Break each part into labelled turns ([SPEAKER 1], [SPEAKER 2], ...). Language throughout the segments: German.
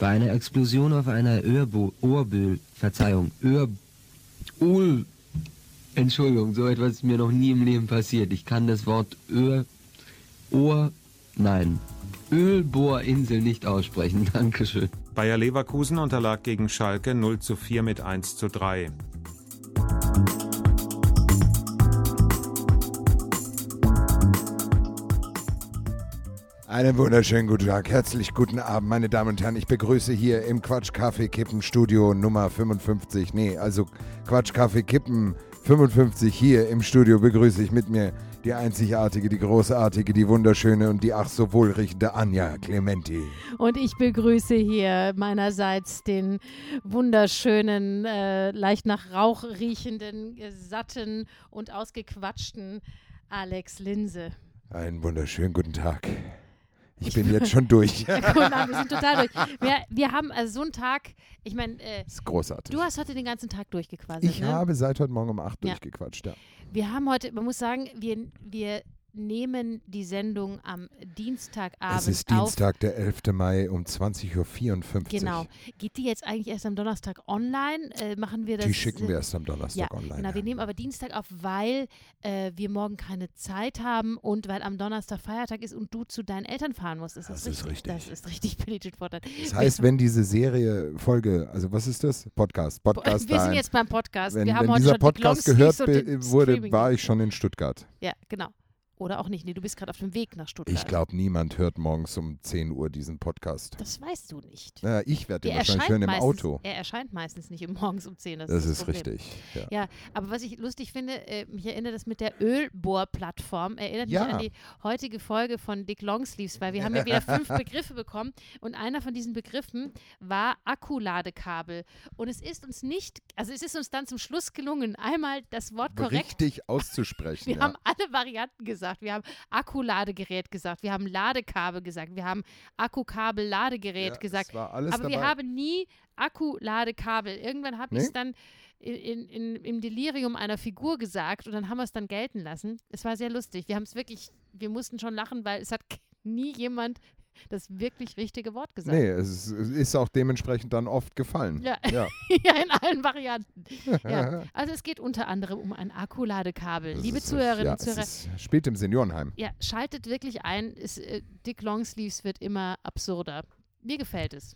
[SPEAKER 1] Bei einer Explosion auf einer Örbo, Orbö, Verzeihung, Ör, Ul, Entschuldigung, so etwas ist mir noch nie im Leben passiert. Ich kann das Wort Ör, Ohr, nein, Ölbohrinsel nicht aussprechen. Dankeschön.
[SPEAKER 2] Bayer Leverkusen unterlag gegen Schalke 0 zu 4 mit 1 zu 3.
[SPEAKER 3] Einen wunderschönen guten Tag, herzlich guten Abend, meine Damen und Herren. Ich begrüße hier im Quatsch Kaffee Kippen Studio Nummer 55. Nee, also Quatsch Kaffee Kippen 55 hier im Studio begrüße ich mit mir die einzigartige, die großartige, die wunderschöne und die ach so wohlriechende Anja Clementi.
[SPEAKER 4] Und ich begrüße hier meinerseits den wunderschönen, äh, leicht nach Rauch riechenden, äh, satten und ausgequatschten Alex Linse.
[SPEAKER 3] Einen wunderschönen guten Tag. Ich bin jetzt schon durch.
[SPEAKER 4] Guten Abend, wir sind total durch. Wir, wir haben also so einen Tag, ich meine, äh,
[SPEAKER 3] Ist großartig.
[SPEAKER 4] du hast heute den ganzen Tag durchgequasselt.
[SPEAKER 3] Ich
[SPEAKER 4] ne?
[SPEAKER 3] habe seit heute Morgen um 8
[SPEAKER 4] Ja.
[SPEAKER 3] durchgequatscht. Ja.
[SPEAKER 4] Wir haben heute, man muss sagen, wir, wir nehmen die Sendung am Dienstagabend
[SPEAKER 3] Es ist
[SPEAKER 4] auf.
[SPEAKER 3] Dienstag, der 11. Mai um 20.54 Uhr.
[SPEAKER 4] Genau. Geht die jetzt eigentlich erst am Donnerstag online? Äh, machen wir das?
[SPEAKER 3] Die schicken wir
[SPEAKER 4] äh,
[SPEAKER 3] erst am Donnerstag
[SPEAKER 4] ja,
[SPEAKER 3] online.
[SPEAKER 4] Genau, wir nehmen aber Dienstag auf, weil äh, wir morgen keine Zeit haben und weil am Donnerstag Feiertag ist und du zu deinen Eltern fahren musst. Ist das,
[SPEAKER 3] Das ist richtig.
[SPEAKER 4] Das ist richtig politisch fordernd.
[SPEAKER 3] das heißt,
[SPEAKER 4] Genau.
[SPEAKER 3] wenn diese Serie Folge, also was ist das? Podcast, Podcast.
[SPEAKER 4] wir sind
[SPEAKER 3] ein.
[SPEAKER 4] jetzt beim Podcast.
[SPEAKER 3] wenn
[SPEAKER 4] wir haben
[SPEAKER 3] wenn
[SPEAKER 4] heute
[SPEAKER 3] dieser
[SPEAKER 4] schon
[SPEAKER 3] Podcast
[SPEAKER 4] die
[SPEAKER 3] gehört
[SPEAKER 4] Glongsleeves
[SPEAKER 3] be-
[SPEAKER 4] und den
[SPEAKER 3] wurde,
[SPEAKER 4] Streaming.
[SPEAKER 3] war ich schon in Stuttgart.
[SPEAKER 4] Ja, genau. Oder auch nicht. Nee, du bist gerade auf dem Weg nach Stuttgart.
[SPEAKER 3] Ich glaube, niemand hört morgens um 10 Uhr diesen Podcast.
[SPEAKER 4] Das weißt du nicht.
[SPEAKER 3] Na, ich werde
[SPEAKER 4] Der
[SPEAKER 3] den wahrscheinlich
[SPEAKER 4] erscheint
[SPEAKER 3] hören im
[SPEAKER 4] meistens,
[SPEAKER 3] Auto.
[SPEAKER 4] Er erscheint meistens nicht morgens um 10. Das,
[SPEAKER 3] Das ist
[SPEAKER 4] Problem.
[SPEAKER 3] richtig. Ja.
[SPEAKER 4] Ja, aber was ich lustig finde, äh, mich erinnert das mit der Ölbohrplattform, erinnert
[SPEAKER 3] Ja.
[SPEAKER 4] mich an die heutige Folge von Dick Longsleeves, weil wir haben ja wieder fünf Begriffe bekommen und einer von diesen Begriffen war Akkuladekabel. Und es ist uns nicht, also es ist uns dann zum Schluss gelungen, einmal das Wort korrekt
[SPEAKER 3] Richtig auszusprechen.
[SPEAKER 4] wir
[SPEAKER 3] ja.
[SPEAKER 4] haben alle Varianten gesagt. Wir haben Akkuladegerät gesagt. Wir haben Ladekabel gesagt. Wir haben Akkukabel-Ladegerät
[SPEAKER 3] Ja,
[SPEAKER 4] gesagt.
[SPEAKER 3] es war alles
[SPEAKER 4] Aber wir
[SPEAKER 3] dabei.
[SPEAKER 4] haben nie Akkuladekabel. Irgendwann habe ich
[SPEAKER 3] Nee.
[SPEAKER 4] es dann in, in, in, im Delirium einer Figur gesagt und dann haben wir es dann gelten lassen. Es war sehr lustig. Wir haben es wirklich, wir mussten schon lachen, weil es hat k- nie jemand das wirklich richtige Wort gesagt.
[SPEAKER 3] Nee, es ist, es ist auch dementsprechend dann oft gefallen.
[SPEAKER 4] Ja.
[SPEAKER 3] ja.
[SPEAKER 4] ja, in allen Varianten. Ja. Also es geht unter anderem um ein Akkuladekabel.
[SPEAKER 3] Das
[SPEAKER 4] Liebe
[SPEAKER 3] ist-
[SPEAKER 4] Zuhörerinnen
[SPEAKER 3] ja,
[SPEAKER 4] und Zuhörer,
[SPEAKER 3] Es ist, spielt im Seniorenheim.
[SPEAKER 4] Ja, schaltet wirklich ein. Es, äh, Dick Longsleeves wird immer absurder. Mir gefällt es.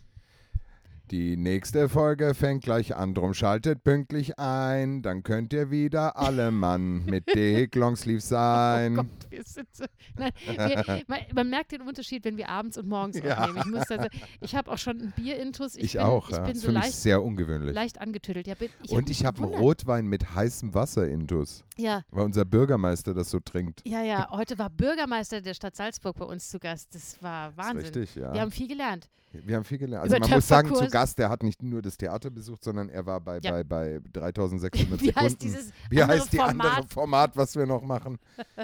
[SPEAKER 3] Die nächste Folge fängt gleich an, drum schaltet pünktlich ein, dann könnt ihr wieder alle Mann mit Dick Longsleeve sein.
[SPEAKER 4] Oh Gott, wir sind so. Nein, wir, man, man merkt den Unterschied, wenn wir abends und morgens
[SPEAKER 3] Ja.
[SPEAKER 4] aufnehmen. Ich, muss da sagen, ich habe auch schon einen Bierintus.
[SPEAKER 3] ich
[SPEAKER 4] bin,
[SPEAKER 3] auch,
[SPEAKER 4] Ich
[SPEAKER 3] ja.
[SPEAKER 4] bin
[SPEAKER 3] das
[SPEAKER 4] so
[SPEAKER 3] finde ich
[SPEAKER 4] leicht,
[SPEAKER 3] sehr ungewöhnlich.
[SPEAKER 4] leicht angetüdelt. Ja, bin, ich
[SPEAKER 3] Und ich habe einen
[SPEAKER 4] Wunder-
[SPEAKER 3] Rotwein mit heißem Wasser intus,
[SPEAKER 4] Ja,
[SPEAKER 3] weil unser Bürgermeister das so trinkt.
[SPEAKER 4] ja, ja. Heute war Bürgermeister der Stadt Salzburg bei uns zu Gast. Das war
[SPEAKER 3] Das ist
[SPEAKER 4] Wahnsinn.
[SPEAKER 3] Richtig, ja.
[SPEAKER 4] Wir haben viel gelernt.
[SPEAKER 3] Wir haben viel gelernt. Also
[SPEAKER 4] Über
[SPEAKER 3] man muss sagen, zu
[SPEAKER 4] Töpferkurse.
[SPEAKER 3] Gast, der hat nicht nur das Theater besucht, sondern er war bei,
[SPEAKER 4] Ja.
[SPEAKER 3] bei, bei 3600
[SPEAKER 4] Wie
[SPEAKER 3] Sekunden.
[SPEAKER 4] heißt dieses
[SPEAKER 3] Wie
[SPEAKER 4] andere
[SPEAKER 3] heißt die andere
[SPEAKER 4] Format?
[SPEAKER 3] Format, was wir noch machen?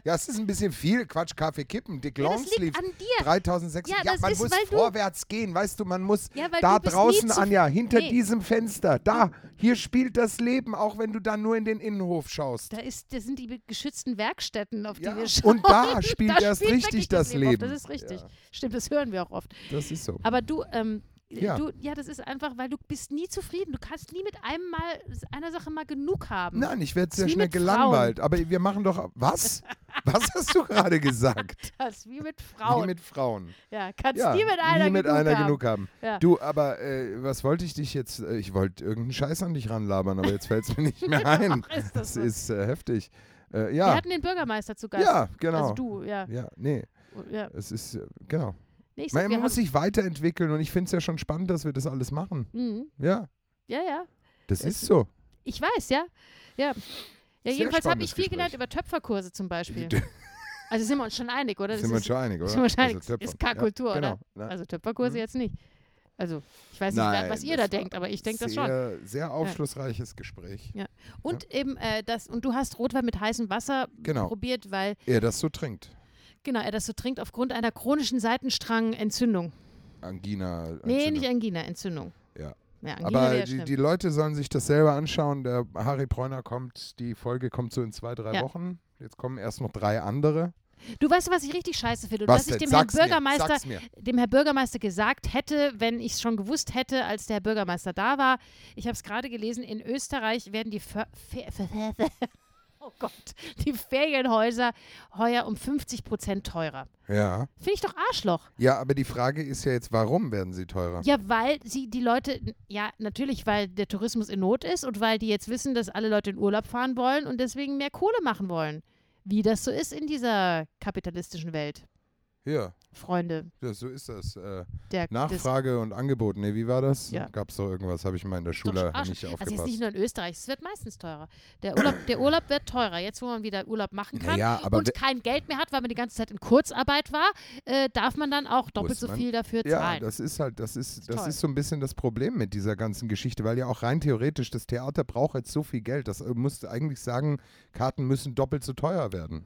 [SPEAKER 3] Ja, es ist ein bisschen viel. Quatsch, Kaffee kippen, Dick
[SPEAKER 4] Ja, das liegt
[SPEAKER 3] Longsleeves.
[SPEAKER 4] an dir.
[SPEAKER 3] 3600.
[SPEAKER 4] Ja,
[SPEAKER 3] Ja,
[SPEAKER 4] das
[SPEAKER 3] man
[SPEAKER 4] ist,
[SPEAKER 3] muss
[SPEAKER 4] weil du-
[SPEAKER 3] vorwärts gehen, weißt du, man muss
[SPEAKER 4] Ja, weil
[SPEAKER 3] da
[SPEAKER 4] du bist nie
[SPEAKER 3] draußen,
[SPEAKER 4] zu-
[SPEAKER 3] Anja, hinter
[SPEAKER 4] Nee. Ah.
[SPEAKER 3] diesem Fenster, da, hier spielt das Leben, auch wenn du da nur in den Innenhof schaust.
[SPEAKER 4] Da, ist, da sind die be- geschützten Werkstätten, auf die
[SPEAKER 3] Ja,
[SPEAKER 4] wir
[SPEAKER 3] und
[SPEAKER 4] schauen.
[SPEAKER 3] da spielt erst
[SPEAKER 4] spielt
[SPEAKER 3] richtig
[SPEAKER 4] wirklich
[SPEAKER 3] das
[SPEAKER 4] Leben. auf. Das
[SPEAKER 3] Leben.
[SPEAKER 4] ist richtig.
[SPEAKER 3] Ja.
[SPEAKER 4] Stimmt, das hören wir auch oft.
[SPEAKER 3] Das ist so.
[SPEAKER 4] Aber du, ähm,
[SPEAKER 3] Ja.
[SPEAKER 4] ja. du, ja, das ist einfach, weil du bist nie zufrieden. Du kannst nie mit einem Mal, einer Sache mal genug haben.
[SPEAKER 3] Nein, ich werde
[SPEAKER 4] Ist
[SPEAKER 3] sehr
[SPEAKER 4] wie
[SPEAKER 3] schnell
[SPEAKER 4] mit Frauen.
[SPEAKER 3] gelangweilt. Aber wir machen doch. Was? Was hast du gerade gesagt?
[SPEAKER 4] Das ist wie mit Frauen.
[SPEAKER 3] Wie mit Frauen.
[SPEAKER 4] ja, kannst
[SPEAKER 3] Ja,
[SPEAKER 4] nie mit einer,
[SPEAKER 3] nie mit
[SPEAKER 4] genug,
[SPEAKER 3] einer
[SPEAKER 4] haben.
[SPEAKER 3] genug haben.
[SPEAKER 4] Ja.
[SPEAKER 3] Du, aber äh, was wollte ich dich jetzt? Äh, ich wollte irgendeinen Scheiß an dich ranlabern, aber jetzt fällt es mir nicht mehr ein.
[SPEAKER 4] Ach, ist
[SPEAKER 3] das
[SPEAKER 4] das so.
[SPEAKER 3] ist äh, heftig. Äh,
[SPEAKER 4] Wir
[SPEAKER 3] ja,
[SPEAKER 4] hatten den Bürgermeister zu Gast.
[SPEAKER 3] ja, genau.
[SPEAKER 4] Also du, ja. Oh,
[SPEAKER 3] Ja, nee,
[SPEAKER 4] ja.
[SPEAKER 3] es ist, äh, genau.
[SPEAKER 4] Nee, ich sag,
[SPEAKER 3] Man,
[SPEAKER 4] wir
[SPEAKER 3] man muss
[SPEAKER 4] haben,
[SPEAKER 3] sich weiterentwickeln und ich finde es ja schon spannend, dass wir das alles machen.
[SPEAKER 4] Mhm.
[SPEAKER 3] Ja,
[SPEAKER 4] ja, ja.
[SPEAKER 3] das
[SPEAKER 4] Es-
[SPEAKER 3] ist so.
[SPEAKER 4] Ich weiß, ja. Ja, ja
[SPEAKER 3] Sehr
[SPEAKER 4] jedenfalls habe
[SPEAKER 3] spannendes
[SPEAKER 4] ich viel
[SPEAKER 3] Gespräch.
[SPEAKER 4] gelernt über Töpferkurse zum Beispiel. Also sind wir uns schon einig, oder? Das
[SPEAKER 3] sind wir
[SPEAKER 4] ist-
[SPEAKER 3] schon einig, oder?
[SPEAKER 4] sind wir uns einig.
[SPEAKER 3] Also Töpfern.
[SPEAKER 4] Ist keine
[SPEAKER 3] Ja,
[SPEAKER 4] Kultur, oder?
[SPEAKER 3] genau. Na,
[SPEAKER 4] Also Töpferkurse
[SPEAKER 3] Mhm.
[SPEAKER 4] jetzt nicht. Also, ich weiß nicht,
[SPEAKER 3] Nein,
[SPEAKER 4] was ihr
[SPEAKER 3] das
[SPEAKER 4] da denkt, aber ich denke das schon.
[SPEAKER 3] sehr, Sehr aufschlussreiches Gespräch.
[SPEAKER 4] Und eben äh, das, und du hast Rotwein mit heißem Wasser
[SPEAKER 3] Genau.
[SPEAKER 4] probiert, weil
[SPEAKER 3] Er das so trinkt.
[SPEAKER 4] genau, er das so trinkt aufgrund einer chronischen Seitenstrangenentzündung.
[SPEAKER 3] Angina.
[SPEAKER 4] Nee,
[SPEAKER 3] Entzündung.
[SPEAKER 4] nicht Angina, Entzündung.
[SPEAKER 3] Ja.
[SPEAKER 4] Ja, Angina
[SPEAKER 3] Aber
[SPEAKER 4] wäre
[SPEAKER 3] die,
[SPEAKER 4] schlimm.
[SPEAKER 3] die Leute sollen sich das selber anschauen. Der Harry Bräuner kommt, die Folge kommt so in zwei, drei
[SPEAKER 4] Ja.
[SPEAKER 3] Wochen. Jetzt kommen erst noch drei andere.
[SPEAKER 4] Du weißt, was ich richtig scheiße finde. Und
[SPEAKER 3] Was
[SPEAKER 4] dass ich
[SPEAKER 3] denn?
[SPEAKER 4] dem Herrn
[SPEAKER 3] Sag's mir,
[SPEAKER 4] Bürgermeister,
[SPEAKER 3] sag's mir.
[SPEAKER 4] dem Herr Bürgermeister gesagt hätte, wenn ich es schon gewusst hätte, als der Herr Bürgermeister da war. Ich habe es gerade gelesen, in Österreich werden die Fer Fer Fer Oh Gott, die Ferienhäuser heuer um 50 Prozent teurer.
[SPEAKER 3] Ja.
[SPEAKER 4] Finde ich doch Arschloch.
[SPEAKER 3] Ja, aber die Frage ist ja jetzt, warum werden sie teurer?
[SPEAKER 4] Ja, weil sie die Leute, ja, natürlich, weil der Tourismus in Not ist und weil die jetzt wissen, dass alle Leute in Urlaub fahren wollen und deswegen mehr Kohle machen wollen. Wie das so ist in dieser kapitalistischen Welt,
[SPEAKER 3] Ja,
[SPEAKER 4] Freunde.
[SPEAKER 3] das, so ist das. Äh,
[SPEAKER 4] Der, des-
[SPEAKER 3] Nachfrage und Angebot. Nee, wie war das?
[SPEAKER 4] Ja.
[SPEAKER 3] Gab es doch irgendwas, habe ich mal in der
[SPEAKER 4] Doch,
[SPEAKER 3] Schule
[SPEAKER 4] Arsch.
[SPEAKER 3] nicht
[SPEAKER 4] Also jetzt
[SPEAKER 3] aufgepasst.
[SPEAKER 4] nicht nur in Österreich, es wird meistens teurer. Der Urlaub, der Urlaub wird teurer, jetzt wo man wieder Urlaub machen kann
[SPEAKER 3] Naja, aber we-
[SPEAKER 4] und kein Geld mehr hat, weil man die ganze Zeit in Kurzarbeit war, äh, darf man dann auch doppelt
[SPEAKER 3] Muss
[SPEAKER 4] so
[SPEAKER 3] man.
[SPEAKER 4] viel dafür
[SPEAKER 3] ja,
[SPEAKER 4] zahlen.
[SPEAKER 3] das ist halt, das ist, das
[SPEAKER 4] toll.
[SPEAKER 3] ist so ein bisschen das Problem mit dieser ganzen Geschichte, weil ja auch rein theoretisch das Theater braucht jetzt so viel Geld. Das äh, muss eigentlich sagen, Karten müssen doppelt so teuer werden.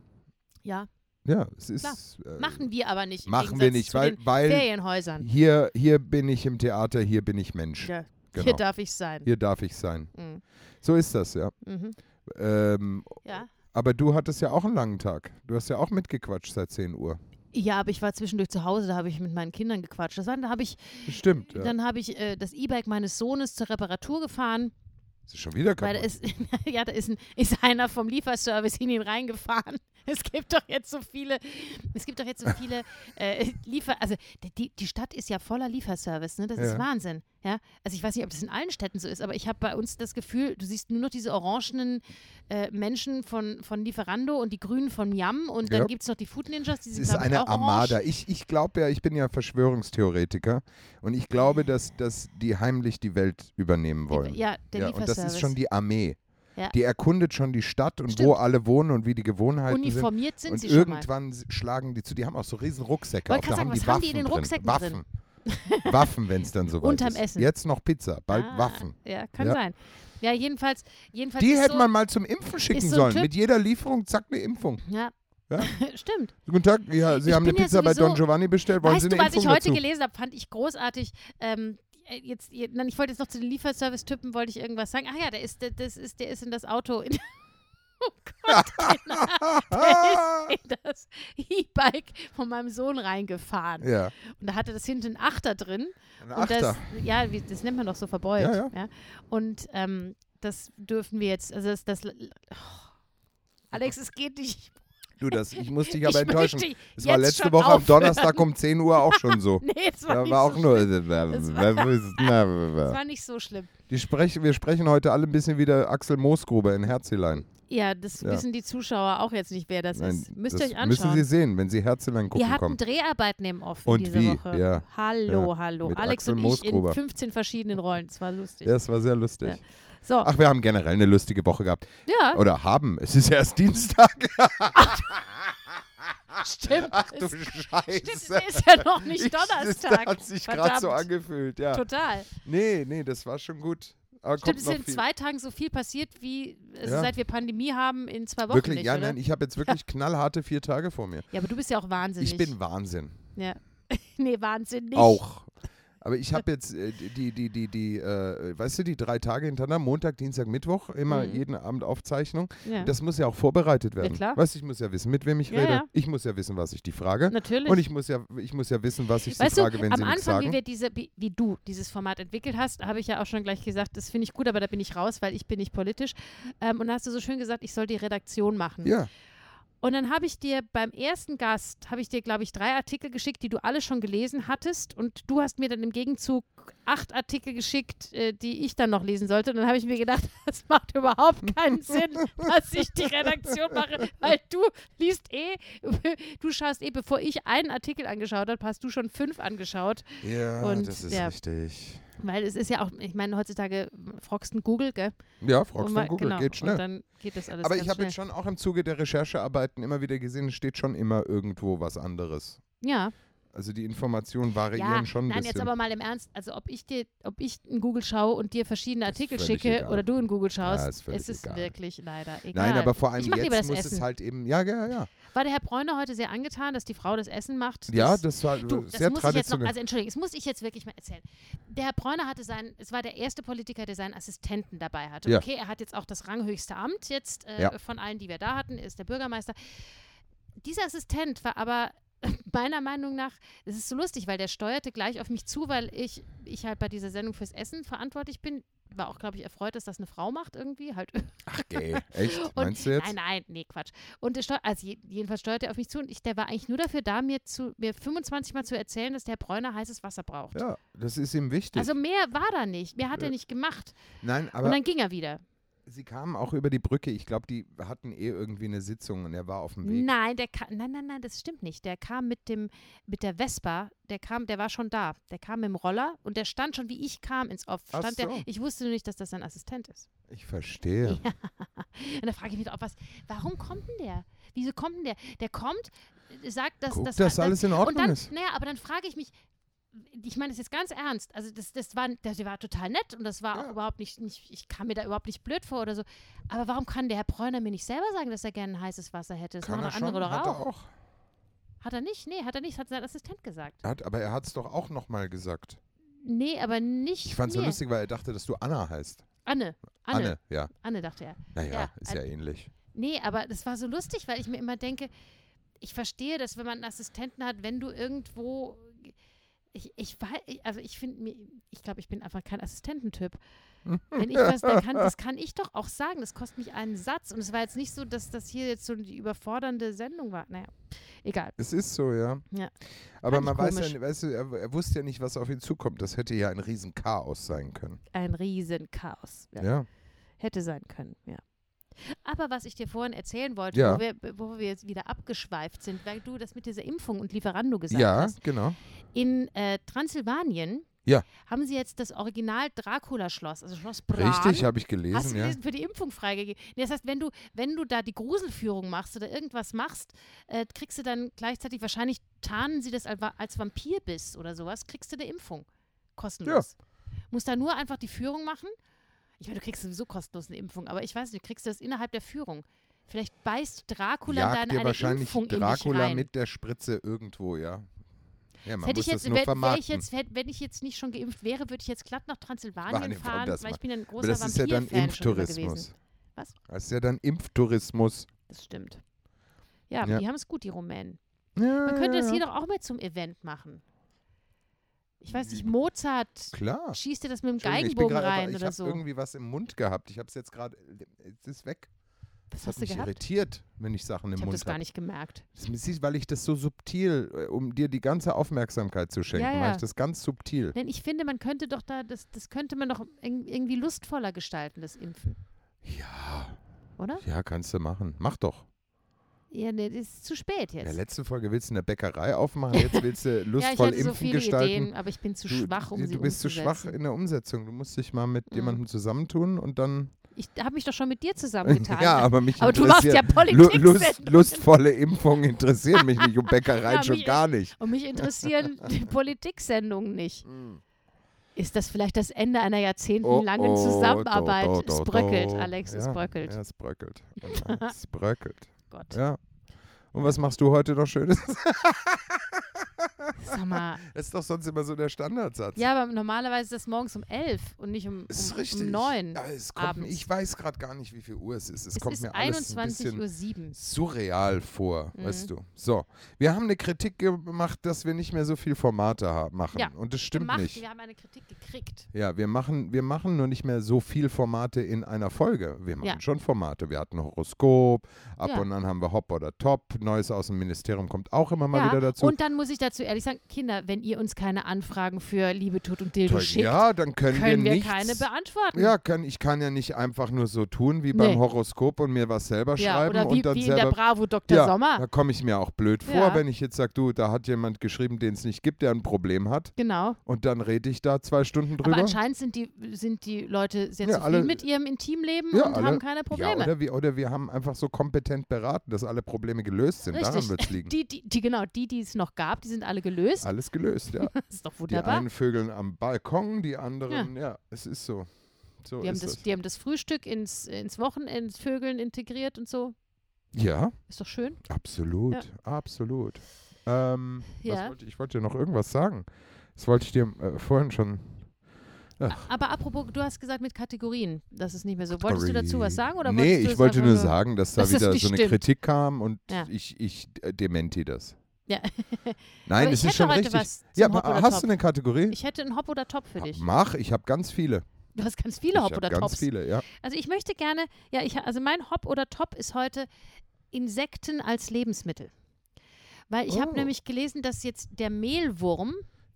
[SPEAKER 4] ja,
[SPEAKER 3] Ja, es ist.
[SPEAKER 4] Klar.
[SPEAKER 3] äh,
[SPEAKER 4] machen wir aber nicht. im
[SPEAKER 3] machen wir
[SPEAKER 4] Gegensatz
[SPEAKER 3] nicht,
[SPEAKER 4] zu
[SPEAKER 3] weil-
[SPEAKER 4] den
[SPEAKER 3] weil-
[SPEAKER 4] Ferienhäusern.
[SPEAKER 3] Hier, hier bin ich im Theater, hier bin ich Mensch.
[SPEAKER 4] Ja,
[SPEAKER 3] genau.
[SPEAKER 4] Hier darf ich sein.
[SPEAKER 3] Hier darf ich sein.
[SPEAKER 4] Mhm.
[SPEAKER 3] So ist das, ja.
[SPEAKER 4] Mhm.
[SPEAKER 3] Ähm,
[SPEAKER 4] Ja.
[SPEAKER 3] aber du hattest ja auch einen langen Tag. Du hast ja auch mitgequatscht seit 10 Uhr.
[SPEAKER 4] ja, aber ich war zwischendurch zu Hause, da habe ich mit meinen Kindern gequatscht. Das war, da habe ich,
[SPEAKER 3] Stimmt. Ja.
[SPEAKER 4] dann habe ich äh, das E-Bike meines Sohnes zur Reparatur gefahren.
[SPEAKER 3] Ist schon wieder
[SPEAKER 4] Weil da
[SPEAKER 3] kaputt.
[SPEAKER 4] ist, ja, da ist, ein, ist einer vom Lieferservice in ihn reingefahren. Es gibt doch jetzt so viele, es gibt doch jetzt so viele äh, Liefer, also die- die, die Stadt ist ja voller Lieferservice, ne? Das
[SPEAKER 3] Ja.
[SPEAKER 4] ist Wahnsinn. Ja? Also ich weiß nicht, ob das in allen Städten so ist, aber ich habe bei uns das Gefühl, du siehst nur noch diese orangenen äh, Menschen von, von Lieferando und die Grünen von Miam und
[SPEAKER 3] Ja.
[SPEAKER 4] dann gibt es noch die Food Ninjas, die
[SPEAKER 3] Es
[SPEAKER 4] sind
[SPEAKER 3] ist
[SPEAKER 4] glaub ich,
[SPEAKER 3] eine
[SPEAKER 4] auch orange.
[SPEAKER 3] Armada. Ich, ich glaube ja, ich bin ja Verschwörungstheoretiker und ich glaube, dass, dass die heimlich die Welt übernehmen wollen.
[SPEAKER 4] Ja, der
[SPEAKER 3] ja, und
[SPEAKER 4] Lieferservice.
[SPEAKER 3] das ist schon die Armee.
[SPEAKER 4] Ja.
[SPEAKER 3] Die erkundet schon die Stadt und wo
[SPEAKER 4] Stimmt.
[SPEAKER 3] alle wohnen und wie die Gewohnheiten sind.
[SPEAKER 4] Uniformiert sind
[SPEAKER 3] und
[SPEAKER 4] sie schon mal.
[SPEAKER 3] irgendwann s- schlagen die zu. Die haben auch so riesen Rucksäcke.
[SPEAKER 4] Wollt
[SPEAKER 3] Auf, da
[SPEAKER 4] grad
[SPEAKER 3] haben
[SPEAKER 4] sagen,
[SPEAKER 3] die
[SPEAKER 4] was
[SPEAKER 3] Waffen
[SPEAKER 4] haben die in den Rucksäcken
[SPEAKER 3] drin. Waffen. Waffen, wenn es dann so weit
[SPEAKER 4] Unterm
[SPEAKER 3] ist.
[SPEAKER 4] Essen.
[SPEAKER 3] Jetzt noch Pizza, bald
[SPEAKER 4] Ah,
[SPEAKER 3] halt Waffen.
[SPEAKER 4] Ja, kann
[SPEAKER 3] Ja.
[SPEAKER 4] sein. Ja, jedenfalls, jedenfalls
[SPEAKER 3] Die
[SPEAKER 4] ist
[SPEAKER 3] hätte
[SPEAKER 4] so,
[SPEAKER 3] man mal zum Impfen schicken
[SPEAKER 4] so ein
[SPEAKER 3] sollen.
[SPEAKER 4] Typ-
[SPEAKER 3] Mit jeder Lieferung, zack, eine Impfung.
[SPEAKER 4] Ja.
[SPEAKER 3] Ja.
[SPEAKER 4] Stimmt.
[SPEAKER 3] Guten Tag, ja, Sie
[SPEAKER 4] Ich
[SPEAKER 3] haben eine
[SPEAKER 4] bin ja
[SPEAKER 3] Pizza bei
[SPEAKER 4] sowieso-
[SPEAKER 3] Don Giovanni bestellt. Wollen
[SPEAKER 4] weißt
[SPEAKER 3] Sie eine
[SPEAKER 4] du, was
[SPEAKER 3] Impfung
[SPEAKER 4] ich heute
[SPEAKER 3] dazu?
[SPEAKER 4] gelesen habe, fand ich großartig. Ähm, äh, jetzt, je- nein, ich wollte jetzt noch zu den Lieferservice-Typen, wollte ich irgendwas sagen. Ach ja, der ist, der, das ist, der ist in das Auto. In Oh Gott, der
[SPEAKER 3] Ah!
[SPEAKER 4] ist in das E-Bike von meinem Sohn reingefahren.
[SPEAKER 3] Ja,
[SPEAKER 4] Und da hatte das hinten einen Achter drin.
[SPEAKER 3] ein
[SPEAKER 4] Und
[SPEAKER 3] Achter.
[SPEAKER 4] das, ja, wie, das nennt man doch so verbeult.
[SPEAKER 3] Ja, ja.
[SPEAKER 4] Und ähm, das dürfen wir jetzt, also das, das oh. Alex, es geht nicht.
[SPEAKER 3] Du, das, ich muss dich
[SPEAKER 4] Ich
[SPEAKER 3] aber enttäuschen.
[SPEAKER 4] möchte
[SPEAKER 3] Es war
[SPEAKER 4] jetzt
[SPEAKER 3] letzte
[SPEAKER 4] schon
[SPEAKER 3] Woche am
[SPEAKER 4] aufhören.
[SPEAKER 3] Donnerstag um 10 Uhr auch schon so.
[SPEAKER 4] Nee, es war,
[SPEAKER 3] Da
[SPEAKER 4] nicht
[SPEAKER 3] war auch
[SPEAKER 4] so
[SPEAKER 3] nur. äh,
[SPEAKER 4] schlimm. Es Es war nicht so schlimm.
[SPEAKER 3] Die sprechen, wir sprechen heute alle ein bisschen wie der Axel Moosgruber in Herzelein.
[SPEAKER 4] Ja, das
[SPEAKER 3] Ja.
[SPEAKER 4] wissen die Zuschauer auch jetzt nicht, wer das
[SPEAKER 3] Nein,
[SPEAKER 4] ist. Müsst ihr
[SPEAKER 3] das
[SPEAKER 4] euch
[SPEAKER 3] Müssen Sie
[SPEAKER 4] anschauen.
[SPEAKER 3] sehen, wenn Sie Herzelein
[SPEAKER 4] Wir
[SPEAKER 3] gucken
[SPEAKER 4] hatten
[SPEAKER 3] kommen.
[SPEAKER 4] Dreharbeiten im Offen
[SPEAKER 3] Und
[SPEAKER 4] diese
[SPEAKER 3] wie,
[SPEAKER 4] Woche.
[SPEAKER 3] ja.
[SPEAKER 4] Hallo,
[SPEAKER 3] Ja.
[SPEAKER 4] hallo.
[SPEAKER 3] Mit
[SPEAKER 4] Alex
[SPEAKER 3] Axel
[SPEAKER 4] und ich in
[SPEAKER 3] Moosgruber.
[SPEAKER 4] 15 verschiedenen Rollen. Das war lustig.
[SPEAKER 3] Ja, das war sehr lustig.
[SPEAKER 4] Ja. So,
[SPEAKER 3] Ach, wir haben generell eine lustige Woche gehabt.
[SPEAKER 4] ja,
[SPEAKER 3] Oder haben. Es ist erst Dienstag.
[SPEAKER 4] stimmt.
[SPEAKER 3] Ach du
[SPEAKER 4] es, stimmt, es
[SPEAKER 3] Scheiße.
[SPEAKER 4] ist ja noch nicht
[SPEAKER 3] Ich- Das
[SPEAKER 4] Donnerstag.
[SPEAKER 3] hat sich gerade so
[SPEAKER 4] Verdammt.
[SPEAKER 3] angefühlt, ja.
[SPEAKER 4] Total.
[SPEAKER 3] Nee, nee, das war schon gut. Aber
[SPEAKER 4] Stimmt,
[SPEAKER 3] kommt
[SPEAKER 4] es
[SPEAKER 3] noch
[SPEAKER 4] ist in
[SPEAKER 3] viel.
[SPEAKER 4] zwei Tagen so viel passiert, wie also
[SPEAKER 3] Ja.
[SPEAKER 4] seit wir Pandemie haben, in zwei Wochen
[SPEAKER 3] Wirklich,
[SPEAKER 4] nicht,
[SPEAKER 3] ja,
[SPEAKER 4] oder?
[SPEAKER 3] nein, ich habe jetzt wirklich knallharte vier Tage vor mir.
[SPEAKER 4] ja, aber du bist ja auch wahnsinnig.
[SPEAKER 3] Ich bin Wahnsinn.
[SPEAKER 4] Ja. nee, wahnsinnig.
[SPEAKER 3] Auch. Aber ich habe jetzt äh, die, die, die, die, äh, weißt du, die drei Tage hintereinander, Montag, Dienstag, Mittwoch, immer
[SPEAKER 4] Mhm.
[SPEAKER 3] jeden Abend Aufzeichnung.
[SPEAKER 4] Ja.
[SPEAKER 3] Das muss ja auch vorbereitet werden.
[SPEAKER 4] klar.
[SPEAKER 3] Weißt du, ich muss ja wissen, mit wem ich
[SPEAKER 4] Ja,
[SPEAKER 3] rede.
[SPEAKER 4] ja.
[SPEAKER 3] Ich muss ja wissen, was ich die frage.
[SPEAKER 4] Natürlich.
[SPEAKER 3] Und ich muss ja, ich muss ja wissen, was ich
[SPEAKER 4] Weißt
[SPEAKER 3] sie frage,
[SPEAKER 4] du,
[SPEAKER 3] wenn
[SPEAKER 4] am
[SPEAKER 3] sie nichts
[SPEAKER 4] Anfang, wie
[SPEAKER 3] sagen.
[SPEAKER 4] wir diese, wie, wie du dieses Format entwickelt hast, habe ich ja auch schon gleich gesagt, das finde ich gut, aber da bin ich raus, weil ich bin nicht politisch. Ähm, und da hast du so schön gesagt, ich soll die Redaktion machen.
[SPEAKER 3] ja,
[SPEAKER 4] Und dann habe ich dir beim ersten Gast, habe ich dir, glaube ich, drei Artikel geschickt, die du alle schon gelesen hattest. Und du hast mir dann im Gegenzug acht Artikel geschickt, äh, die ich dann noch lesen sollte. Und dann habe ich mir gedacht, das macht überhaupt keinen Sinn, dass ich die Redaktion mache, weil du liest eh, du schaust eh, bevor ich einen Artikel angeschaut habe, hast du schon fünf angeschaut.
[SPEAKER 3] ja
[SPEAKER 4] Und
[SPEAKER 3] das ist
[SPEAKER 4] ja.
[SPEAKER 3] richtig.
[SPEAKER 4] Weil es ist ja auch, ich meine, heutzutage fragst du Google, gell?
[SPEAKER 3] Ja,
[SPEAKER 4] Und
[SPEAKER 3] fragst
[SPEAKER 4] mal-
[SPEAKER 3] du Google,
[SPEAKER 4] genau,
[SPEAKER 3] geht schnell.
[SPEAKER 4] Und dann geht das alles
[SPEAKER 3] Aber
[SPEAKER 4] ganz
[SPEAKER 3] ich habe
[SPEAKER 4] schnell.
[SPEAKER 3] jetzt schon auch im Zuge der Recherchearbeiten immer wieder gesehen, es steht schon immer irgendwo was anderes.
[SPEAKER 4] ja,
[SPEAKER 3] Also die Informationen variieren
[SPEAKER 4] ja,
[SPEAKER 3] schon ein
[SPEAKER 4] nein,
[SPEAKER 3] bisschen.
[SPEAKER 4] jetzt aber mal im Ernst. Also ob ich dir, ob ich in Google schaue und dir verschiedene
[SPEAKER 3] Ist
[SPEAKER 4] Artikel
[SPEAKER 3] völlig
[SPEAKER 4] schicke
[SPEAKER 3] egal.
[SPEAKER 4] oder du in Google schaust,
[SPEAKER 3] ist völlig
[SPEAKER 4] es ist
[SPEAKER 3] egal.
[SPEAKER 4] wirklich leider egal.
[SPEAKER 3] Nein, aber vor allem
[SPEAKER 4] ich mach lieber
[SPEAKER 3] jetzt
[SPEAKER 4] das
[SPEAKER 3] muss
[SPEAKER 4] Essen.
[SPEAKER 3] es halt eben. Ja, ja, ja.
[SPEAKER 4] War der Herr Bräuner heute sehr angetan, dass die Frau das Essen macht?
[SPEAKER 3] Ja, das war
[SPEAKER 4] Du, das
[SPEAKER 3] sehr
[SPEAKER 4] muss ich jetzt noch,
[SPEAKER 3] traditionell.
[SPEAKER 4] also Entschuldigung, das muss ich jetzt wirklich mal erzählen. Der Herr Bräuner hatte seinen, es war der erste Politiker, der seinen Assistenten dabei hatte.
[SPEAKER 3] Ja.
[SPEAKER 4] Okay, er hat jetzt auch das ranghöchste Amt jetzt äh,
[SPEAKER 3] Ja.
[SPEAKER 4] von allen, die wir da hatten, ist der Bürgermeister. Dieser Assistent war aber meiner Meinung nach, es ist so lustig, weil der steuerte gleich auf mich zu, weil ich, ich halt bei dieser Sendung fürs Essen verantwortlich bin. War auch, glaube ich, erfreut, dass das eine Frau macht irgendwie, halt
[SPEAKER 3] okay. Echt?
[SPEAKER 4] und,
[SPEAKER 3] Meinst du jetzt?
[SPEAKER 4] Nein, nein, nee, Quatsch. Und der Steu also je, jedenfalls steuert er auf mich zu und ich, der war eigentlich nur dafür da, mir, zu, mir 25 Mal zu erzählen, dass der Herr Bräuner heißes Wasser braucht.
[SPEAKER 3] Ja, das ist ihm wichtig.
[SPEAKER 4] also mehr war da nicht. Mehr hat er nicht gemacht.
[SPEAKER 3] nein,
[SPEAKER 4] und
[SPEAKER 3] aber
[SPEAKER 4] dann ging er wieder.
[SPEAKER 3] sie kamen auch über die Brücke. Ich glaube, die hatten eh irgendwie eine Sitzung und er war auf dem Weg.
[SPEAKER 4] Nein, der kam, nein, nein, nein, das stimmt nicht. Der kam mit dem, mit der Vespa, der kam, der war schon da. Der kam mit dem Roller und der stand schon, wie ich kam, ins Off.
[SPEAKER 3] Ach
[SPEAKER 4] Stand
[SPEAKER 3] so.
[SPEAKER 4] der, ich wusste nur nicht, dass das sein Assistent ist.
[SPEAKER 3] Ich verstehe.
[SPEAKER 4] Und da frage ich mich doch auch was, warum kommt denn der? Wieso kommt denn der? Der kommt, äh, sagt, dass
[SPEAKER 3] Guck,
[SPEAKER 4] das
[SPEAKER 3] dass alles in Ordnung
[SPEAKER 4] und dann,
[SPEAKER 3] ist.
[SPEAKER 4] Naja, aber dann frage ich mich, ich meine das jetzt ganz ernst, also das, das, war, das war total nett und das war auch überhaupt nicht, nicht, ich kam mir da überhaupt nicht blöd vor oder so. Aber warum kann der Herr Bräuner mir nicht selber sagen, dass er gerne heißes Wasser hätte? Das
[SPEAKER 3] Kann er
[SPEAKER 4] machen doch
[SPEAKER 3] schon?
[SPEAKER 4] andere doch
[SPEAKER 3] hat
[SPEAKER 4] auch.
[SPEAKER 3] er auch.
[SPEAKER 4] Hat er nicht? Nee, hat er nicht, hat sein Assistent gesagt.
[SPEAKER 3] Hat, aber er hat es doch auch nochmal gesagt.
[SPEAKER 4] Nee, aber nicht
[SPEAKER 3] Ich fand es so
[SPEAKER 4] mir.
[SPEAKER 3] lustig, weil er dachte, dass du Anna heißt.
[SPEAKER 4] Anne, Anne, Anne,
[SPEAKER 3] ja.
[SPEAKER 4] dachte er.
[SPEAKER 3] Naja,
[SPEAKER 4] Ja, also
[SPEAKER 3] ist ja ähnlich.
[SPEAKER 4] Nee, aber das war so lustig, weil ich mir immer denke, ich verstehe das, wenn man einen Assistenten hat, wenn du irgendwo. Ich, ich weiß, also ich finde mir, ich glaube, ich bin einfach kein Assistententyp. Wenn ich was, dann kann, das kann ich doch auch sagen. Das kostet mich einen Satz. Und es war jetzt nicht so, dass das hier jetzt so die überfordernde Sendung war. Naja, egal.
[SPEAKER 3] Es ist so, ja.
[SPEAKER 4] Ja.
[SPEAKER 3] Aber
[SPEAKER 4] Fand ich
[SPEAKER 3] man weiß
[SPEAKER 4] komisch.
[SPEAKER 3] ja, weißt du, er, er wusste ja nicht, was auf ihn zukommt. Das hätte ja ein Riesenchaos sein können.
[SPEAKER 4] Ein Riesenchaos. Ja.
[SPEAKER 3] Ja. ja.
[SPEAKER 4] Hätte sein können, ja. Aber was ich dir vorhin erzählen wollte,
[SPEAKER 3] Ja.
[SPEAKER 4] wo, wir, wo wir jetzt wieder abgeschweift sind, weil du das mit dieser Impfung und Lieferando gesagt
[SPEAKER 3] Ja,
[SPEAKER 4] hast.
[SPEAKER 3] genau.
[SPEAKER 4] In äh, Transsilvanien
[SPEAKER 3] Ja.
[SPEAKER 4] haben sie jetzt das Original Dracula-Schloss, also Schloss Bran.
[SPEAKER 3] Richtig, habe ich
[SPEAKER 4] Hast
[SPEAKER 3] gelesen,
[SPEAKER 4] du
[SPEAKER 3] ja.
[SPEAKER 4] gelesen, für die Impfung freigegeben. Nee, das heißt, wenn du, wenn du da die Gruselführung machst oder irgendwas machst, äh, kriegst du dann gleichzeitig, wahrscheinlich tarnen sie das als, Va- als Vampir bist oder sowas, kriegst du eine Impfung. Kostenlos. Musst da nur einfach die Führung machen. Ich meine, du kriegst sowieso kostenlos eine Impfung, aber ich weiß nicht, du kriegst das innerhalb der Führung. Vielleicht beißt Dracula
[SPEAKER 3] Jagt
[SPEAKER 4] dann
[SPEAKER 3] dir
[SPEAKER 4] eine
[SPEAKER 3] wahrscheinlich
[SPEAKER 4] Impfung in dich
[SPEAKER 3] Dracula
[SPEAKER 4] rein.
[SPEAKER 3] mit der Spritze irgendwo, ja. Ja, man
[SPEAKER 4] Das hätte
[SPEAKER 3] muss
[SPEAKER 4] ich jetzt,
[SPEAKER 3] das nur
[SPEAKER 4] wär, wär ich
[SPEAKER 3] vermarkten.
[SPEAKER 4] jetzt wär, wenn ich jetzt nicht schon geimpft wäre, würde ich jetzt glatt nach
[SPEAKER 3] War
[SPEAKER 4] Transsilvanien
[SPEAKER 3] nicht, warum
[SPEAKER 4] fahren,
[SPEAKER 3] das
[SPEAKER 4] weil
[SPEAKER 3] mal?
[SPEAKER 4] ich bin ja ein
[SPEAKER 3] Aber
[SPEAKER 4] großer
[SPEAKER 3] das ist ja dann
[SPEAKER 4] Vampir-Fan schon immer
[SPEAKER 3] Impftourismus.
[SPEAKER 4] gewesen. Was?
[SPEAKER 3] Das ist ja dann Impftourismus.
[SPEAKER 4] Das stimmt. Ja, aber
[SPEAKER 3] Ja.
[SPEAKER 4] die haben es gut, die Rumänen.
[SPEAKER 3] Ja,
[SPEAKER 4] Man könnte
[SPEAKER 3] ja,
[SPEAKER 4] das
[SPEAKER 3] ja.
[SPEAKER 4] hier doch auch mal zum Event machen. Ich weiß nicht, Mozart
[SPEAKER 3] Hm. Klar.
[SPEAKER 4] schießt dir das mit dem
[SPEAKER 3] Entschuldigung, ich bin
[SPEAKER 4] Geigenbogen
[SPEAKER 3] gerade-
[SPEAKER 4] rein
[SPEAKER 3] ich
[SPEAKER 4] oder
[SPEAKER 3] hab
[SPEAKER 4] so.
[SPEAKER 3] irgendwie was im Mund gehabt. Ich habe es jetzt gerade, es ist weg. Das
[SPEAKER 4] Was
[SPEAKER 3] hat
[SPEAKER 4] hast du
[SPEAKER 3] mich
[SPEAKER 4] gehabt?
[SPEAKER 3] irritiert, wenn ich Sachen im
[SPEAKER 4] Ich habe
[SPEAKER 3] Mund
[SPEAKER 4] das gar
[SPEAKER 3] habe.
[SPEAKER 4] nicht gemerkt.
[SPEAKER 3] Siehst, weil ich das so subtil, äh, um dir die ganze Aufmerksamkeit zu schenken,
[SPEAKER 4] Ja,
[SPEAKER 3] mache
[SPEAKER 4] ja.
[SPEAKER 3] ich das ganz subtil.
[SPEAKER 4] Denn ich finde, man könnte doch da, das, das könnte man doch irg- irgendwie lustvoller gestalten, das Impfen.
[SPEAKER 3] Ja,
[SPEAKER 4] Oder?
[SPEAKER 3] ja, kannst du machen. Mach doch.
[SPEAKER 4] Ja, nee, das ist zu spät
[SPEAKER 3] In der
[SPEAKER 4] jetzt.
[SPEAKER 3] letzten Folge willst du eine Bäckerei aufmachen, jetzt willst du
[SPEAKER 4] ja, ich
[SPEAKER 3] lustvoll
[SPEAKER 4] hatte
[SPEAKER 3] impfen
[SPEAKER 4] so viele
[SPEAKER 3] gestalten.
[SPEAKER 4] Ideen, aber ich bin zu
[SPEAKER 3] Du-
[SPEAKER 4] schwach, um
[SPEAKER 3] du,
[SPEAKER 4] sie
[SPEAKER 3] Du bist zu schwach
[SPEAKER 4] umzusetzen.
[SPEAKER 3] in der Umsetzung. Du musst dich mal mit
[SPEAKER 4] Mhm.
[SPEAKER 3] jemandem zusammentun und dann.
[SPEAKER 4] Ich habe mich doch schon mit dir zusammengetan.
[SPEAKER 3] ja, aber mich
[SPEAKER 4] Aber du machst
[SPEAKER 3] interessiert.
[SPEAKER 4] ja
[SPEAKER 3] Lu-
[SPEAKER 4] Politik.
[SPEAKER 3] Lust, lustvolle Impfungen interessieren mich nicht und Bäckereien
[SPEAKER 4] Ja,
[SPEAKER 3] schon
[SPEAKER 4] mich-
[SPEAKER 3] gar nicht.
[SPEAKER 4] Und mich interessieren die Politiksendungen nicht. Ist das vielleicht das Ende einer jahrzehntelangen
[SPEAKER 3] Mm. Oh, oh,
[SPEAKER 4] Zusammenarbeit?
[SPEAKER 3] do, do, do,
[SPEAKER 4] es bröckelt,
[SPEAKER 3] do.
[SPEAKER 4] Alex, es
[SPEAKER 3] Ja,
[SPEAKER 4] bröckelt.
[SPEAKER 3] Ja, es bröckelt. es bröckelt.
[SPEAKER 4] Gott.
[SPEAKER 3] Ja. Und was machst du heute noch Schönes?
[SPEAKER 4] Sag mal.
[SPEAKER 3] Das ist doch sonst immer so der Standardsatz.
[SPEAKER 4] Ja, aber normalerweise ist das morgens um elf und nicht um, um,
[SPEAKER 3] Es ist
[SPEAKER 4] um
[SPEAKER 3] richtig.
[SPEAKER 4] neun.
[SPEAKER 3] Ja, es kommt,
[SPEAKER 4] abends.
[SPEAKER 3] Ich weiß gerade gar nicht, wie viel Uhr es ist. Es,
[SPEAKER 4] es
[SPEAKER 3] kommt
[SPEAKER 4] ist
[SPEAKER 3] mir alles ein
[SPEAKER 4] 21.07
[SPEAKER 3] bisschen
[SPEAKER 4] Uhr. Mhm. sieben.
[SPEAKER 3] surreal vor, weißt du. So, wir haben eine Kritik gemacht, dass wir nicht mehr so viel Formate ha- machen.
[SPEAKER 4] Ja,
[SPEAKER 3] Und das stimmt
[SPEAKER 4] Gemacht,
[SPEAKER 3] nicht.
[SPEAKER 4] wir haben eine Kritik gekriegt.
[SPEAKER 3] Ja, wir machen, wir machen nur nicht mehr so viel Formate in einer Folge. Wir machen
[SPEAKER 4] Ja.
[SPEAKER 3] schon Formate. Wir hatten Horoskop, ab
[SPEAKER 4] Ja.
[SPEAKER 3] und an haben wir Hop oder Top, Neues aus dem Ministerium kommt auch immer mal
[SPEAKER 4] ja,
[SPEAKER 3] wieder dazu.
[SPEAKER 4] Und dann muss ich dazu ehrlich sagen, Kinder, wenn ihr uns keine Anfragen für Liebe, Tod und Dildo
[SPEAKER 3] Toll,
[SPEAKER 4] schickt,
[SPEAKER 3] ja, dann können,
[SPEAKER 4] können wir
[SPEAKER 3] nichts,
[SPEAKER 4] keine beantworten.
[SPEAKER 3] Ja, kann, ich kann ja nicht einfach nur so tun wie beim
[SPEAKER 4] Nee.
[SPEAKER 3] Horoskop und mir was selber
[SPEAKER 4] ja
[SPEAKER 3] schreiben
[SPEAKER 4] oder
[SPEAKER 3] und
[SPEAKER 4] wie,
[SPEAKER 3] dann
[SPEAKER 4] wie in
[SPEAKER 3] selber.
[SPEAKER 4] der Bravo Dr.
[SPEAKER 3] ja,
[SPEAKER 4] Sommer.
[SPEAKER 3] da komme ich mir auch blöd vor,
[SPEAKER 4] Ja.
[SPEAKER 3] wenn ich jetzt sage, du, da hat jemand geschrieben, den es nicht gibt, der ein Problem hat.
[SPEAKER 4] Genau.
[SPEAKER 3] Und dann rede ich da zwei Stunden drüber.
[SPEAKER 4] Aber anscheinend sind die, sind die Leute sehr
[SPEAKER 3] Genau. Ja,
[SPEAKER 4] zufrieden
[SPEAKER 3] alle-
[SPEAKER 4] mit ihrem Intimleben
[SPEAKER 3] Ja,
[SPEAKER 4] und
[SPEAKER 3] alle-
[SPEAKER 4] haben keine Probleme.
[SPEAKER 3] Ja, oder, wir, oder wir haben einfach so kompetent beraten, dass alle Probleme gelöst sind. Daran
[SPEAKER 4] Richtig.
[SPEAKER 3] wird es liegen.
[SPEAKER 4] die, die, die, genau, die, die es noch gab, die sind alle alle gelöst.
[SPEAKER 3] Alles gelöst, ja.
[SPEAKER 4] Das ist doch
[SPEAKER 3] Die
[SPEAKER 4] wunderbar.
[SPEAKER 3] einen vögeln am Balkon, die anderen, ja, es ist so. So
[SPEAKER 4] Die haben
[SPEAKER 3] ist
[SPEAKER 4] das, die haben das Frühstück ins, ins Wochenende, ins Vögeln integriert und so.
[SPEAKER 3] das. Ja,
[SPEAKER 4] Ist doch schön.
[SPEAKER 3] absolut, absolut. Ähm, was
[SPEAKER 4] Ja.
[SPEAKER 3] wollte, ich wollte dir noch irgendwas sagen. Das wollte ich dir äh, vorhin schon.
[SPEAKER 4] Aber apropos, du hast gesagt mit Kategorien, das ist nicht mehr so. Wolltest du dazu was sagen? Oder
[SPEAKER 3] nee,
[SPEAKER 4] wolltest du
[SPEAKER 3] ich
[SPEAKER 4] es
[SPEAKER 3] wollte
[SPEAKER 4] einfach
[SPEAKER 3] nur sagen, dass da
[SPEAKER 4] dass es
[SPEAKER 3] wieder
[SPEAKER 4] nicht
[SPEAKER 3] so eine
[SPEAKER 4] stimmt.
[SPEAKER 3] Kritik kam und
[SPEAKER 4] Ja.
[SPEAKER 3] ich, ich äh, dementi das.
[SPEAKER 4] Ja.
[SPEAKER 3] Nein,
[SPEAKER 4] Aber
[SPEAKER 3] es
[SPEAKER 4] ich
[SPEAKER 3] ist
[SPEAKER 4] hätte
[SPEAKER 3] schon
[SPEAKER 4] heute
[SPEAKER 3] richtig.
[SPEAKER 4] was
[SPEAKER 3] ja,
[SPEAKER 4] zum Hop
[SPEAKER 3] aber
[SPEAKER 4] oder
[SPEAKER 3] hast
[SPEAKER 4] Top.
[SPEAKER 3] du eine Kategorie?
[SPEAKER 4] Ich hätte einen Hop oder Top für dich.
[SPEAKER 3] Mach, ich habe ganz viele.
[SPEAKER 4] Du hast ganz viele
[SPEAKER 3] ich
[SPEAKER 4] Hop
[SPEAKER 3] hab
[SPEAKER 4] oder
[SPEAKER 3] ganz
[SPEAKER 4] Tops.
[SPEAKER 3] viele, ja.
[SPEAKER 4] Also ich möchte gerne, ja, ich, ha- also mein Hop oder Top ist heute Insekten als Lebensmittel. Weil ich
[SPEAKER 3] Oh.
[SPEAKER 4] habe nämlich gelesen, dass jetzt der Mehlwurm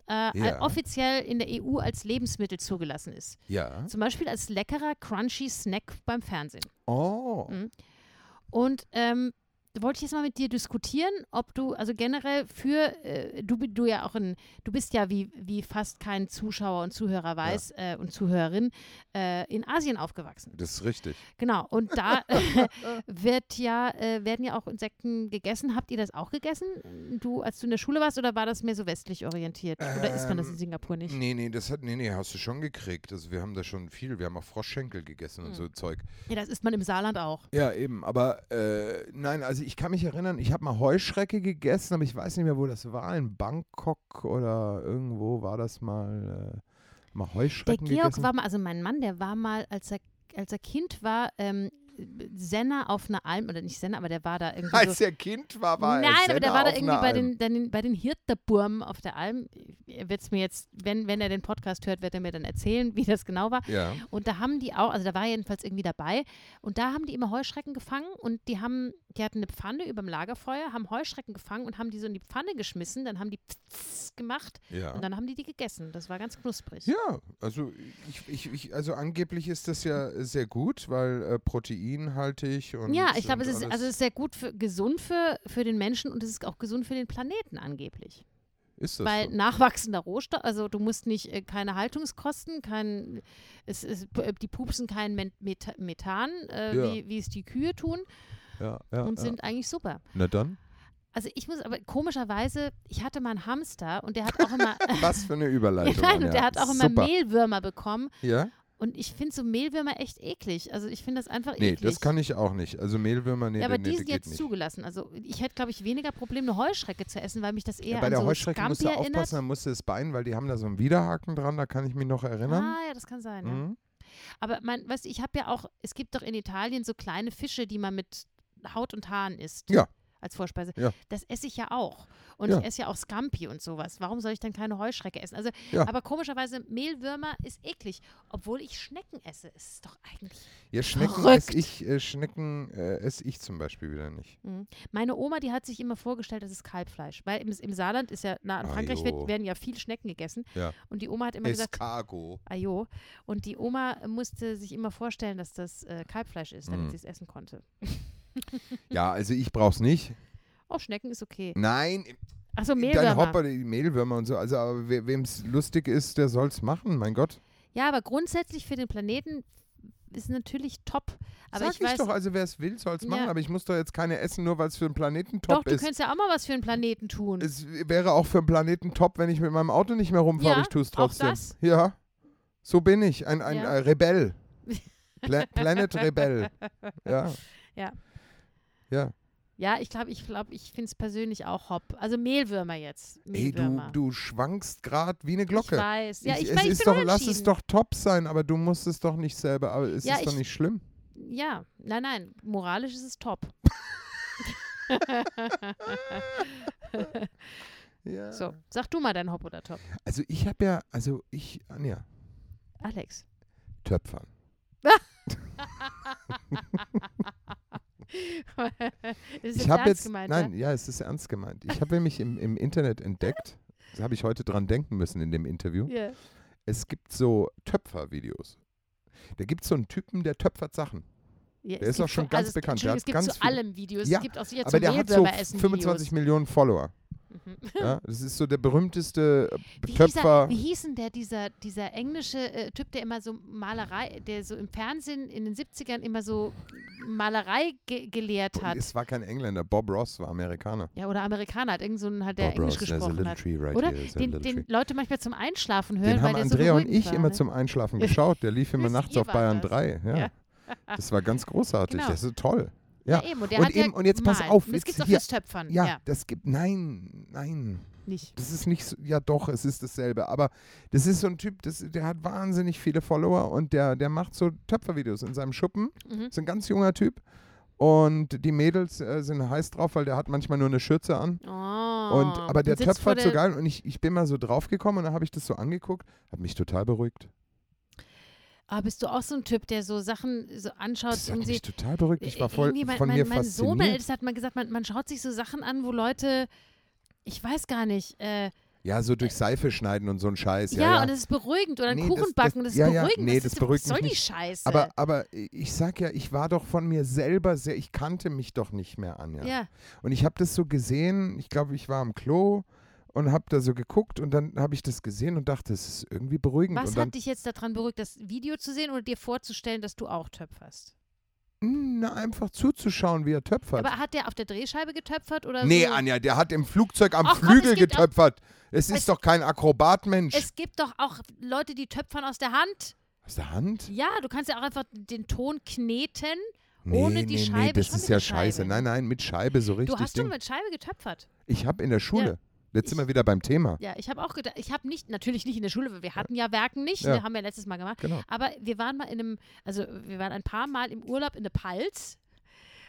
[SPEAKER 4] äh,
[SPEAKER 3] Ja.
[SPEAKER 4] offiziell in der EU als Lebensmittel zugelassen ist.
[SPEAKER 3] Ja.
[SPEAKER 4] Zum Beispiel als leckerer, crunchy Snack beim Fernsehen.
[SPEAKER 3] Oh.
[SPEAKER 4] Hm. Und ähm, da wollte ich jetzt mal mit dir diskutieren, ob du, also generell für, äh, du, bi- du ja auch ein, du bist ja, wie, wie fast kein Zuschauer und Zuhörer weiß äh, und Zuhörerin, äh, in Asien aufgewachsen.
[SPEAKER 3] Das ist richtig.
[SPEAKER 4] Genau. Und da wird ja, äh, werden ja auch Insekten gegessen. Habt ihr das auch gegessen? Du, als du in der Schule warst, oder war das mehr so westlich orientiert? Oder isst man das in
[SPEAKER 3] Ähm,
[SPEAKER 4] Singapur nicht?
[SPEAKER 3] Nee, nee, das hat, nee, nee, hast du schon gekriegt. Also wir haben da schon viel, wir haben auch Froschschenkel gegessen
[SPEAKER 4] Hm.
[SPEAKER 3] und so Zeug.
[SPEAKER 4] Ja, das isst man im Saarland auch.
[SPEAKER 3] Ja, eben, aber äh, nein, also ich kann mich erinnern, ich habe mal Heuschrecke gegessen, aber ich weiß nicht mehr, wo das war, in Bangkok oder irgendwo war das mal, äh, mal
[SPEAKER 4] Der
[SPEAKER 3] Heuschrecken
[SPEAKER 4] Georg
[SPEAKER 3] gegessen.
[SPEAKER 4] war mal, also mein Mann, der war mal, als er, als er Kind war, ähm, Senna auf einer Alm, oder nicht Senna, aber der war da irgendwie.
[SPEAKER 3] Als
[SPEAKER 4] so,
[SPEAKER 3] er Kind war, war er
[SPEAKER 4] Nein, aber der
[SPEAKER 3] Senna
[SPEAKER 4] war da
[SPEAKER 3] auf
[SPEAKER 4] irgendwie
[SPEAKER 3] einer
[SPEAKER 4] bei
[SPEAKER 3] Alm.
[SPEAKER 4] den, bei den, bei den Hirterburmen auf der Alm. Er wird's mir jetzt, wenn, wenn er den Podcast hört, wird er mir dann erzählen, wie das genau war.
[SPEAKER 3] Ja,
[SPEAKER 4] Und da haben die auch, also da war er jedenfalls irgendwie dabei. Und da haben die immer Heuschrecken gefangen und die haben, die hatten eine Pfanne über dem Lagerfeuer, haben Heuschrecken gefangen und haben die so in die Pfanne geschmissen, dann haben die Pfz gemacht
[SPEAKER 3] ja.
[SPEAKER 4] und dann haben die die gegessen. Das war ganz knusprig.
[SPEAKER 3] Ja, also ich, ich, ich, also angeblich ist das ja äh, sehr gut, weil äh, proteinhaltig und
[SPEAKER 4] Ja, ich glaube,
[SPEAKER 3] und
[SPEAKER 4] es ist
[SPEAKER 3] alles-
[SPEAKER 4] also es ist sehr gut für gesund für, für den Menschen und es ist auch gesund für den Planeten angeblich.
[SPEAKER 3] ist das
[SPEAKER 4] Weil
[SPEAKER 3] so?
[SPEAKER 4] nachwachsender Rohstoff, also du musst nicht äh, keine Haltungskosten, kein es, es, die pupsen kein Men- Meta- Methan, äh,
[SPEAKER 3] Ja.
[SPEAKER 4] wie, wie es die Kühe tun
[SPEAKER 3] ja, ja,
[SPEAKER 4] und
[SPEAKER 3] ja.
[SPEAKER 4] sind eigentlich super.
[SPEAKER 3] Na dann.
[SPEAKER 4] Also ich muss aber komischerweise, ich hatte mal einen Hamster und der hat auch immer
[SPEAKER 3] Was für eine Überleitung.
[SPEAKER 4] Nein,
[SPEAKER 3] Anja.
[SPEAKER 4] und der hat auch immer
[SPEAKER 3] Super.
[SPEAKER 4] Mehlwürmer bekommen
[SPEAKER 3] Ja?
[SPEAKER 4] und ich finde so Mehlwürmer echt eklig. Also ich finde das einfach
[SPEAKER 3] Nee,
[SPEAKER 4] eklig.
[SPEAKER 3] das kann ich auch nicht. Also Mehlwürmer, nee,
[SPEAKER 4] ja, aber
[SPEAKER 3] nee,
[SPEAKER 4] die
[SPEAKER 3] nee,
[SPEAKER 4] sind
[SPEAKER 3] geht
[SPEAKER 4] jetzt
[SPEAKER 3] nicht.
[SPEAKER 4] zugelassen. Also ich hätte, glaube ich, weniger Probleme, eine Heuschrecke zu essen, weil mich das eher
[SPEAKER 3] Ja, bei
[SPEAKER 4] an
[SPEAKER 3] der
[SPEAKER 4] so
[SPEAKER 3] Heuschrecke musst
[SPEAKER 4] Scampi
[SPEAKER 3] du
[SPEAKER 4] erinnert.
[SPEAKER 3] aufpassen, dann musst du das Bein, weil die haben da so einen Widerhaken dran, da kann ich mich noch erinnern.
[SPEAKER 4] Ah, ja, das kann sein. Ja.
[SPEAKER 3] Mhm.
[SPEAKER 4] Aber mein, weißt du, ich habe ja auch, es gibt doch in Italien so kleine Fische, die man mit Haut und Haaren isst.
[SPEAKER 3] Ja.
[SPEAKER 4] Als Vorspeise.
[SPEAKER 3] Ja.
[SPEAKER 4] Das esse ich ja auch. Und
[SPEAKER 3] Ja.
[SPEAKER 4] ich esse ja auch Scampi und sowas. Warum soll ich dann keine Heuschrecke essen? Also,
[SPEAKER 3] Ja.
[SPEAKER 4] aber komischerweise, Mehlwürmer ist eklig. Obwohl ich Schnecken esse. Es ist doch eigentlich.
[SPEAKER 3] Ja, Schnecken
[SPEAKER 4] Verrückt.
[SPEAKER 3] esse ich, äh, Schnecken äh, esse ich zum Beispiel wieder nicht.
[SPEAKER 4] hm. Meine Oma, die hat sich immer vorgestellt, das ist Kalbfleisch. Weil im, im Saarland ist ja, na, in
[SPEAKER 3] Ah,
[SPEAKER 4] Frankreich
[SPEAKER 3] jo.
[SPEAKER 4] wird, werden ja viel Schnecken gegessen.
[SPEAKER 3] Ja.
[SPEAKER 4] Und die Oma hat immer gesagt,
[SPEAKER 3] Escargo.
[SPEAKER 4] Ajo. Und die Oma musste sich immer vorstellen, dass das äh, Kalbfleisch ist, damit
[SPEAKER 3] Mm.
[SPEAKER 4] sie es essen konnte. hm.
[SPEAKER 3] Ja, also ich brauch's nicht.
[SPEAKER 4] Oh, Schnecken ist okay.
[SPEAKER 3] Nein,
[SPEAKER 4] Achso,
[SPEAKER 3] dein Hopper,
[SPEAKER 4] Mehlwürmer.
[SPEAKER 3] die Mehlwürmer und so. Also, aber we wem's lustig ist, der soll's machen, mein Gott.
[SPEAKER 4] Ja, aber grundsätzlich für den Planeten ist natürlich top. Aber
[SPEAKER 3] Sag
[SPEAKER 4] ich
[SPEAKER 3] ich
[SPEAKER 4] weiß,
[SPEAKER 3] doch, also wer es will, soll's
[SPEAKER 4] Ja.
[SPEAKER 3] machen, aber ich muss doch jetzt keine essen, nur weil es für den Planeten
[SPEAKER 4] doch,
[SPEAKER 3] top
[SPEAKER 4] du
[SPEAKER 3] ist.
[SPEAKER 4] könntest ja auch mal was für den Planeten tun.
[SPEAKER 3] Es wäre auch für den Planeten top, wenn ich mit meinem Auto nicht mehr rumfahre.
[SPEAKER 4] Ja,
[SPEAKER 3] ich tue es
[SPEAKER 4] auch
[SPEAKER 3] trotzdem.
[SPEAKER 4] das.
[SPEAKER 3] Ja, so bin ich. Ein, ein
[SPEAKER 4] Ja.
[SPEAKER 3] äh, Rebell. Pla Planet Rebell. Ja.
[SPEAKER 4] Ja.
[SPEAKER 3] Ja.
[SPEAKER 4] ja, ich glaube, ich, glaub, ich finde es persönlich auch hopp. Also Mehlwürmer jetzt.
[SPEAKER 3] Ey, du,
[SPEAKER 4] Mehlwürmer.
[SPEAKER 3] du schwankst gerade wie eine
[SPEAKER 4] Ich
[SPEAKER 3] Glocke.
[SPEAKER 4] weiß. Ja, ich,
[SPEAKER 3] es
[SPEAKER 4] weiß, ich
[SPEAKER 3] ist
[SPEAKER 4] bin
[SPEAKER 3] doch, lass es
[SPEAKER 4] unentschieden.
[SPEAKER 3] doch top sein, aber du musst es doch nicht selber. Aber es
[SPEAKER 4] Ja,
[SPEAKER 3] ist doch
[SPEAKER 4] ich-
[SPEAKER 3] nicht schlimm.
[SPEAKER 4] Ja, nein, nein, moralisch ist es top.
[SPEAKER 3] Ja.
[SPEAKER 4] So, sag du mal dein Hop oder Top.
[SPEAKER 3] Also ich habe ja, also ich, Anja,
[SPEAKER 4] Alex.
[SPEAKER 3] Töpfern.
[SPEAKER 4] das ist
[SPEAKER 3] ich habe
[SPEAKER 4] ernst
[SPEAKER 3] jetzt,
[SPEAKER 4] gemeint,
[SPEAKER 3] nein, ja? es ist ernst gemeint. Ich habe mich im, im Internet entdeckt. Das habe ich heute dran denken müssen in dem Interview.
[SPEAKER 4] Ja? Ja.
[SPEAKER 3] es gibt so Töpfervideos. Da gibt es so einen Typen, der töpfert Sachen.
[SPEAKER 4] Ja,
[SPEAKER 3] Der
[SPEAKER 4] es
[SPEAKER 3] ist auch
[SPEAKER 4] gibt
[SPEAKER 3] schon
[SPEAKER 4] so-
[SPEAKER 3] ganz
[SPEAKER 4] also es-
[SPEAKER 3] bekannt, der
[SPEAKER 4] Entschuldigung,
[SPEAKER 3] hat
[SPEAKER 4] Es gibt
[SPEAKER 3] ganz
[SPEAKER 4] zu
[SPEAKER 3] viele-
[SPEAKER 4] allem Videos.
[SPEAKER 3] Ja,
[SPEAKER 4] Es gibt auch sicher
[SPEAKER 3] Aber
[SPEAKER 4] zum
[SPEAKER 3] der hat so
[SPEAKER 4] Mehlwürmer essen
[SPEAKER 3] 25 Millionen Follower.
[SPEAKER 4] Videos. Mhm.
[SPEAKER 3] Ja, das ist so der berühmteste äh,
[SPEAKER 4] Wie, hieß
[SPEAKER 3] Töpfer.
[SPEAKER 4] er, wie hieß denn der, dieser, dieser englische äh, Typ, der immer so Malerei, der so im Fernsehen in den 70ern immer so Malerei ge gelehrt hat?
[SPEAKER 3] es war kein Engländer, Bob Ross war Amerikaner.
[SPEAKER 4] Ja, oder Amerikaner hat irgend so einen, halt, der
[SPEAKER 3] Bob
[SPEAKER 4] Englisch
[SPEAKER 3] Ross, there's a
[SPEAKER 4] gesprochen
[SPEAKER 3] little
[SPEAKER 4] hat.
[SPEAKER 3] tree right
[SPEAKER 4] oder?
[SPEAKER 3] here, there's a
[SPEAKER 4] den,
[SPEAKER 3] little
[SPEAKER 4] den
[SPEAKER 3] tree.
[SPEAKER 4] Leute manchmal zum Einschlafen hören,
[SPEAKER 3] Den
[SPEAKER 4] weil
[SPEAKER 3] haben
[SPEAKER 4] der
[SPEAKER 3] Andrea
[SPEAKER 4] so
[SPEAKER 3] und
[SPEAKER 4] beruhigend
[SPEAKER 3] ich
[SPEAKER 4] war,
[SPEAKER 3] immer
[SPEAKER 4] ne?
[SPEAKER 3] zum Einschlafen geschaut. Der lief immer
[SPEAKER 4] Wisst
[SPEAKER 3] nachts
[SPEAKER 4] ihr,
[SPEAKER 3] auf
[SPEAKER 4] war
[SPEAKER 3] Bayern
[SPEAKER 4] das?
[SPEAKER 3] 3. Ja.
[SPEAKER 4] Ja.
[SPEAKER 3] Das war ganz großartig.
[SPEAKER 4] Genau.
[SPEAKER 3] Das ist toll. Ja.
[SPEAKER 4] Ja, eben, und, der
[SPEAKER 3] Und
[SPEAKER 4] hat ja
[SPEAKER 3] eben- und jetzt pass
[SPEAKER 4] gemalt.
[SPEAKER 3] auf,
[SPEAKER 4] Und Das
[SPEAKER 3] jetzt
[SPEAKER 4] gibt's auch
[SPEAKER 3] hier-
[SPEAKER 4] fürs Töpfern.
[SPEAKER 3] Ja,
[SPEAKER 4] Ja,
[SPEAKER 3] das gibt. Nein, nein.
[SPEAKER 4] nicht.
[SPEAKER 3] Das ist nicht so. Ja, doch, es ist dasselbe. Aber das ist so ein Typ, das, der hat wahnsinnig viele Follower und der, der macht so Töpfervideos in seinem Schuppen.
[SPEAKER 4] Mhm.
[SPEAKER 3] Ist ein ganz junger Typ. Und die Mädels äh, sind heiß drauf, weil der hat manchmal nur eine Schürze an.
[SPEAKER 4] Oh,
[SPEAKER 3] Und, aber der
[SPEAKER 4] sitzt vor
[SPEAKER 3] Töpfer so
[SPEAKER 4] der-
[SPEAKER 3] geil und ich, ich bin mal so draufgekommen und dann habe ich das so angeguckt, hat mich total beruhigt.
[SPEAKER 4] Ah, bist du auch so ein Typ, der so Sachen so anschaut
[SPEAKER 3] Das hat
[SPEAKER 4] und
[SPEAKER 3] mich
[SPEAKER 4] sie. Äh,
[SPEAKER 3] total beruhigt. Ich war voll
[SPEAKER 4] irgendwie mein,
[SPEAKER 3] von
[SPEAKER 4] mein,
[SPEAKER 3] mir
[SPEAKER 4] mein Sohn, mein
[SPEAKER 3] fasziniert.
[SPEAKER 4] Ältester, hat mal gesagt, man, man schaut sich so Sachen an, wo Leute, ich weiß gar nicht, äh,
[SPEAKER 3] Ja, so durch Seife schneiden und so ein Scheiß.
[SPEAKER 4] ja,
[SPEAKER 3] Ja, ja.
[SPEAKER 4] und das ist beruhigend oder
[SPEAKER 3] Nee,
[SPEAKER 4] ein
[SPEAKER 3] das-
[SPEAKER 4] Kuchen backen,
[SPEAKER 3] das-
[SPEAKER 4] das,
[SPEAKER 3] ja,
[SPEAKER 4] ist
[SPEAKER 3] ja,
[SPEAKER 4] beruhigend.
[SPEAKER 3] nee,
[SPEAKER 4] das,
[SPEAKER 3] das
[SPEAKER 4] ist, halt
[SPEAKER 3] beruhigt
[SPEAKER 4] was soll
[SPEAKER 3] mich
[SPEAKER 4] die
[SPEAKER 3] nicht.
[SPEAKER 4] Scheiße?
[SPEAKER 3] aber, aber äh, ich sag ja, ich war doch von mir selber sehr, ich kannte mich doch nicht mehr an. Ja.
[SPEAKER 4] ja.
[SPEAKER 3] Und ich habe das so gesehen, ich glaube, ich war am Klo und habe da so geguckt und dann habe ich das gesehen und dachte, es ist irgendwie beruhigend.
[SPEAKER 4] Was
[SPEAKER 3] und dann,
[SPEAKER 4] hat dich jetzt daran beruhigt, das Video zu sehen oder dir vorzustellen, dass du auch töpferst?
[SPEAKER 3] Hm, na, einfach zuzuschauen, wie er töpfert.
[SPEAKER 4] Aber hat der auf der Drehscheibe getöpfert oder
[SPEAKER 3] Nee,
[SPEAKER 4] so?
[SPEAKER 3] Anja, der hat im Flugzeug am
[SPEAKER 4] Ach komm,
[SPEAKER 3] Flügel
[SPEAKER 4] es gibt auch-
[SPEAKER 3] getöpfert. Es ist
[SPEAKER 4] Es-
[SPEAKER 3] doch kein Akrobatmensch.
[SPEAKER 4] Es gibt doch auch Leute, die töpfern aus der Hand.
[SPEAKER 3] Aus der Hand?
[SPEAKER 4] Ja, du kannst ja auch einfach den Ton kneten. Ohne die Scheibe,
[SPEAKER 3] das
[SPEAKER 4] schon
[SPEAKER 3] ist
[SPEAKER 4] mit
[SPEAKER 3] ja
[SPEAKER 4] der Scheibe. ne?
[SPEAKER 3] scheiße. Nein, nein, mit Scheibe so richtig.
[SPEAKER 4] Du hast
[SPEAKER 3] Ding.
[SPEAKER 4] schon mit Scheibe getöpfert.
[SPEAKER 3] ich habe in der Schule,
[SPEAKER 4] Ja.
[SPEAKER 3] jetzt sind
[SPEAKER 4] Ich-
[SPEAKER 3] wir wieder beim Thema.
[SPEAKER 4] Ja, ich habe auch gedacht, ich habe nicht, natürlich nicht in der Schule, weil wir hatten ja Werken nicht,
[SPEAKER 3] Ja.
[SPEAKER 4] ne, haben wir letztes Mal gemacht.
[SPEAKER 3] Genau.
[SPEAKER 4] Aber wir waren mal in einem, also wir waren ein paar Mal im Urlaub in der Palz.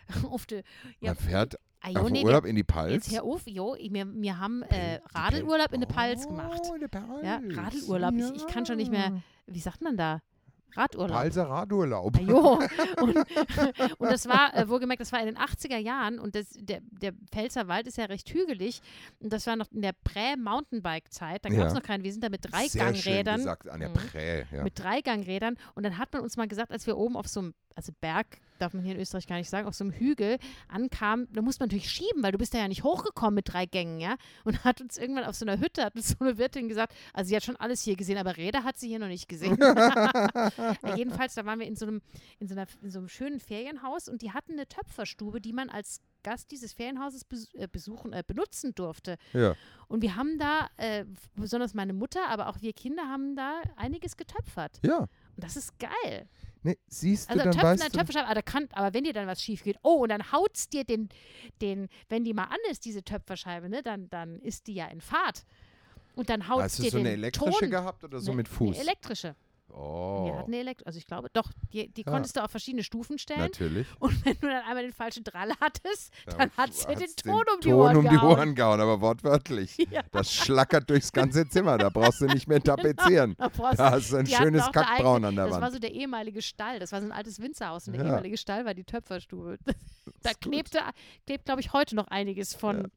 [SPEAKER 4] auf de, ja,
[SPEAKER 3] Man fährt
[SPEAKER 4] ah,
[SPEAKER 3] auf
[SPEAKER 4] nee,
[SPEAKER 3] den
[SPEAKER 4] wir-
[SPEAKER 3] Urlaub in die
[SPEAKER 4] Jetzt
[SPEAKER 3] Palz.
[SPEAKER 4] hör auf, jo, ich- wir, wir haben äh, Radelurlaub in der Palz gemacht.
[SPEAKER 3] Oh, in der Palz.
[SPEAKER 4] Ja, Radelurlaub. Ich, ich kann schon nicht mehr, wie sagt man da? Radurlaub.
[SPEAKER 3] Palzer Radurlaub.
[SPEAKER 4] Ah, Jo. Und, und das war, äh, wohlgemerkt, das war in den 80er Jahren und das, der, der Pfälzer Wald ist ja recht hügelig und das war noch in der Prä-Mountainbike-Zeit, da gab es
[SPEAKER 3] Ja.
[SPEAKER 4] noch keinen, wir sind da mit drei
[SPEAKER 3] Sehr schön
[SPEAKER 4] Gangrädern,
[SPEAKER 3] gesagt, an der
[SPEAKER 4] Mhm.
[SPEAKER 3] Prä. Ja.
[SPEAKER 4] mit drei Gangrädern und dann hat man uns mal gesagt, als wir oben auf so einem, also Berg, darf man hier in Österreich gar nicht sagen, auf so einem Hügel ankamen, da muss man natürlich schieben, weil du bist da ja nicht hochgekommen mit drei Gängen, ja, und hat uns irgendwann auf so einer Hütte, hat uns so eine Wirtin gesagt, also sie hat schon alles hier gesehen, aber Räder hat sie hier noch nicht gesehen. Ja, Jedenfalls, da waren wir in so, einem, in, so einer, in so einem schönen Ferienhaus und die hatten eine Töpferstube, die man als Gast dieses Ferienhauses bes- äh, besuchen, äh, benutzen durfte.
[SPEAKER 3] Ja.
[SPEAKER 4] Und wir haben da, äh, besonders meine Mutter, aber auch wir Kinder haben da einiges getöpfert.
[SPEAKER 3] ja.
[SPEAKER 4] Und das ist geil.
[SPEAKER 3] Nee, siehst du,
[SPEAKER 4] Also
[SPEAKER 3] dann
[SPEAKER 4] Töpfen,
[SPEAKER 3] weißt
[SPEAKER 4] an
[SPEAKER 3] du,
[SPEAKER 4] Töpferscheibe, aber, da kann, aber wenn dir dann was schief geht, oh, und dann haut's dir den, den, wenn die mal an ist, diese Töpferscheibe, ne, dann, dann ist die ja in Fahrt. Und dann haut's
[SPEAKER 3] Hast du
[SPEAKER 4] dir
[SPEAKER 3] so
[SPEAKER 4] den
[SPEAKER 3] eine elektrische
[SPEAKER 4] Ton.
[SPEAKER 3] gehabt oder so
[SPEAKER 4] Ne,
[SPEAKER 3] mit Fuß?
[SPEAKER 4] Eine elektrische.
[SPEAKER 3] oh,
[SPEAKER 4] Wir hatten eine elektrische, also ich glaube, doch, die, die
[SPEAKER 3] Ja.
[SPEAKER 4] konntest du auf verschiedene Stufen stellen.
[SPEAKER 3] natürlich.
[SPEAKER 4] Und wenn du dann einmal den falschen Drall hattest, dann hat sie den
[SPEAKER 3] hat's
[SPEAKER 4] Ton um die
[SPEAKER 3] Ton
[SPEAKER 4] Ohren
[SPEAKER 3] um die
[SPEAKER 4] gehauen.
[SPEAKER 3] Ohren gehauen, aber wortwörtlich.
[SPEAKER 4] Ja.
[SPEAKER 3] Das schlackert durchs ganze Zimmer, da brauchst du nicht mehr tapezieren.
[SPEAKER 4] Da brauchst
[SPEAKER 3] Da
[SPEAKER 4] du-
[SPEAKER 3] hast du ein
[SPEAKER 4] die hatten
[SPEAKER 3] schönes
[SPEAKER 4] auch eine
[SPEAKER 3] Kackbraun
[SPEAKER 4] eigene-
[SPEAKER 3] an der
[SPEAKER 4] Das war
[SPEAKER 3] Wand.
[SPEAKER 4] so der ehemalige Stall. Das war so ein altes Winzerhaus. Und der
[SPEAKER 3] Ja.
[SPEAKER 4] ehemalige Stall war die Töpferstube. da
[SPEAKER 3] ist gut.
[SPEAKER 4] klebte, klebt, glaube ich, heute noch einiges von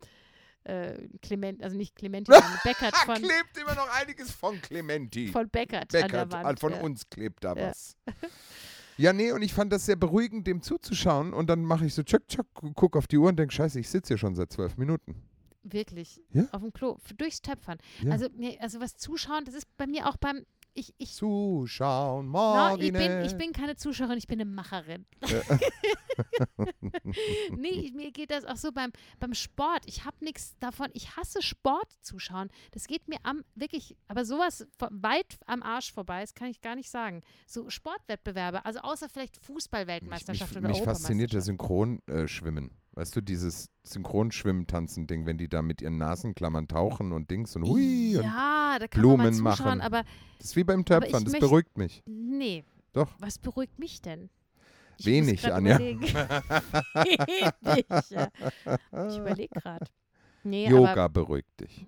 [SPEAKER 4] äh, Clement, also nicht Clementi, sondern Beckert
[SPEAKER 3] Ah,
[SPEAKER 4] von,
[SPEAKER 3] klebt immer noch einiges von Clementi.
[SPEAKER 4] von Beckert, an
[SPEAKER 3] Beckert,
[SPEAKER 4] der
[SPEAKER 3] ah,
[SPEAKER 4] Wand. äh,
[SPEAKER 3] von
[SPEAKER 4] ja.
[SPEAKER 3] uns klebt da
[SPEAKER 4] Ja.
[SPEAKER 3] was. Ja, nee, und ich fand das sehr beruhigend, dem zuzuschauen. Und dann mache ich so tschak, tschak, guck auf die Uhr und denke, scheiße, ich sitze hier schon seit zwölf Minuten.
[SPEAKER 4] Wirklich.
[SPEAKER 3] Ja.
[SPEAKER 4] Auf dem Klo. f- Durchs Töpfern.
[SPEAKER 3] Ja.
[SPEAKER 4] Also, nee, also was zuschauen, das ist bei mir auch beim. Ich, ich,
[SPEAKER 3] Zuschauen,
[SPEAKER 4] Na,
[SPEAKER 3] morgen.
[SPEAKER 4] ich, bin, ich bin keine Zuschauerin, ich bin eine Macherin. nee, ich- mir geht das auch so beim, beim Sport. Ich habe nichts davon. Ich hasse Sport zuschauen. Das geht mir am wirklich, aber sowas von weit am Arsch vorbei, das kann ich gar nicht sagen. So Sportwettbewerbe, also außer vielleicht
[SPEAKER 3] mich,
[SPEAKER 4] Fußball-Weltmeisterschaft oder
[SPEAKER 3] mich fasziniert das
[SPEAKER 4] Europameisterschaft.
[SPEAKER 3] Synchronschwimmen. Weißt du, dieses Synchronschwimmtanzen-Ding, wenn die da mit ihren Nasenklammern tauchen und Dings und hui. Und
[SPEAKER 4] Ja, da kann man
[SPEAKER 3] Blumen
[SPEAKER 4] mal zuschauen,
[SPEAKER 3] machen.
[SPEAKER 4] aber
[SPEAKER 3] das ist wie beim
[SPEAKER 4] Aber
[SPEAKER 3] Töpfern,
[SPEAKER 4] ich
[SPEAKER 3] das
[SPEAKER 4] möcht-
[SPEAKER 3] beruhigt mich.
[SPEAKER 4] nee.
[SPEAKER 3] Doch.
[SPEAKER 4] Was beruhigt mich denn? Ich muss
[SPEAKER 3] Wenig,
[SPEAKER 4] grad
[SPEAKER 3] Anja.
[SPEAKER 4] überlegen. Wenig, ja. Ich überlege gerade. Nee, aber
[SPEAKER 3] Yoga beruhigt dich.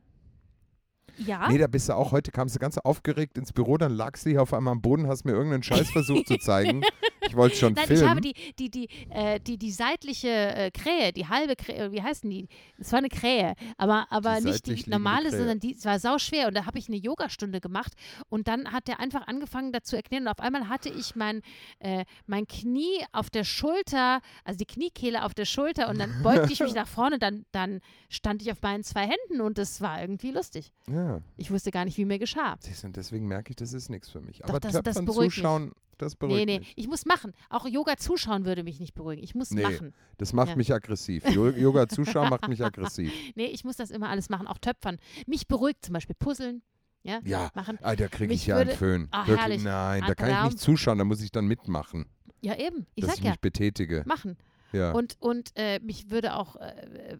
[SPEAKER 4] Ja.
[SPEAKER 3] Nee, da bist du auch, heute kamst du ganz aufgeregt ins Büro, dann lagst du hier auf einmal am Boden, hast mir irgendeinen Scheiß versucht zu zeigen. Ich wollte schon
[SPEAKER 4] Nein,
[SPEAKER 3] filmen.
[SPEAKER 4] ich habe die, die, die, äh, die, die seitliche äh, Krähe, die halbe Krähe, wie heißen die? Es war eine Krähe, aber, aber
[SPEAKER 3] Die
[SPEAKER 4] nicht
[SPEAKER 3] seitlich
[SPEAKER 4] die
[SPEAKER 3] liegende
[SPEAKER 4] normale,
[SPEAKER 3] Krähe.
[SPEAKER 4] sondern die es war sauschwer. Und da habe ich eine Yogastunde gemacht und dann hat der einfach angefangen, dazu erklären. Und auf einmal hatte ich mein, äh, mein Knie auf der Schulter, also die Kniekehle auf der Schulter und dann beugte ich mich nach vorne, dann, dann stand ich auf meinen zwei Händen und das war irgendwie lustig.
[SPEAKER 3] ja,
[SPEAKER 4] Ich wusste gar nicht, wie mir geschah.
[SPEAKER 3] siehst du, und deswegen merke ich, das ist nichts für mich. Aber
[SPEAKER 4] das- das
[SPEAKER 3] Töpfern
[SPEAKER 4] beruhigt mich.
[SPEAKER 3] zuschauen, das
[SPEAKER 4] Nee,
[SPEAKER 3] beruhigt
[SPEAKER 4] nee,
[SPEAKER 3] mich.
[SPEAKER 4] ich muss machen. Auch Yoga zuschauen würde mich nicht beruhigen. Ich muss
[SPEAKER 3] Nee.
[SPEAKER 4] machen.
[SPEAKER 3] Das macht
[SPEAKER 4] Ja.
[SPEAKER 3] mich aggressiv. Jo- Yoga zuschauen macht mich aggressiv.
[SPEAKER 4] Nee, ich muss das immer alles machen, auch töpfern. Mich beruhigt zum Beispiel Puzzeln. Ja,
[SPEAKER 3] Ja,
[SPEAKER 4] machen.
[SPEAKER 3] Ah, da kriege
[SPEAKER 4] Mich
[SPEAKER 3] ich ja einen
[SPEAKER 4] würde-
[SPEAKER 3] Föhn.
[SPEAKER 4] Ah,
[SPEAKER 3] Wirklich,
[SPEAKER 4] herrlich.
[SPEAKER 3] Nein, da
[SPEAKER 4] Ein
[SPEAKER 3] kann ich
[SPEAKER 4] Alarm.
[SPEAKER 3] nicht zuschauen, da muss ich dann mitmachen,
[SPEAKER 4] Ja, eben. Ich
[SPEAKER 3] dass
[SPEAKER 4] sag
[SPEAKER 3] ich
[SPEAKER 4] ja,
[SPEAKER 3] mich betätige.
[SPEAKER 4] machen.
[SPEAKER 3] Ja.
[SPEAKER 4] Und, und äh, mich würde auch äh, äh,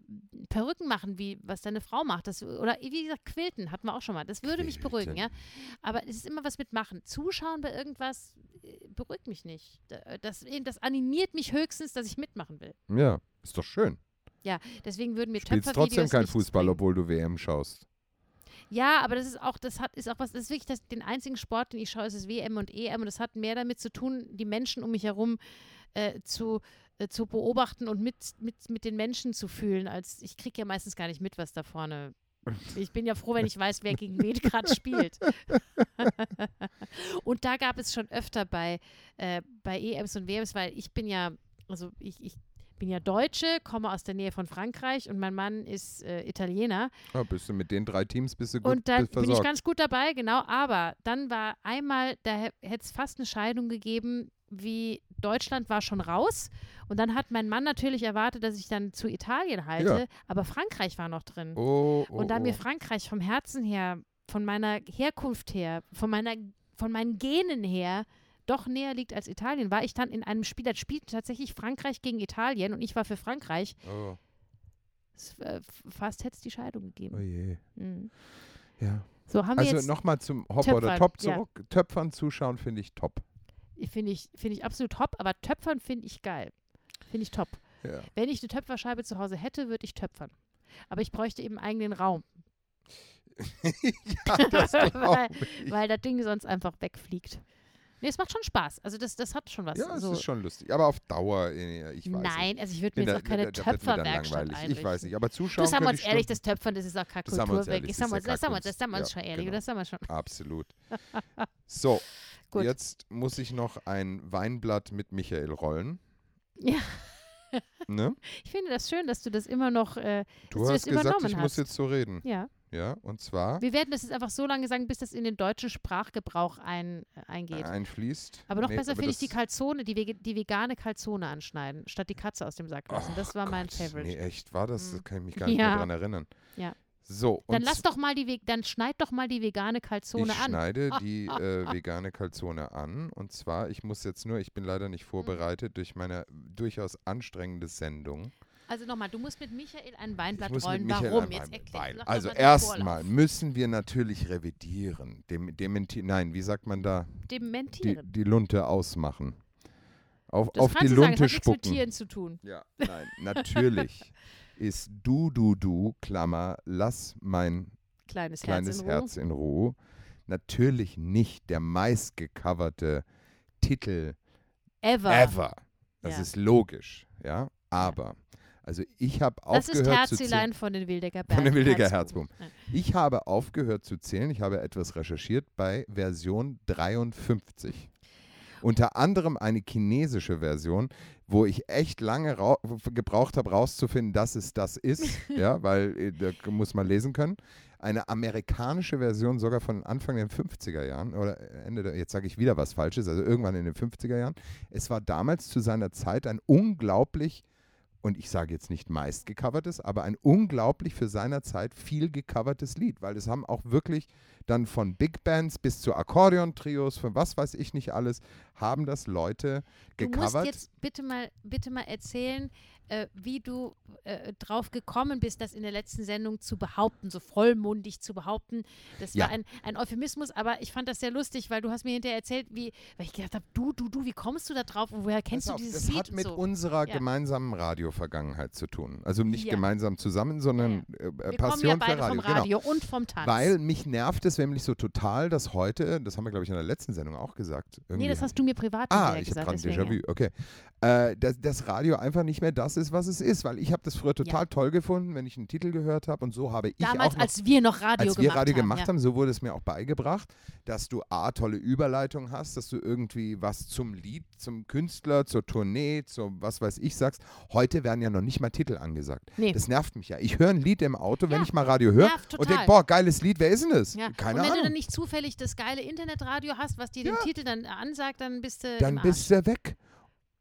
[SPEAKER 4] Perücken machen, wie was deine Frau macht. Das, oder wie gesagt, Quilten hatten wir auch schon mal. Das würde mich beruhigen, ja. Aber es ist immer was mit machen. Zuschauen bei irgendwas äh, beruhigt mich nicht. Da- Das, das animiert mich höchstens, dass ich mitmachen will.
[SPEAKER 3] ja, ist doch schön.
[SPEAKER 4] Ja, deswegen würden mir
[SPEAKER 3] Spielst
[SPEAKER 4] Töpfervideos
[SPEAKER 3] trotzdem kein
[SPEAKER 4] nichts
[SPEAKER 3] Fußball,
[SPEAKER 4] bringen.
[SPEAKER 3] obwohl du WM schaust.
[SPEAKER 4] Ja, aber das ist auch, das hat, ist auch was, das ist wirklich das, den einzigen Sport, den ich schaue, ist es WM und EM und das hat mehr damit zu tun, die Menschen um mich herum äh, zu, äh, zu beobachten und mit, mit, mit den Menschen zu fühlen, als ich kriege ja meistens gar nicht mit, was da vorne. Ich bin ja froh, wenn ich weiß, wer gegen wen gerade spielt. und da gab es schon öfter bei, äh, bei EMs und WMs, weil ich bin ja, also ich, ich bin ja Deutsche, komme aus der Nähe von Frankreich und mein Mann ist äh, Italiener.
[SPEAKER 3] Ja, bist du mit den drei Teams bist du gut
[SPEAKER 4] Und dann
[SPEAKER 3] be-
[SPEAKER 4] bin ich
[SPEAKER 3] versorgt.
[SPEAKER 4] ganz gut dabei, genau. Aber dann war einmal, da hätte es fast eine Scheidung gegeben, wie Deutschland war schon raus. Und dann hat mein Mann natürlich erwartet, dass ich dann zu Italien halte. Aber Frankreich war noch drin.
[SPEAKER 3] oh, oh,
[SPEAKER 4] Und da
[SPEAKER 3] oh.
[SPEAKER 4] mir Frankreich vom Herzen her, von meiner Herkunft her, von, meiner, von meinen Genen her doch näher liegt als Italien, war ich dann in einem Spiel, das spielt tatsächlich Frankreich gegen Italien und ich war für Frankreich.
[SPEAKER 3] oh.
[SPEAKER 4] Es, äh, Fast hätte es die Scheidung
[SPEAKER 3] oh
[SPEAKER 4] gegeben.
[SPEAKER 3] je.
[SPEAKER 4] Mhm.
[SPEAKER 3] Ja.
[SPEAKER 4] So haben wir
[SPEAKER 3] Also
[SPEAKER 4] jetzt
[SPEAKER 3] nochmal zum Hop oder
[SPEAKER 4] Töpfern,
[SPEAKER 3] Top
[SPEAKER 4] ja.
[SPEAKER 3] zurück. Töpfern zuschauen finde ich top.
[SPEAKER 4] Finde ich, finde ich absolut top, aber Töpfern finde ich geil. Finde ich top.
[SPEAKER 3] Ja.
[SPEAKER 4] Wenn ich eine Töpferscheibe zu Hause hätte, würde ich töpfern. Aber ich bräuchte eben eigenen Raum,
[SPEAKER 3] ja das
[SPEAKER 4] Weil-
[SPEAKER 3] glaub ich.
[SPEAKER 4] weil das Ding sonst einfach wegfliegt. Nee, es macht schon Spaß. Also das, das hat schon was.
[SPEAKER 3] Ja, es
[SPEAKER 4] so.
[SPEAKER 3] ist schon lustig. Aber auf Dauer, eh, ich weiß nicht.
[SPEAKER 4] Nein, also ich würde
[SPEAKER 3] In
[SPEAKER 4] mir jetzt
[SPEAKER 3] der-
[SPEAKER 4] auch
[SPEAKER 3] da-
[SPEAKER 4] keine
[SPEAKER 3] da wird mir dann
[SPEAKER 4] Töpferwerkstatt
[SPEAKER 3] langweilig. Ich weiß
[SPEAKER 4] einrichten.
[SPEAKER 3] nicht, aber zuschauen
[SPEAKER 4] Du sagen wir
[SPEAKER 3] könnte
[SPEAKER 4] uns
[SPEAKER 3] ich
[SPEAKER 4] ehrlich,
[SPEAKER 3] stundenlang.
[SPEAKER 4] das Töpfern, das ist auch keine
[SPEAKER 3] Das sagen wir uns
[SPEAKER 4] Kultur weg.
[SPEAKER 3] ehrlich,
[SPEAKER 4] Das
[SPEAKER 3] das
[SPEAKER 4] sagen wir
[SPEAKER 3] ist
[SPEAKER 4] uns,
[SPEAKER 3] ja
[SPEAKER 4] das sagen wir
[SPEAKER 3] Kackkunst.
[SPEAKER 4] uns, das sagen wir uns
[SPEAKER 3] Ja,
[SPEAKER 4] schon ehrlich,
[SPEAKER 3] genau.
[SPEAKER 4] das sagen wir schon.
[SPEAKER 3] Absolut. So,
[SPEAKER 4] Gut.
[SPEAKER 3] jetzt muss ich noch ein Weinblatt mit Michael rollen.
[SPEAKER 4] Ja.
[SPEAKER 3] Ne?
[SPEAKER 4] Ich finde das schön, dass du das immer noch, äh,
[SPEAKER 3] Du
[SPEAKER 4] Dass
[SPEAKER 3] hast
[SPEAKER 4] du das
[SPEAKER 3] gesagt,
[SPEAKER 4] übernommen
[SPEAKER 3] ich muss
[SPEAKER 4] hast.
[SPEAKER 3] jetzt so reden.
[SPEAKER 4] ja.
[SPEAKER 3] Ja, und zwar
[SPEAKER 4] Wir werden das jetzt einfach so lange sagen, bis das in den deutschen Sprachgebrauch ein, äh, eingeht.
[SPEAKER 3] einfließt.
[SPEAKER 4] Aber noch
[SPEAKER 3] Nee,
[SPEAKER 4] besser finde ich
[SPEAKER 3] das-
[SPEAKER 4] die Kalzone, die, vege- die vegane Kalzone anschneiden, statt die Katze aus dem Sack lassen. Also das war mein
[SPEAKER 3] Gott,
[SPEAKER 4] Favorite.
[SPEAKER 3] Nee, echt, war das?
[SPEAKER 4] Mhm.
[SPEAKER 3] Da kann ich mich gar nicht mehr
[SPEAKER 4] Ja.
[SPEAKER 3] dran erinnern.
[SPEAKER 4] Ja.
[SPEAKER 3] So,
[SPEAKER 4] dann
[SPEAKER 3] und
[SPEAKER 4] lass doch mal die, Ve- dann schneid doch mal die vegane Kalzone
[SPEAKER 3] ich
[SPEAKER 4] an.
[SPEAKER 3] schneide die äh, vegane Calzone an und zwar, ich muss jetzt nur, ich bin leider
[SPEAKER 4] Mhm.
[SPEAKER 3] nicht vorbereitet durch meine durchaus anstrengende Sendung.
[SPEAKER 4] Also nochmal, du musst mit Michael ein Weinblatt
[SPEAKER 3] ich muss
[SPEAKER 4] rollen.
[SPEAKER 3] mit Michael
[SPEAKER 4] Warum?
[SPEAKER 3] einmal
[SPEAKER 4] Jetzt
[SPEAKER 3] mit
[SPEAKER 4] erklär,
[SPEAKER 3] Wein.
[SPEAKER 4] sag doch
[SPEAKER 3] Also
[SPEAKER 4] mal den
[SPEAKER 3] erstmal müssen wir natürlich revidieren, dem, dementi nein, wie sagt man da,
[SPEAKER 4] Vorlauf.
[SPEAKER 3] die,
[SPEAKER 4] Dementieren.
[SPEAKER 3] die Lunte ausmachen. Auf,
[SPEAKER 4] das
[SPEAKER 3] auf die
[SPEAKER 4] kannst du sagen,
[SPEAKER 3] Lunte
[SPEAKER 4] das hat nichts mit
[SPEAKER 3] spucken.
[SPEAKER 4] Tieren zu tun.
[SPEAKER 3] Ja, nein, natürlich ist du, du, du, Klammer, lass mein
[SPEAKER 4] Kleines,
[SPEAKER 3] kleines
[SPEAKER 4] Herz
[SPEAKER 3] Herz in
[SPEAKER 4] in Ruhe.
[SPEAKER 3] Ruhe, natürlich nicht der meistgecoverte Titel
[SPEAKER 4] Ever.
[SPEAKER 3] ever. Das
[SPEAKER 4] Ja.
[SPEAKER 3] ist logisch, ja. Aber, also ich habe
[SPEAKER 4] Das ist
[SPEAKER 3] aufgehört zu zählen.
[SPEAKER 4] Herzilein von den Wildecker Bergen.
[SPEAKER 3] Von der Wildecker
[SPEAKER 4] Herzbuben.
[SPEAKER 3] Herzbuben. Ich habe aufgehört zu zählen, ich habe etwas recherchiert bei Version 53. Unter anderem eine chinesische Version, wo ich echt lange rau- gebraucht habe, rauszufinden, dass es das ist, ja, weil äh, da muss man lesen können. Eine amerikanische Version sogar von Anfang der 50er Jahren oder Ende der, jetzt sage ich wieder was Falsches, also irgendwann in den 50er Jahren. Es war damals zu seiner Zeit ein unglaublich und ich sage jetzt nicht meist gecovertes, aber ein unglaublich für seiner Zeit viel gecovertes Lied, weil es haben auch wirklich dann von Big Bands bis zu Akkordeon-Trios, von was weiß ich nicht alles, haben das Leute
[SPEAKER 4] Du musst
[SPEAKER 3] gecovert.
[SPEAKER 4] jetzt bitte mal, bitte mal erzählen, äh, wie du äh, drauf gekommen bist, das in der letzten Sendung zu behaupten, so vollmundig zu behaupten. Das
[SPEAKER 3] Ja.
[SPEAKER 4] war ein, ein Euphemismus, aber ich fand das sehr lustig, weil du hast mir hinterher erzählt, wie, weil ich gedacht habe, du, du, du, wie kommst du da drauf und woher kennst
[SPEAKER 3] Pass
[SPEAKER 4] du
[SPEAKER 3] auf,
[SPEAKER 4] dieses
[SPEAKER 3] das
[SPEAKER 4] Lied?
[SPEAKER 3] hat mit
[SPEAKER 4] so.
[SPEAKER 3] unserer
[SPEAKER 4] Ja.
[SPEAKER 3] gemeinsamen Radio-Vergangenheit zu tun. Also nicht
[SPEAKER 4] Ja.
[SPEAKER 3] gemeinsam zusammen, sondern äh,
[SPEAKER 4] Wir kommen ja
[SPEAKER 3] Passion
[SPEAKER 4] beide
[SPEAKER 3] für Radio.
[SPEAKER 4] vom
[SPEAKER 3] Genau.
[SPEAKER 4] Radio und vom Tanz.
[SPEAKER 3] Weil mich nervt es nämlich so total, dass heute, das haben wir glaube ich in der letzten Sendung auch gesagt.
[SPEAKER 4] nee, das hast du mir privat
[SPEAKER 3] Ah,
[SPEAKER 4] hinterher
[SPEAKER 3] ich habe
[SPEAKER 4] gesagt.
[SPEAKER 3] gerade ein
[SPEAKER 4] deswegen, ja.
[SPEAKER 3] Déjà-vu, okay. Äh, dass das Radio einfach nicht mehr das ist, was es ist, weil ich habe das früher total
[SPEAKER 4] Ja.
[SPEAKER 3] toll gefunden, wenn ich einen Titel gehört habe und so habe ich
[SPEAKER 4] Damals,
[SPEAKER 3] auch noch,
[SPEAKER 4] als wir noch Radio
[SPEAKER 3] als wir
[SPEAKER 4] gemacht
[SPEAKER 3] Radio
[SPEAKER 4] haben.
[SPEAKER 3] gemacht
[SPEAKER 4] ja.
[SPEAKER 3] haben, so wurde es mir auch beigebracht, dass du A, tolle Überleitung hast, dass du irgendwie was zum Lied, zum Künstler, zur Tournee, zum was weiß ich sagst. Heute werden ja noch nicht mal Titel angesagt.
[SPEAKER 4] Nee.
[SPEAKER 3] Das nervt mich ja. Ich höre ein Lied im Auto, wenn
[SPEAKER 4] Ja.
[SPEAKER 3] ich mal Radio höre
[SPEAKER 4] Nervt
[SPEAKER 3] und
[SPEAKER 4] total.
[SPEAKER 3] denke, boah, geiles Lied, wer ist denn das?
[SPEAKER 4] Ja.
[SPEAKER 3] Keine
[SPEAKER 4] und wenn du dann
[SPEAKER 3] Ahnung.
[SPEAKER 4] nicht zufällig das geile Internetradio hast, was dir
[SPEAKER 3] Ja.
[SPEAKER 4] den Titel dann ansagt, dann bist du
[SPEAKER 3] Dann
[SPEAKER 4] im Arsch.
[SPEAKER 3] bist du weg.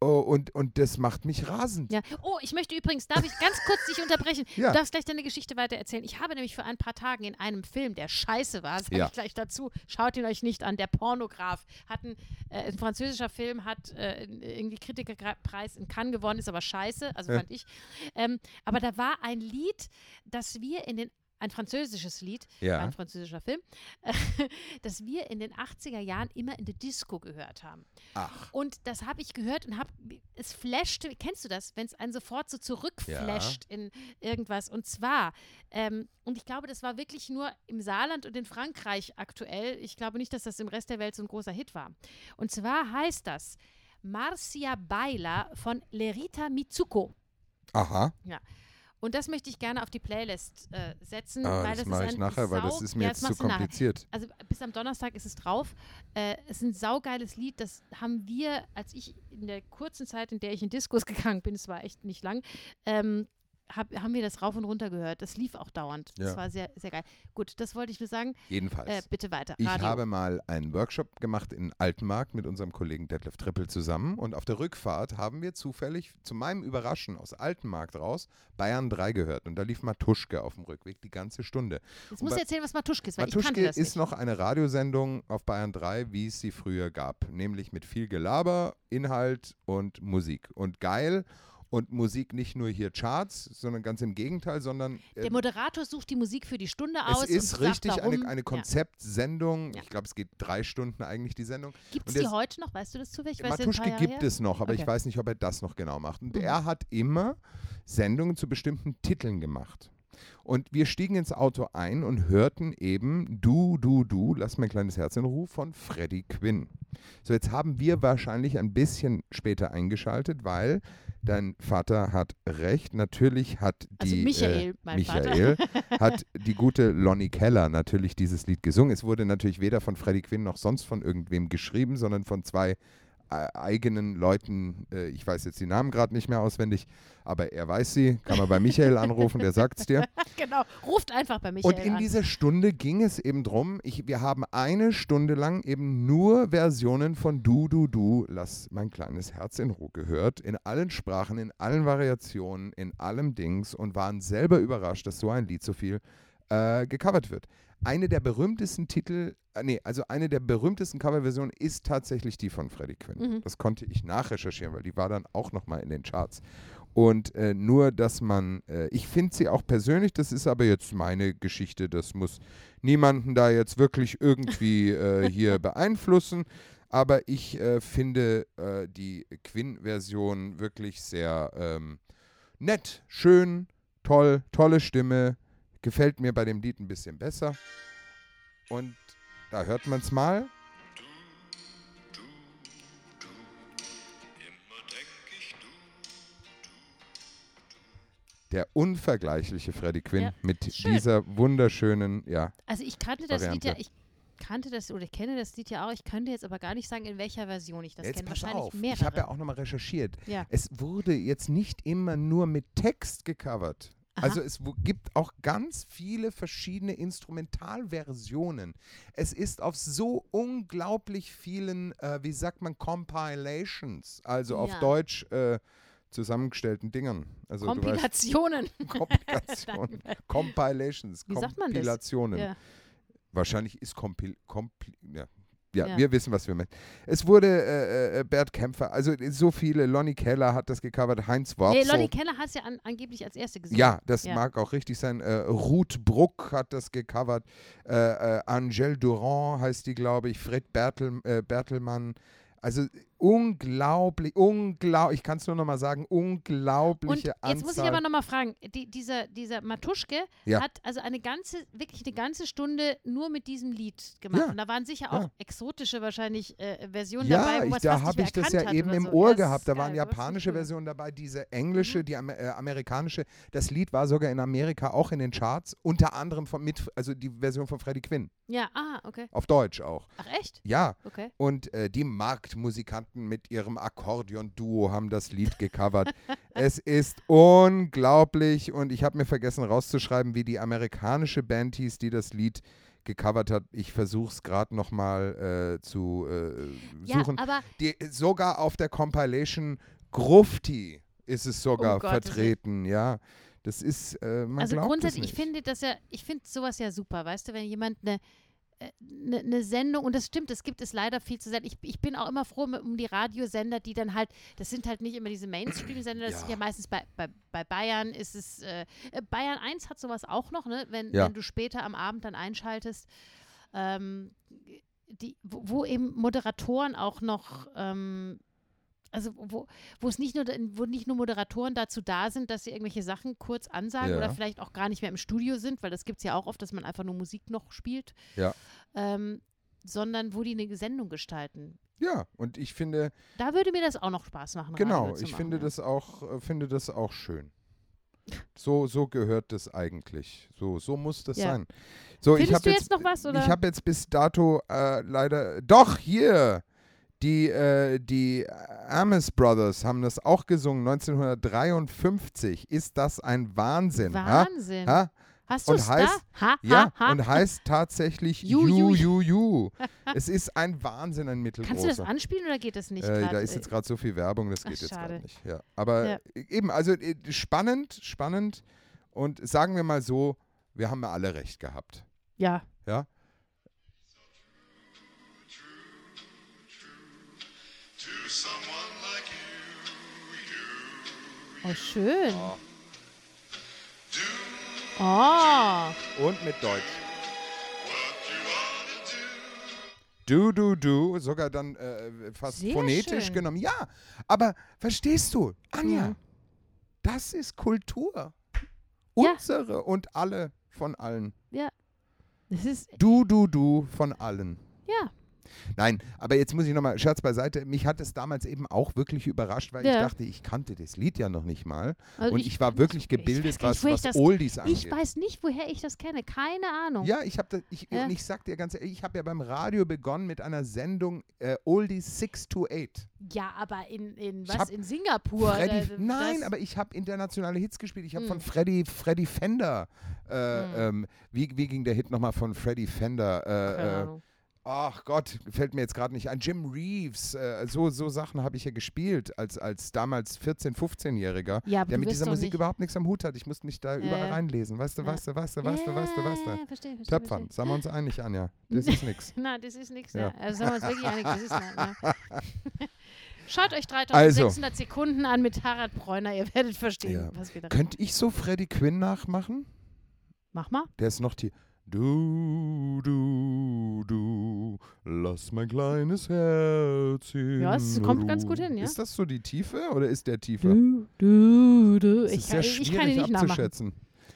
[SPEAKER 3] Oh, und, und das macht mich rasend.
[SPEAKER 4] Ja. Oh, ich möchte übrigens, darf ich ganz kurz dich unterbrechen?
[SPEAKER 3] Ja.
[SPEAKER 4] Du darfst gleich deine Geschichte weitererzählen. Ich habe nämlich vor ein paar Tagen in einem Film, der scheiße war, sage
[SPEAKER 3] Ja.
[SPEAKER 4] ich gleich dazu, schaut ihn euch nicht an, der Pornograf, hat ein, äh, ein französischer Film, hat äh, irgendwie Kritikerpreis in Cannes gewonnen, ist aber scheiße, also
[SPEAKER 3] Ja.
[SPEAKER 4] fand ich. Ähm, aber da war ein Lied, das wir in den ein französisches Lied,
[SPEAKER 3] Ja.
[SPEAKER 4] ein französischer Film, das wir in den 80er Jahren immer in der Disco gehört haben.
[SPEAKER 3] Ach.
[SPEAKER 4] Und das habe ich gehört und habe, es flashte, kennst du das, wenn es einen sofort so zurückflasht in irgendwas? Und zwar, ähm, und ich glaube, das war wirklich nur im Saarland und in Frankreich aktuell. Ich glaube nicht, dass das im Rest der Welt so ein großer Hit war. Und zwar heißt das Marcia Baila von Lerita Mitsuko.
[SPEAKER 3] Aha.
[SPEAKER 4] Und das möchte ich gerne auf die Playlist äh, setzen.
[SPEAKER 3] Ah,
[SPEAKER 4] weil
[SPEAKER 3] das
[SPEAKER 4] das
[SPEAKER 3] mache
[SPEAKER 4] ist
[SPEAKER 3] ich
[SPEAKER 4] ein
[SPEAKER 3] nachher, weil das
[SPEAKER 4] sau-
[SPEAKER 3] ist mir
[SPEAKER 4] ja,
[SPEAKER 3] jetzt zu
[SPEAKER 4] machst du nachher.
[SPEAKER 3] kompliziert.
[SPEAKER 4] Also bis am Donnerstag ist es drauf. Äh, es ist ein saugeiles Lied. Das haben wir, als ich in der kurzen Zeit, in der ich in Diskos gegangen bin, es war echt nicht lang, ähm, hab, haben wir das rauf und runter gehört. Das lief auch dauernd.
[SPEAKER 3] Ja.
[SPEAKER 4] Das war sehr, sehr geil. Gut, das wollte ich nur sagen.
[SPEAKER 3] Jedenfalls.
[SPEAKER 4] Äh, bitte weiter.
[SPEAKER 3] ich
[SPEAKER 4] Radio.
[SPEAKER 3] habe mal einen Workshop gemacht in Altenmarkt mit unserem Kollegen Detlef Trippel zusammen und auf der Rückfahrt haben wir zufällig, zu meinem Überraschen, aus Altenmarkt raus Bayern 3 gehört und da lief Matuschke auf dem Rückweg die ganze Stunde. Und
[SPEAKER 4] Jetzt musst du
[SPEAKER 3] Ba-
[SPEAKER 4] erzählen, was Matuschke ist, weil ich kannte
[SPEAKER 3] Matuschke
[SPEAKER 4] das
[SPEAKER 3] ist
[SPEAKER 4] nicht.
[SPEAKER 3] noch eine Radiosendung auf Bayern 3, wie es sie früher gab, nämlich mit viel Gelaber, Inhalt und Musik und geil und Musik nicht nur hier Charts, sondern ganz im Gegenteil, sondern äh,
[SPEAKER 4] Der Moderator sucht die Musik für die Stunde aus.
[SPEAKER 3] es ist
[SPEAKER 4] und sagt,
[SPEAKER 3] richtig
[SPEAKER 4] warum.
[SPEAKER 3] eine, eine Konzeptsendung.
[SPEAKER 4] Ja.
[SPEAKER 3] Ich glaube, es geht drei Stunden eigentlich die Sendung.
[SPEAKER 4] Ja. Gibt es
[SPEAKER 3] und
[SPEAKER 4] die
[SPEAKER 3] das-
[SPEAKER 4] heute noch? Weißt du das zufällig? Ich weiß, das ist ein
[SPEAKER 3] Matuschke
[SPEAKER 4] paar Jahre
[SPEAKER 3] gibt
[SPEAKER 4] her.
[SPEAKER 3] es noch, aber ich
[SPEAKER 4] Okay. Mhm.
[SPEAKER 3] weiß nicht, ob er das noch genau macht. Und er hat immer Sendungen zu bestimmten Titeln gemacht. Und wir stiegen ins Auto ein und hörten eben Du, du, du, lass mein kleines Herz in Ruhe von Freddie Quinn. So, jetzt haben wir wahrscheinlich ein bisschen später eingeschaltet, weil dein Vater hat recht. Natürlich hat
[SPEAKER 4] Also
[SPEAKER 3] die.
[SPEAKER 4] Michael,
[SPEAKER 3] äh,
[SPEAKER 4] mein
[SPEAKER 3] Michael hat die gute Lonnie Keller natürlich dieses Lied gesungen. Es wurde natürlich weder von Freddie Quinn noch sonst von irgendwem geschrieben, sondern von zwei äh, eigenen Leuten. Äh, ich weiß jetzt die Namen gerade nicht mehr auswendig, aber er weiß sie. Kann man bei Michael anrufen, der sagt es dir.
[SPEAKER 4] genau. Ruft einfach bei Michael
[SPEAKER 3] Und in
[SPEAKER 4] an.
[SPEAKER 3] dieser Stunde ging es eben drum, ich, wir haben eine Stunde lang eben nur Versionen von Du, Du, Du, lass mein kleines Herz in Ruhe gehört, in allen Sprachen, in allen Variationen, in allem Dings und waren selber überrascht, dass so ein Lied so viel äh, gecovert wird. Eine der berühmtesten Titel, äh, nee, also eine der berühmtesten Coverversionen ist tatsächlich die von Freddie Quinn. Das konnte ich nachrecherchieren, weil die war dann auch nochmal in den Charts. Und äh, nur, dass man, äh, ich finde sie auch persönlich, das ist aber jetzt meine Geschichte, das muss niemanden da jetzt wirklich irgendwie äh, hier beeinflussen. Aber ich äh, finde äh, die Quinn-Version wirklich sehr ähm, nett, schön, toll, tolle Stimme, gefällt mir bei dem Lied ein bisschen besser. Und da hört man es mal. Der unvergleichliche Freddie Quinn
[SPEAKER 4] Ja,
[SPEAKER 3] mit
[SPEAKER 4] schön.
[SPEAKER 3] dieser wunderschönen, ja,
[SPEAKER 4] Also ich kannte das Lied ja,
[SPEAKER 3] Variante.
[SPEAKER 4] ich kannte das oder ich kenne das Lied ja auch. Ich könnte jetzt aber gar nicht sagen, in welcher Version ich das
[SPEAKER 3] Jetzt
[SPEAKER 4] kenne.
[SPEAKER 3] pass
[SPEAKER 4] Wahrscheinlich
[SPEAKER 3] auf,
[SPEAKER 4] mehrere.
[SPEAKER 3] ich habe ja auch nochmal recherchiert.
[SPEAKER 4] Ja.
[SPEAKER 3] Es wurde jetzt nicht immer nur mit Text gecovert.
[SPEAKER 4] Aha.
[SPEAKER 3] Also es wo- gibt auch ganz viele verschiedene Instrumentalversionen. Es ist auf so unglaublich vielen, äh, wie sagt man, Compilations, also auf
[SPEAKER 4] Ja.
[SPEAKER 3] Deutsch äh, zusammengestellten Dingern. Also du weißt,
[SPEAKER 4] Kompilationen.
[SPEAKER 3] Komplikationen. Compilations,
[SPEAKER 4] Wie sagt man das?
[SPEAKER 3] Kompilationen.
[SPEAKER 4] Ja.
[SPEAKER 3] Wahrscheinlich ist Kompil, Kompli, ja, Ja,
[SPEAKER 4] Ja.
[SPEAKER 3] wir wissen, was wir meinen. Es wurde äh, äh, Bert Kämpfer, also so viele, Lonny Keller hat das gecovert, Heinz Worpsel.
[SPEAKER 4] Nee, Lonny Keller hat es ja an, angeblich als Erste gesungen.
[SPEAKER 3] Ja, das
[SPEAKER 4] Ja.
[SPEAKER 3] mag auch richtig sein. Äh, Ruth Bruck hat das gecovert. Äh, äh, Angèle Durand heißt die, glaube ich. Fred Bertel, äh, Bertelmann. Also unglaublich, unglaublich, ich kann es nur nochmal sagen,
[SPEAKER 4] Und
[SPEAKER 3] unglaubliche
[SPEAKER 4] jetzt
[SPEAKER 3] Anzahl.
[SPEAKER 4] muss ich aber nochmal fragen, die, dieser, dieser Matuschke
[SPEAKER 3] Ja.
[SPEAKER 4] hat also eine ganze, wirklich eine ganze Stunde nur mit diesem Lied gemacht.
[SPEAKER 3] Ja.
[SPEAKER 4] Und da waren sicher
[SPEAKER 3] Ja.
[SPEAKER 4] auch exotische wahrscheinlich äh, Versionen
[SPEAKER 3] ja,
[SPEAKER 4] dabei, wo
[SPEAKER 3] ich,
[SPEAKER 4] man es
[SPEAKER 3] da
[SPEAKER 4] fast nicht
[SPEAKER 3] habe
[SPEAKER 4] mehr
[SPEAKER 3] ich das
[SPEAKER 4] erkannt
[SPEAKER 3] ja
[SPEAKER 4] hat
[SPEAKER 3] eben
[SPEAKER 4] oder
[SPEAKER 3] im
[SPEAKER 4] so.
[SPEAKER 3] Ohr
[SPEAKER 4] Ja,
[SPEAKER 3] gehabt.
[SPEAKER 4] ist
[SPEAKER 3] Da waren
[SPEAKER 4] geil, aber ist
[SPEAKER 3] japanische
[SPEAKER 4] cool.
[SPEAKER 3] Versionen dabei, diese
[SPEAKER 4] Mhm.
[SPEAKER 3] englische, die am- äh, amerikanische. Das Lied war sogar in Amerika auch in den Charts, unter anderem von mit, also die Version von Freddie Quinn,
[SPEAKER 4] Ja, ah, okay.
[SPEAKER 3] auf Deutsch auch.
[SPEAKER 4] Ach echt?
[SPEAKER 3] Ja,
[SPEAKER 4] Okay.
[SPEAKER 3] Und äh, die Marktmusikanten mit ihrem Akkordeon-Duo haben das Lied gecovert. es ist unglaublich und ich habe mir vergessen rauszuschreiben, wie die amerikanische Band hieß, die das Lied gecovert hat. Ich versuche es gerade nochmal äh, zu äh,
[SPEAKER 4] Ja,
[SPEAKER 3] suchen.
[SPEAKER 4] aber
[SPEAKER 3] die, sogar auf der Compilation Grufti ist es sogar
[SPEAKER 4] Um Gottes
[SPEAKER 3] vertreten, ja. Das ist, äh, man
[SPEAKER 4] also
[SPEAKER 3] glaubt
[SPEAKER 4] grundsätzlich,
[SPEAKER 3] es
[SPEAKER 4] ich
[SPEAKER 3] nicht.
[SPEAKER 4] finde das ja, ich finde sowas ja super, weißt du, wenn jemand eine eine ne Sendung, und das stimmt, es gibt es leider viel zu selten. Ich, ich bin auch immer froh mit, um die Radiosender, die dann halt, das sind halt nicht immer diese Mainstream-Sender, das
[SPEAKER 3] Ja.
[SPEAKER 4] sind ja meistens bei, bei, bei Bayern ist es, äh, äh, Bayern 1 hat sowas auch noch, ne? wenn,
[SPEAKER 3] Ja.
[SPEAKER 4] wenn du später am Abend dann einschaltest, ähm, die, wo, wo eben Moderatoren auch noch, ähm, also wo, wo es nicht nur, wo nicht nur Moderatoren dazu da sind, dass sie irgendwelche Sachen kurz ansagen
[SPEAKER 3] Ja.
[SPEAKER 4] oder vielleicht auch gar nicht mehr im Studio sind, weil das gibt es ja auch oft, dass man einfach nur Musik noch spielt.
[SPEAKER 3] Ja.
[SPEAKER 4] Ähm, sondern wo die eine Sendung gestalten.
[SPEAKER 3] ja, und ich finde,
[SPEAKER 4] Da würde mir das auch noch Spaß machen.
[SPEAKER 3] Genau,
[SPEAKER 4] Radio zu
[SPEAKER 3] ich
[SPEAKER 4] machen,
[SPEAKER 3] finde,
[SPEAKER 4] ja.
[SPEAKER 3] das auch, äh, finde das auch schön. So, so gehört das eigentlich. So, so muss das
[SPEAKER 4] Ja.
[SPEAKER 3] sein. So, ich
[SPEAKER 4] Findest
[SPEAKER 3] habe
[SPEAKER 4] du
[SPEAKER 3] jetzt,
[SPEAKER 4] jetzt noch was? Oder?
[SPEAKER 3] ich habe jetzt bis dato äh, leider doch hier die äh, die Amis Brothers haben das auch gesungen 1953. Ist das ein Wahnsinn? ha?
[SPEAKER 4] Wahnsinn.
[SPEAKER 3] Ha?
[SPEAKER 4] Hast du
[SPEAKER 3] und
[SPEAKER 4] es da?
[SPEAKER 3] heißt-
[SPEAKER 4] Ha,
[SPEAKER 3] Ja,
[SPEAKER 4] ha, ha.
[SPEAKER 3] und heißt tatsächlich
[SPEAKER 4] Ju,
[SPEAKER 3] Ju
[SPEAKER 4] Ju,
[SPEAKER 3] Ju Ju. es ist ein Wahnsinn, ein Mittelgroßer.
[SPEAKER 4] Kannst du das anspielen oder geht das nicht?
[SPEAKER 3] Äh,
[SPEAKER 4] grad?
[SPEAKER 3] da ist jetzt gerade so viel Werbung, das
[SPEAKER 4] Ach,
[SPEAKER 3] geht jetzt gerade
[SPEAKER 4] schade.
[SPEAKER 3] nicht. Ja. Aber
[SPEAKER 4] Ja.
[SPEAKER 3] äh, eben, also äh, spannend, spannend. Und sagen wir mal so, wir haben ja alle recht gehabt.
[SPEAKER 4] ja.
[SPEAKER 3] Ja?
[SPEAKER 5] To someone like you, you
[SPEAKER 4] Oh, schön.
[SPEAKER 5] do
[SPEAKER 4] Oh.
[SPEAKER 3] Und mit Deutsch.
[SPEAKER 5] what you ought to do.
[SPEAKER 3] Du, du, du, sogar dann äh, fast
[SPEAKER 4] Sehr
[SPEAKER 3] phonetisch
[SPEAKER 4] schön.
[SPEAKER 3] genommen. Ja, aber verstehst du, Anja,
[SPEAKER 4] Ja.
[SPEAKER 3] das ist Kultur.
[SPEAKER 4] Ja.
[SPEAKER 3] Unsere und alle von allen.
[SPEAKER 4] Das ist,
[SPEAKER 3] Du, du, du von allen.
[SPEAKER 4] ja.
[SPEAKER 3] Nein, aber jetzt muss ich nochmal, Scherz beiseite, mich hat es damals eben auch wirklich überrascht, weil ich
[SPEAKER 4] Ja.
[SPEAKER 3] dachte, ich kannte das Lied ja noch nicht mal.
[SPEAKER 4] Also
[SPEAKER 3] und ich, war wirklich gebildet,
[SPEAKER 4] weiß gar nicht,
[SPEAKER 3] was,
[SPEAKER 4] woher
[SPEAKER 3] was
[SPEAKER 4] ich das-
[SPEAKER 3] Oldies angeht.
[SPEAKER 4] Ich weiß nicht, woher ich das kenne. Keine Ahnung.
[SPEAKER 3] ja, ich habe ich,
[SPEAKER 4] Ja.
[SPEAKER 3] und ich sag dir ganz ehrlich, ich habe ja beim Radio begonnen mit einer Sendung äh, Oldies 6 to 8.
[SPEAKER 4] Ja, aber in, in
[SPEAKER 3] Ich
[SPEAKER 4] was?
[SPEAKER 3] hab
[SPEAKER 4] in Singapur?
[SPEAKER 3] Freddy,
[SPEAKER 4] Da-
[SPEAKER 3] nein,
[SPEAKER 4] das-
[SPEAKER 3] aber äh, ich habe internationale Hits gespielt. Ich habe
[SPEAKER 4] Mm.
[SPEAKER 3] von Freddy, Freddy Fender, äh,
[SPEAKER 4] Hm.
[SPEAKER 3] ähm, wie, wie ging der Hit nochmal von Freddy Fender?
[SPEAKER 4] Keine
[SPEAKER 3] Äh, äh,
[SPEAKER 4] Ahnung.
[SPEAKER 3] Ach Gott, fällt mir jetzt gerade nicht ein. Jim Reeves, äh, so, so Sachen habe ich ja gespielt als, als damals 14-, 15-Jähriger,
[SPEAKER 4] Ja, aber
[SPEAKER 3] der
[SPEAKER 4] du
[SPEAKER 3] mit
[SPEAKER 4] wirst
[SPEAKER 3] dieser
[SPEAKER 4] doch
[SPEAKER 3] Musik
[SPEAKER 4] nicht-
[SPEAKER 3] überhaupt nichts am Hut hat. Ich musste mich da überall
[SPEAKER 4] ja.
[SPEAKER 3] reinlesen. Weißt du,
[SPEAKER 4] Ja.
[SPEAKER 3] weißt du, weißt du, weißt du, weißt du, weißt
[SPEAKER 4] Ja,
[SPEAKER 3] du.
[SPEAKER 4] verstehe, verstehe,
[SPEAKER 3] Töpfern,
[SPEAKER 4] verstehe.
[SPEAKER 3] sagen wir uns einig, Anja. Das ist nix.
[SPEAKER 4] Na, das ist nichts.
[SPEAKER 3] Ja.
[SPEAKER 4] Ne? Also sagen wir uns wirklich einig, das ist nichts. Ne? Schaut euch
[SPEAKER 3] Also.
[SPEAKER 4] 3600 Sekunden an mit Harald Bräuner, ihr werdet
[SPEAKER 3] Ja.
[SPEAKER 4] verstehen, was wir da
[SPEAKER 3] Könnte ich so Freddy Quinn nachmachen?
[SPEAKER 4] Mach mal.
[SPEAKER 3] Der ist noch die.
[SPEAKER 5] Du, du, du, lass mein kleines Herz in
[SPEAKER 4] Ja, es kommt ganz gut hin, ja.
[SPEAKER 3] Ist das so die Tiefe oder ist der tiefer?
[SPEAKER 4] Du, du, du.
[SPEAKER 3] Das
[SPEAKER 4] Ich,
[SPEAKER 3] ist sehr
[SPEAKER 4] kann- ich
[SPEAKER 3] schwierig
[SPEAKER 4] kann ihn nicht nachmachen.
[SPEAKER 3] abzuschätzen.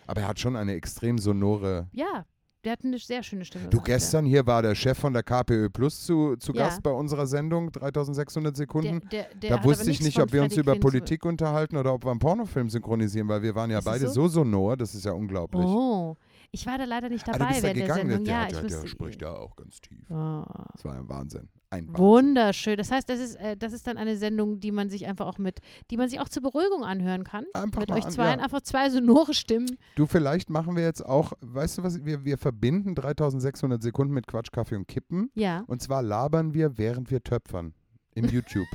[SPEAKER 3] Aber er hat schon eine extrem sonore.
[SPEAKER 4] Ja, der hat eine sehr schöne Stimme.
[SPEAKER 3] Du,
[SPEAKER 4] gemacht, ja.
[SPEAKER 3] gestern hier war der Chef von der KPÖ Plus zu, zu
[SPEAKER 4] Ja.
[SPEAKER 3] Gast bei unserer Sendung, 3600
[SPEAKER 4] Der,
[SPEAKER 3] Sekunden.
[SPEAKER 4] der, der
[SPEAKER 3] da
[SPEAKER 4] hat aber
[SPEAKER 3] wusste ich
[SPEAKER 4] nichts
[SPEAKER 3] nicht,
[SPEAKER 4] von
[SPEAKER 3] ob wir uns
[SPEAKER 4] Freddie
[SPEAKER 3] über
[SPEAKER 4] Quinn zu-
[SPEAKER 3] Politik unterhalten oder ob wir einen Pornofilm synchronisieren, weil wir waren ja
[SPEAKER 4] Ist es
[SPEAKER 3] beide so?
[SPEAKER 4] so?
[SPEAKER 3] sonor, das ist ja unglaublich.
[SPEAKER 4] Oh, ich war da leider nicht
[SPEAKER 3] Ah,
[SPEAKER 4] dabei
[SPEAKER 3] du bist da
[SPEAKER 4] während der
[SPEAKER 3] gegangen,
[SPEAKER 4] Sendung.
[SPEAKER 3] der,
[SPEAKER 4] ja,
[SPEAKER 3] der,
[SPEAKER 4] ich
[SPEAKER 3] der,
[SPEAKER 4] musste.
[SPEAKER 3] spricht ja auch ganz tief.
[SPEAKER 4] Oh.
[SPEAKER 3] Das war ein Wahnsinn. Ein Wahnsinn.
[SPEAKER 4] Wunderschön. Das heißt, das ist, äh, das ist dann eine Sendung, die man sich einfach auch mit, die man sich auch zur Beruhigung anhören kann.
[SPEAKER 3] Einfach
[SPEAKER 4] mit
[SPEAKER 3] mal
[SPEAKER 4] euch
[SPEAKER 3] an-
[SPEAKER 4] zwei
[SPEAKER 3] ja.
[SPEAKER 4] einfach zwei sonore Stimmen.
[SPEAKER 3] Du, vielleicht machen wir jetzt auch, weißt du was, wir, wir verbinden 3600 Sekunden mit Quatsch, Kaffee und Kippen.
[SPEAKER 4] Ja.
[SPEAKER 3] Und zwar labern wir, während wir töpfern. Im YouTube.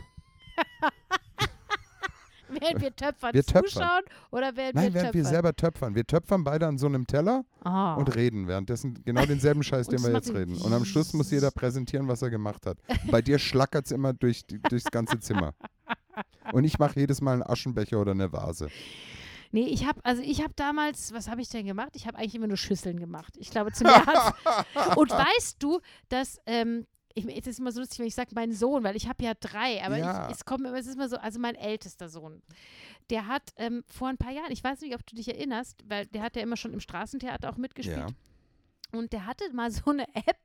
[SPEAKER 4] Während wir Töpfern
[SPEAKER 3] Wir töpfern.
[SPEAKER 4] zuschauen oder während
[SPEAKER 3] Nein,
[SPEAKER 4] wir
[SPEAKER 3] während wir
[SPEAKER 4] Töpfern?
[SPEAKER 3] selber töpfern. Wir töpfern beide an so einem Teller
[SPEAKER 4] Ah.
[SPEAKER 3] und reden währenddessen genau denselben Scheiß,
[SPEAKER 4] Und
[SPEAKER 3] den wir
[SPEAKER 4] es
[SPEAKER 3] jetzt
[SPEAKER 4] macht-
[SPEAKER 3] reden. Und am Schluss muss jeder präsentieren, was er gemacht hat. Bei dir schlackert es immer durch, die- durchs ganze Zimmer. Und ich mache jedes Mal einen Aschenbecher oder eine Vase.
[SPEAKER 4] Nee, ich habe also ich habe damals, was habe ich denn gemacht? Ich habe eigentlich immer nur Schüsseln gemacht. Ich glaube zu mir hat's. Und weißt du, dass ähm, ich, es ist immer so lustig, wenn ich sage, mein Sohn, weil ich habe ja drei, aber
[SPEAKER 3] Ja.
[SPEAKER 4] ich, es kommt immer, es ist immer so, also mein ältester Sohn, der hat ähm, vor ein paar Jahren, ich weiß nicht, ob du dich erinnerst, weil der hat ja immer schon im Straßentheater auch mitgespielt.
[SPEAKER 3] Ja.
[SPEAKER 4] Und der hatte mal so eine App,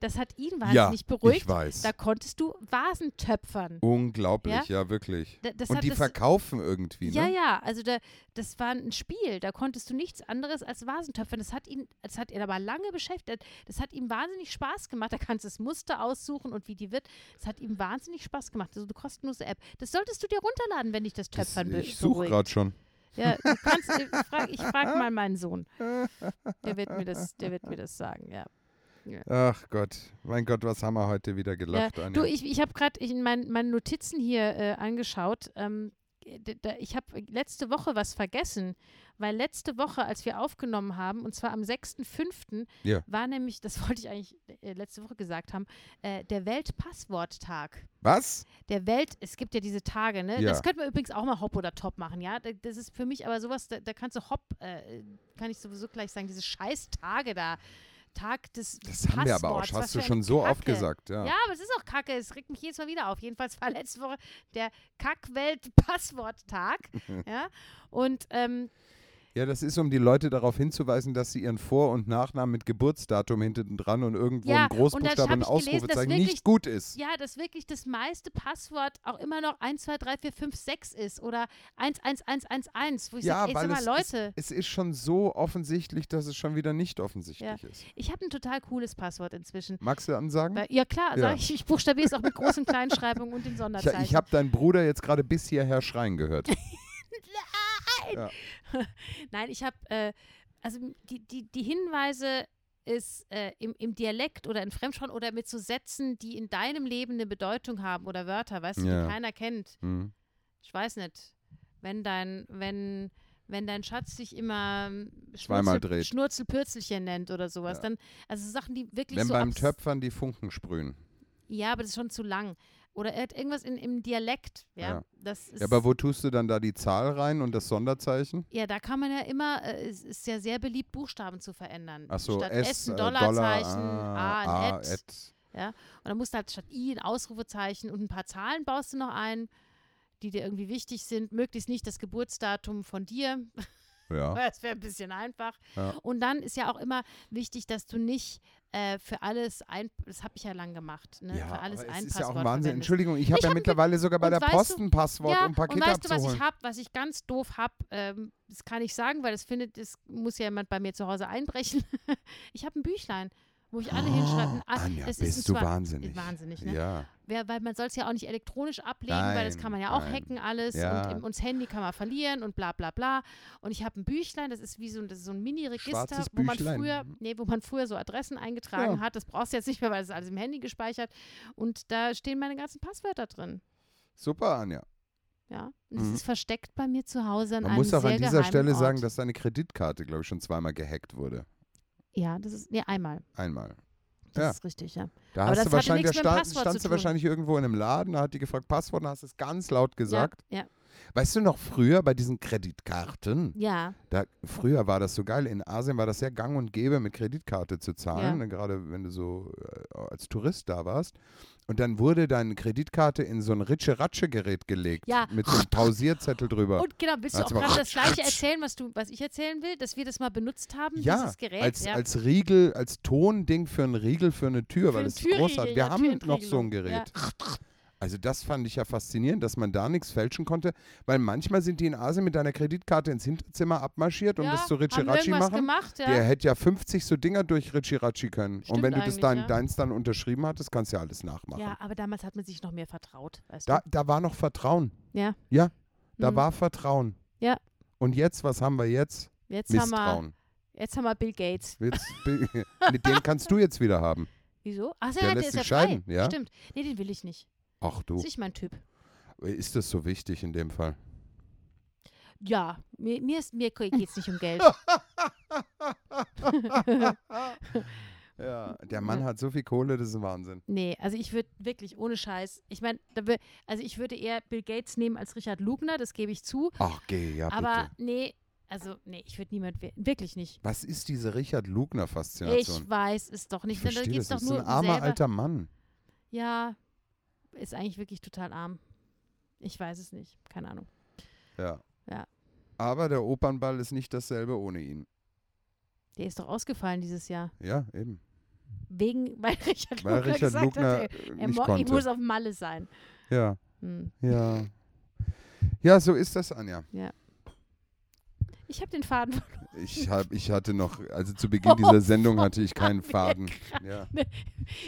[SPEAKER 4] das hat ihn wahnsinnig beruhigt.
[SPEAKER 3] ich weiß.
[SPEAKER 4] Da konntest du Vasen töpfern.
[SPEAKER 3] Unglaublich, ja, wirklich.
[SPEAKER 4] Da- das
[SPEAKER 3] Und
[SPEAKER 4] hat-
[SPEAKER 3] die
[SPEAKER 4] das-
[SPEAKER 3] verkaufen irgendwie, ne?
[SPEAKER 4] Ja, ja, also da, das war ein Spiel, da konntest du nichts anderes als Vasentöpfern. Das hat ihn, das hat ihn aber lange beschäftigt. Das hat ihm wahnsinnig Spaß gemacht. Da kannst du das Muster aussuchen und wie die wird. Das hat ihm wahnsinnig Spaß gemacht. Also eine kostenlose App. Das solltest du dir runterladen, wenn dich das
[SPEAKER 3] Das,
[SPEAKER 4] Töpfern be-
[SPEAKER 3] ich suche
[SPEAKER 4] beruhigt.
[SPEAKER 3] gerade schon.
[SPEAKER 4] Ja, du kannst, ich frage ich frag mal meinen Sohn. Der wird mir das, der wird mir das sagen, ja.
[SPEAKER 3] Ach Gott, mein Gott, was haben wir heute wieder gelacht,
[SPEAKER 4] ja,
[SPEAKER 3] Anja.
[SPEAKER 4] du, ich, ich habe gerade in mein, meine Notizen hier äh, angeschaut. Ähm, d- da, ich habe letzte Woche was vergessen, weil letzte Woche, als wir aufgenommen haben, und zwar am 6.5.,
[SPEAKER 3] Ja.
[SPEAKER 4] war nämlich, das wollte ich eigentlich äh, letzte Woche gesagt haben, äh, der Weltpassworttag.
[SPEAKER 3] was?
[SPEAKER 4] Der Welt, es gibt ja diese Tage, ne?
[SPEAKER 3] Ja.
[SPEAKER 4] Das könnte man übrigens auch mal Hopp oder Top machen, ja? Da- Das ist für mich aber sowas, da, da kannst du Hopp, äh, kann ich sowieso gleich sagen, diese scheiß Tage da. Tag des
[SPEAKER 3] Das haben wir aber auch,
[SPEAKER 4] Passworts, was
[SPEAKER 3] hast du
[SPEAKER 4] für eine
[SPEAKER 3] schon so oft
[SPEAKER 4] Kacke.
[SPEAKER 3] gesagt, ja.
[SPEAKER 4] Ja, aber es ist auch kacke. Es regt mich jedes Mal wieder auf. Jedenfalls war letzte Woche der Kackwelt-Passworttag. ja. Und ähm,
[SPEAKER 3] Ja, das ist, um die Leute darauf hinzuweisen, dass sie ihren Vor- und Nachnamen mit Geburtsdatum hinten dran und irgendwo
[SPEAKER 4] Ja,
[SPEAKER 3] ein
[SPEAKER 4] und dann
[SPEAKER 3] Großbuchstabe
[SPEAKER 4] hab
[SPEAKER 3] und ein
[SPEAKER 4] ich gelesen, dass
[SPEAKER 3] Ausrufezeichen
[SPEAKER 4] wirklich-
[SPEAKER 3] nicht gut ist.
[SPEAKER 4] ja, dass wirklich das meiste Passwort auch immer noch 1, 2, 3, 4, 5, 6 ist oder 111111, wo ich
[SPEAKER 3] Ja,
[SPEAKER 4] sage,
[SPEAKER 3] weil
[SPEAKER 4] sag mal,
[SPEAKER 3] es,
[SPEAKER 4] Leute,
[SPEAKER 3] Ist, es ist schon so offensichtlich, dass es schon wieder nicht offensichtlich ist.
[SPEAKER 4] ich habe ein total cooles Passwort inzwischen.
[SPEAKER 3] Magst du ansagen?
[SPEAKER 4] Weil, ja, klar,
[SPEAKER 3] Mhm. Ja.
[SPEAKER 4] Sag ich, ich buchstabiere es auch mit großen Kleinschreibungen und den
[SPEAKER 3] Ich,
[SPEAKER 4] Sonderzeichen.
[SPEAKER 3] ich habe deinen Bruder jetzt gerade bis hierher schreien gehört.
[SPEAKER 4] Nein, ich habe, äh, also m- die, die, die Hinweise ist äh, im, im Dialekt oder in Fremdsprachen oder mit so Sätzen, die in deinem Leben eine Bedeutung haben oder Wörter, weißt du,
[SPEAKER 3] Ja.
[SPEAKER 4] die keiner kennt.
[SPEAKER 3] Hm.
[SPEAKER 4] Ich weiß nicht, wenn dein, wenn, wenn dein Schatz dich immer ähm,
[SPEAKER 3] Zweimal
[SPEAKER 4] Schnurzel-
[SPEAKER 3] dreht.
[SPEAKER 4] Schnurzelpürzelchen nennt oder sowas, dann, also so Sachen, die wirklich
[SPEAKER 3] Wenn
[SPEAKER 4] so
[SPEAKER 3] beim
[SPEAKER 4] abs-
[SPEAKER 3] Töpfern die Funken sprühen.
[SPEAKER 4] Ja, aber das ist schon zu lang. Oder er hat irgendwas in, im Dialekt, ja.
[SPEAKER 3] Ja.
[SPEAKER 4] Das ist
[SPEAKER 3] Ja, aber wo tust du dann da die Zahl rein und das Sonderzeichen?
[SPEAKER 4] Ja, da kann man ja immer, äh, es ist ja sehr beliebt, Buchstaben zu verändern.
[SPEAKER 3] Ach so,
[SPEAKER 4] statt
[SPEAKER 3] S,
[SPEAKER 4] S ein
[SPEAKER 3] äh,
[SPEAKER 4] Dollarzeichen,
[SPEAKER 3] Dollar,
[SPEAKER 4] A, ein
[SPEAKER 3] ah,
[SPEAKER 4] Ad. Ja? Und dann musst du halt statt I ein Ausrufezeichen und ein paar Zahlen baust du noch ein, die dir irgendwie wichtig sind. Möglichst nicht das Geburtsdatum von dir,
[SPEAKER 3] Ja.
[SPEAKER 4] das wäre ein bisschen einfach.
[SPEAKER 3] Ah. Ja.
[SPEAKER 4] Und dann ist ja auch immer wichtig, dass du nicht äh, für alles ein, das habe ich ja lang gemacht, ne?
[SPEAKER 3] ja,
[SPEAKER 4] für alles
[SPEAKER 3] aber
[SPEAKER 4] ein
[SPEAKER 3] es ist ja auch ein
[SPEAKER 4] Passwort
[SPEAKER 3] Wahnsinn.
[SPEAKER 4] verwendest.
[SPEAKER 3] Entschuldigung, ich habe
[SPEAKER 4] Ich
[SPEAKER 3] ja
[SPEAKER 4] hab mit-
[SPEAKER 3] mittlerweile sogar bei
[SPEAKER 4] und
[SPEAKER 3] der
[SPEAKER 4] weißt du-
[SPEAKER 3] Post ein Passwort,
[SPEAKER 4] Ja,
[SPEAKER 3] um Pakete
[SPEAKER 4] und weißt du, was
[SPEAKER 3] abzuholen.
[SPEAKER 4] ich hab, was ich ganz doof hab, ähm, das kann ich sagen, weil das findet, das muss ja jemand bei mir zu Hause einbrechen. ich habe ein Büchlein, wo ich alle hinschreibe. Ah,
[SPEAKER 3] Oh, Anja,
[SPEAKER 4] das
[SPEAKER 3] bist
[SPEAKER 4] ist
[SPEAKER 3] du
[SPEAKER 4] zwar-
[SPEAKER 3] wahnsinnig.
[SPEAKER 4] Wahnsinnig, ne?
[SPEAKER 3] Ja.
[SPEAKER 4] Wer, weil man soll es ja auch nicht elektronisch ablegen, weil das kann man ja auch
[SPEAKER 3] Nein,
[SPEAKER 4] hacken alles
[SPEAKER 3] Ja.
[SPEAKER 4] und, im, und das Handy kann man verlieren und bla bla bla. Und ich habe ein Büchlein, das ist wie so, ein- das ist so ein Mini-Register,
[SPEAKER 3] Schwarzes
[SPEAKER 4] wo man
[SPEAKER 3] Büchlein.
[SPEAKER 4] früher, nee, wo man früher so Adressen eingetragen
[SPEAKER 3] Ja.
[SPEAKER 4] hat. Das brauchst du jetzt nicht mehr, weil das ist alles im Handy gespeichert. Und da stehen meine ganzen Passwörter drin.
[SPEAKER 3] Super, Anja.
[SPEAKER 4] Ja, und das
[SPEAKER 3] Mhm.
[SPEAKER 4] ist versteckt bei mir zu Hause an
[SPEAKER 3] Man
[SPEAKER 4] einem
[SPEAKER 3] muss auch
[SPEAKER 4] sehr
[SPEAKER 3] an dieser
[SPEAKER 4] geheimen
[SPEAKER 3] Stelle
[SPEAKER 4] Ort.
[SPEAKER 3] sagen, dass deine Kreditkarte, glaube ich, schon zweimal gehackt wurde.
[SPEAKER 4] ja, das ist nee, einmal.
[SPEAKER 3] Einmal.
[SPEAKER 4] Das
[SPEAKER 3] Ja.
[SPEAKER 4] ist richtig, ja.
[SPEAKER 3] Da hast
[SPEAKER 4] Aber das
[SPEAKER 3] du
[SPEAKER 4] hatte
[SPEAKER 3] wahrscheinlich, da
[SPEAKER 4] nichts mit dem
[SPEAKER 3] stand,
[SPEAKER 4] Passwort
[SPEAKER 3] standst
[SPEAKER 4] zu
[SPEAKER 3] du
[SPEAKER 4] tun.
[SPEAKER 3] wahrscheinlich irgendwo in einem Laden, da hat die gefragt Passwort und hast es ganz laut gesagt.
[SPEAKER 4] Ja,
[SPEAKER 3] Weißt du noch früher bei diesen Kreditkarten?
[SPEAKER 4] ja,
[SPEAKER 3] Da, früher war das so geil. In Asien war das sehr gang und gäbe, mit Kreditkarte zu zahlen, ne,
[SPEAKER 4] Ja.
[SPEAKER 3] gerade wenn du so äh, als Tourist da warst. Und dann wurde deine Kreditkarte in so ein Ritsche-Ratsche-Gerät gelegt,
[SPEAKER 4] Ja.
[SPEAKER 3] mit so einem Pausierzettel
[SPEAKER 4] ja.
[SPEAKER 3] drüber.
[SPEAKER 4] Und genau, willst du auch
[SPEAKER 3] Warte mal.
[SPEAKER 4] gerade das gleiche erzählen, was du, was ich erzählen will, dass wir das mal benutzt haben,
[SPEAKER 3] ja,
[SPEAKER 4] dieses Gerät?
[SPEAKER 3] als,
[SPEAKER 4] ja.
[SPEAKER 3] als Riegel, als Tonding für einen Riegel für eine Tür,
[SPEAKER 4] Für
[SPEAKER 3] weil
[SPEAKER 4] einen
[SPEAKER 3] das ist
[SPEAKER 4] Türriegel,
[SPEAKER 3] großartig. Wir
[SPEAKER 4] ja,
[SPEAKER 3] haben noch so ein
[SPEAKER 4] Türenriegelung,
[SPEAKER 3] Gerät. Also das fand ich ja faszinierend, dass man da nichts fälschen konnte, weil manchmal sind die in Asien mit deiner Kreditkarte ins Hinterzimmer abmarschiert, um
[SPEAKER 4] ja,
[SPEAKER 3] das zu Ritsche
[SPEAKER 4] haben
[SPEAKER 3] Ratschi
[SPEAKER 4] irgendwas
[SPEAKER 3] machen.
[SPEAKER 4] Gemacht, ja.
[SPEAKER 3] Der hätte ja 50 so Dinger durch Ritchie-Ratschi können. und
[SPEAKER 4] Stimmt
[SPEAKER 3] wenn du das
[SPEAKER 4] eigentlich,
[SPEAKER 3] dein,
[SPEAKER 4] ja.
[SPEAKER 3] deins dann unterschrieben hattest, kannst du ja alles nachmachen.
[SPEAKER 4] ja, aber damals hat man sich noch mehr vertraut, weißt
[SPEAKER 3] Da, da war noch Vertrauen.
[SPEAKER 4] du? Ja.
[SPEAKER 3] Ja, da
[SPEAKER 4] Mhm.
[SPEAKER 3] war Vertrauen.
[SPEAKER 4] Ja.
[SPEAKER 3] Und jetzt, was haben wir jetzt?
[SPEAKER 4] Jetzt haben, wir,
[SPEAKER 3] Misstrauen.
[SPEAKER 4] jetzt haben wir Bill Gates.
[SPEAKER 3] Jetzt, bi- mit dem kannst du jetzt wieder haben.
[SPEAKER 4] Wieso? Ach so,
[SPEAKER 3] Der
[SPEAKER 4] ja,
[SPEAKER 3] lässt
[SPEAKER 4] der ist
[SPEAKER 3] sich
[SPEAKER 4] ja frei.
[SPEAKER 3] scheiden, ja?
[SPEAKER 4] Stimmt. Nee, den will ich nicht.
[SPEAKER 3] Ach
[SPEAKER 4] Das
[SPEAKER 3] du,
[SPEAKER 4] ist nicht mein Typ.
[SPEAKER 3] ist das so wichtig in dem Fall?
[SPEAKER 4] Ja, mir, mir, ist- mir geht es nicht um Geld. Ah.
[SPEAKER 3] Ja, der Mann hat so viel Kohle, das ist Wahnsinn.
[SPEAKER 4] Nee, also ich würde wirklich ohne Scheiß. Ich meine, also ich würde eher Bill Gates nehmen als Richard Lugner, das gebe ich zu.
[SPEAKER 3] Ach, geh, ja,
[SPEAKER 4] aber
[SPEAKER 3] bitte.
[SPEAKER 4] nee, also nee, ich würde niemand wählen. Wirklich nicht.
[SPEAKER 3] Was ist diese Richard Lugner-Faszination?
[SPEAKER 4] Ich weiß es doch
[SPEAKER 3] Ich
[SPEAKER 4] nicht. Denn da
[SPEAKER 3] verstehe
[SPEAKER 4] geht
[SPEAKER 3] das.
[SPEAKER 4] es doch
[SPEAKER 3] Das ist
[SPEAKER 4] nur
[SPEAKER 3] ein
[SPEAKER 4] um
[SPEAKER 3] armer
[SPEAKER 4] selber.
[SPEAKER 3] alter Mann.
[SPEAKER 4] Ja, ist eigentlich wirklich total arm. Ich weiß es nicht. Keine Ahnung.
[SPEAKER 3] Ja.
[SPEAKER 4] Ja.
[SPEAKER 3] Aber der Opernball ist nicht dasselbe ohne ihn.
[SPEAKER 4] Der ist doch ausgefallen dieses Jahr.
[SPEAKER 3] Ja, eben.
[SPEAKER 4] Wegen, weil Richard
[SPEAKER 3] Weil
[SPEAKER 4] Lugner
[SPEAKER 3] Richard
[SPEAKER 4] gesagt
[SPEAKER 3] Lugner
[SPEAKER 4] hat,
[SPEAKER 3] äh,
[SPEAKER 4] er, er
[SPEAKER 3] nicht
[SPEAKER 4] mo- ich muss
[SPEAKER 3] konnte.
[SPEAKER 4] auf Malle sein.
[SPEAKER 3] Ja,
[SPEAKER 4] Hm.
[SPEAKER 3] ja. Ja, so ist das, Anja.
[SPEAKER 4] Ich habe den Faden verloren.
[SPEAKER 3] Ich, hab, ich hatte noch, also zu
[SPEAKER 4] Oh,
[SPEAKER 3] Beginn dieser Sendung hatte ich keinen Faden. Ja.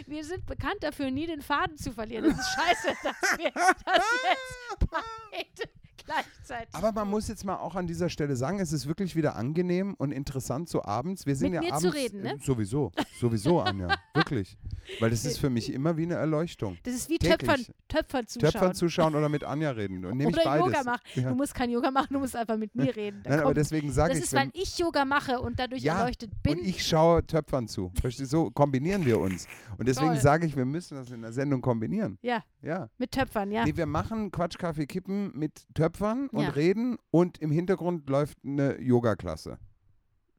[SPEAKER 4] Wir sind bekannt dafür, nie den Faden zu verlieren. Das ist scheiße, dass wir das jetzt beide gleichzeitig.
[SPEAKER 3] Aber man muss jetzt mal auch an dieser Stelle sagen, es ist wirklich wieder angenehm und interessant so abends. Wir sind
[SPEAKER 4] Mit
[SPEAKER 3] ja
[SPEAKER 4] mir zu
[SPEAKER 3] abends
[SPEAKER 4] reden, ne?
[SPEAKER 3] äh, sowieso, sowieso Anja, wirklich, weil das ist für mich immer wie eine Erleuchtung.
[SPEAKER 4] das ist wie
[SPEAKER 3] täglich.
[SPEAKER 4] Töpfern, Töpfern zuschauen.
[SPEAKER 3] Töpfern zuschauen oder mit Anja reden und nehme ich
[SPEAKER 4] oder
[SPEAKER 3] beides.
[SPEAKER 4] Yoga machen.
[SPEAKER 3] Ja.
[SPEAKER 4] Du musst kein Yoga machen, du musst einfach mit mir reden. Da
[SPEAKER 3] Nein, aber
[SPEAKER 4] kommt-
[SPEAKER 3] deswegen sage
[SPEAKER 4] das
[SPEAKER 3] ich,
[SPEAKER 4] ist,
[SPEAKER 3] wenn,
[SPEAKER 4] weil ich Yoga mache und dadurch
[SPEAKER 3] Ja,
[SPEAKER 4] erleuchtet bin.
[SPEAKER 3] und ich schaue Töpfern zu. Verstehst du? So kombinieren wir uns. Und deswegen
[SPEAKER 4] Toll.
[SPEAKER 3] sage ich, wir müssen das in der Sendung kombinieren.
[SPEAKER 4] ja,
[SPEAKER 3] Ja.
[SPEAKER 4] mit Töpfern, ja.
[SPEAKER 3] Nee, wir machen Quatsch, Kaffee, Kippen mit Töpfern und
[SPEAKER 4] Ja.
[SPEAKER 3] reden und im Hintergrund läuft eine Yoga-Klasse.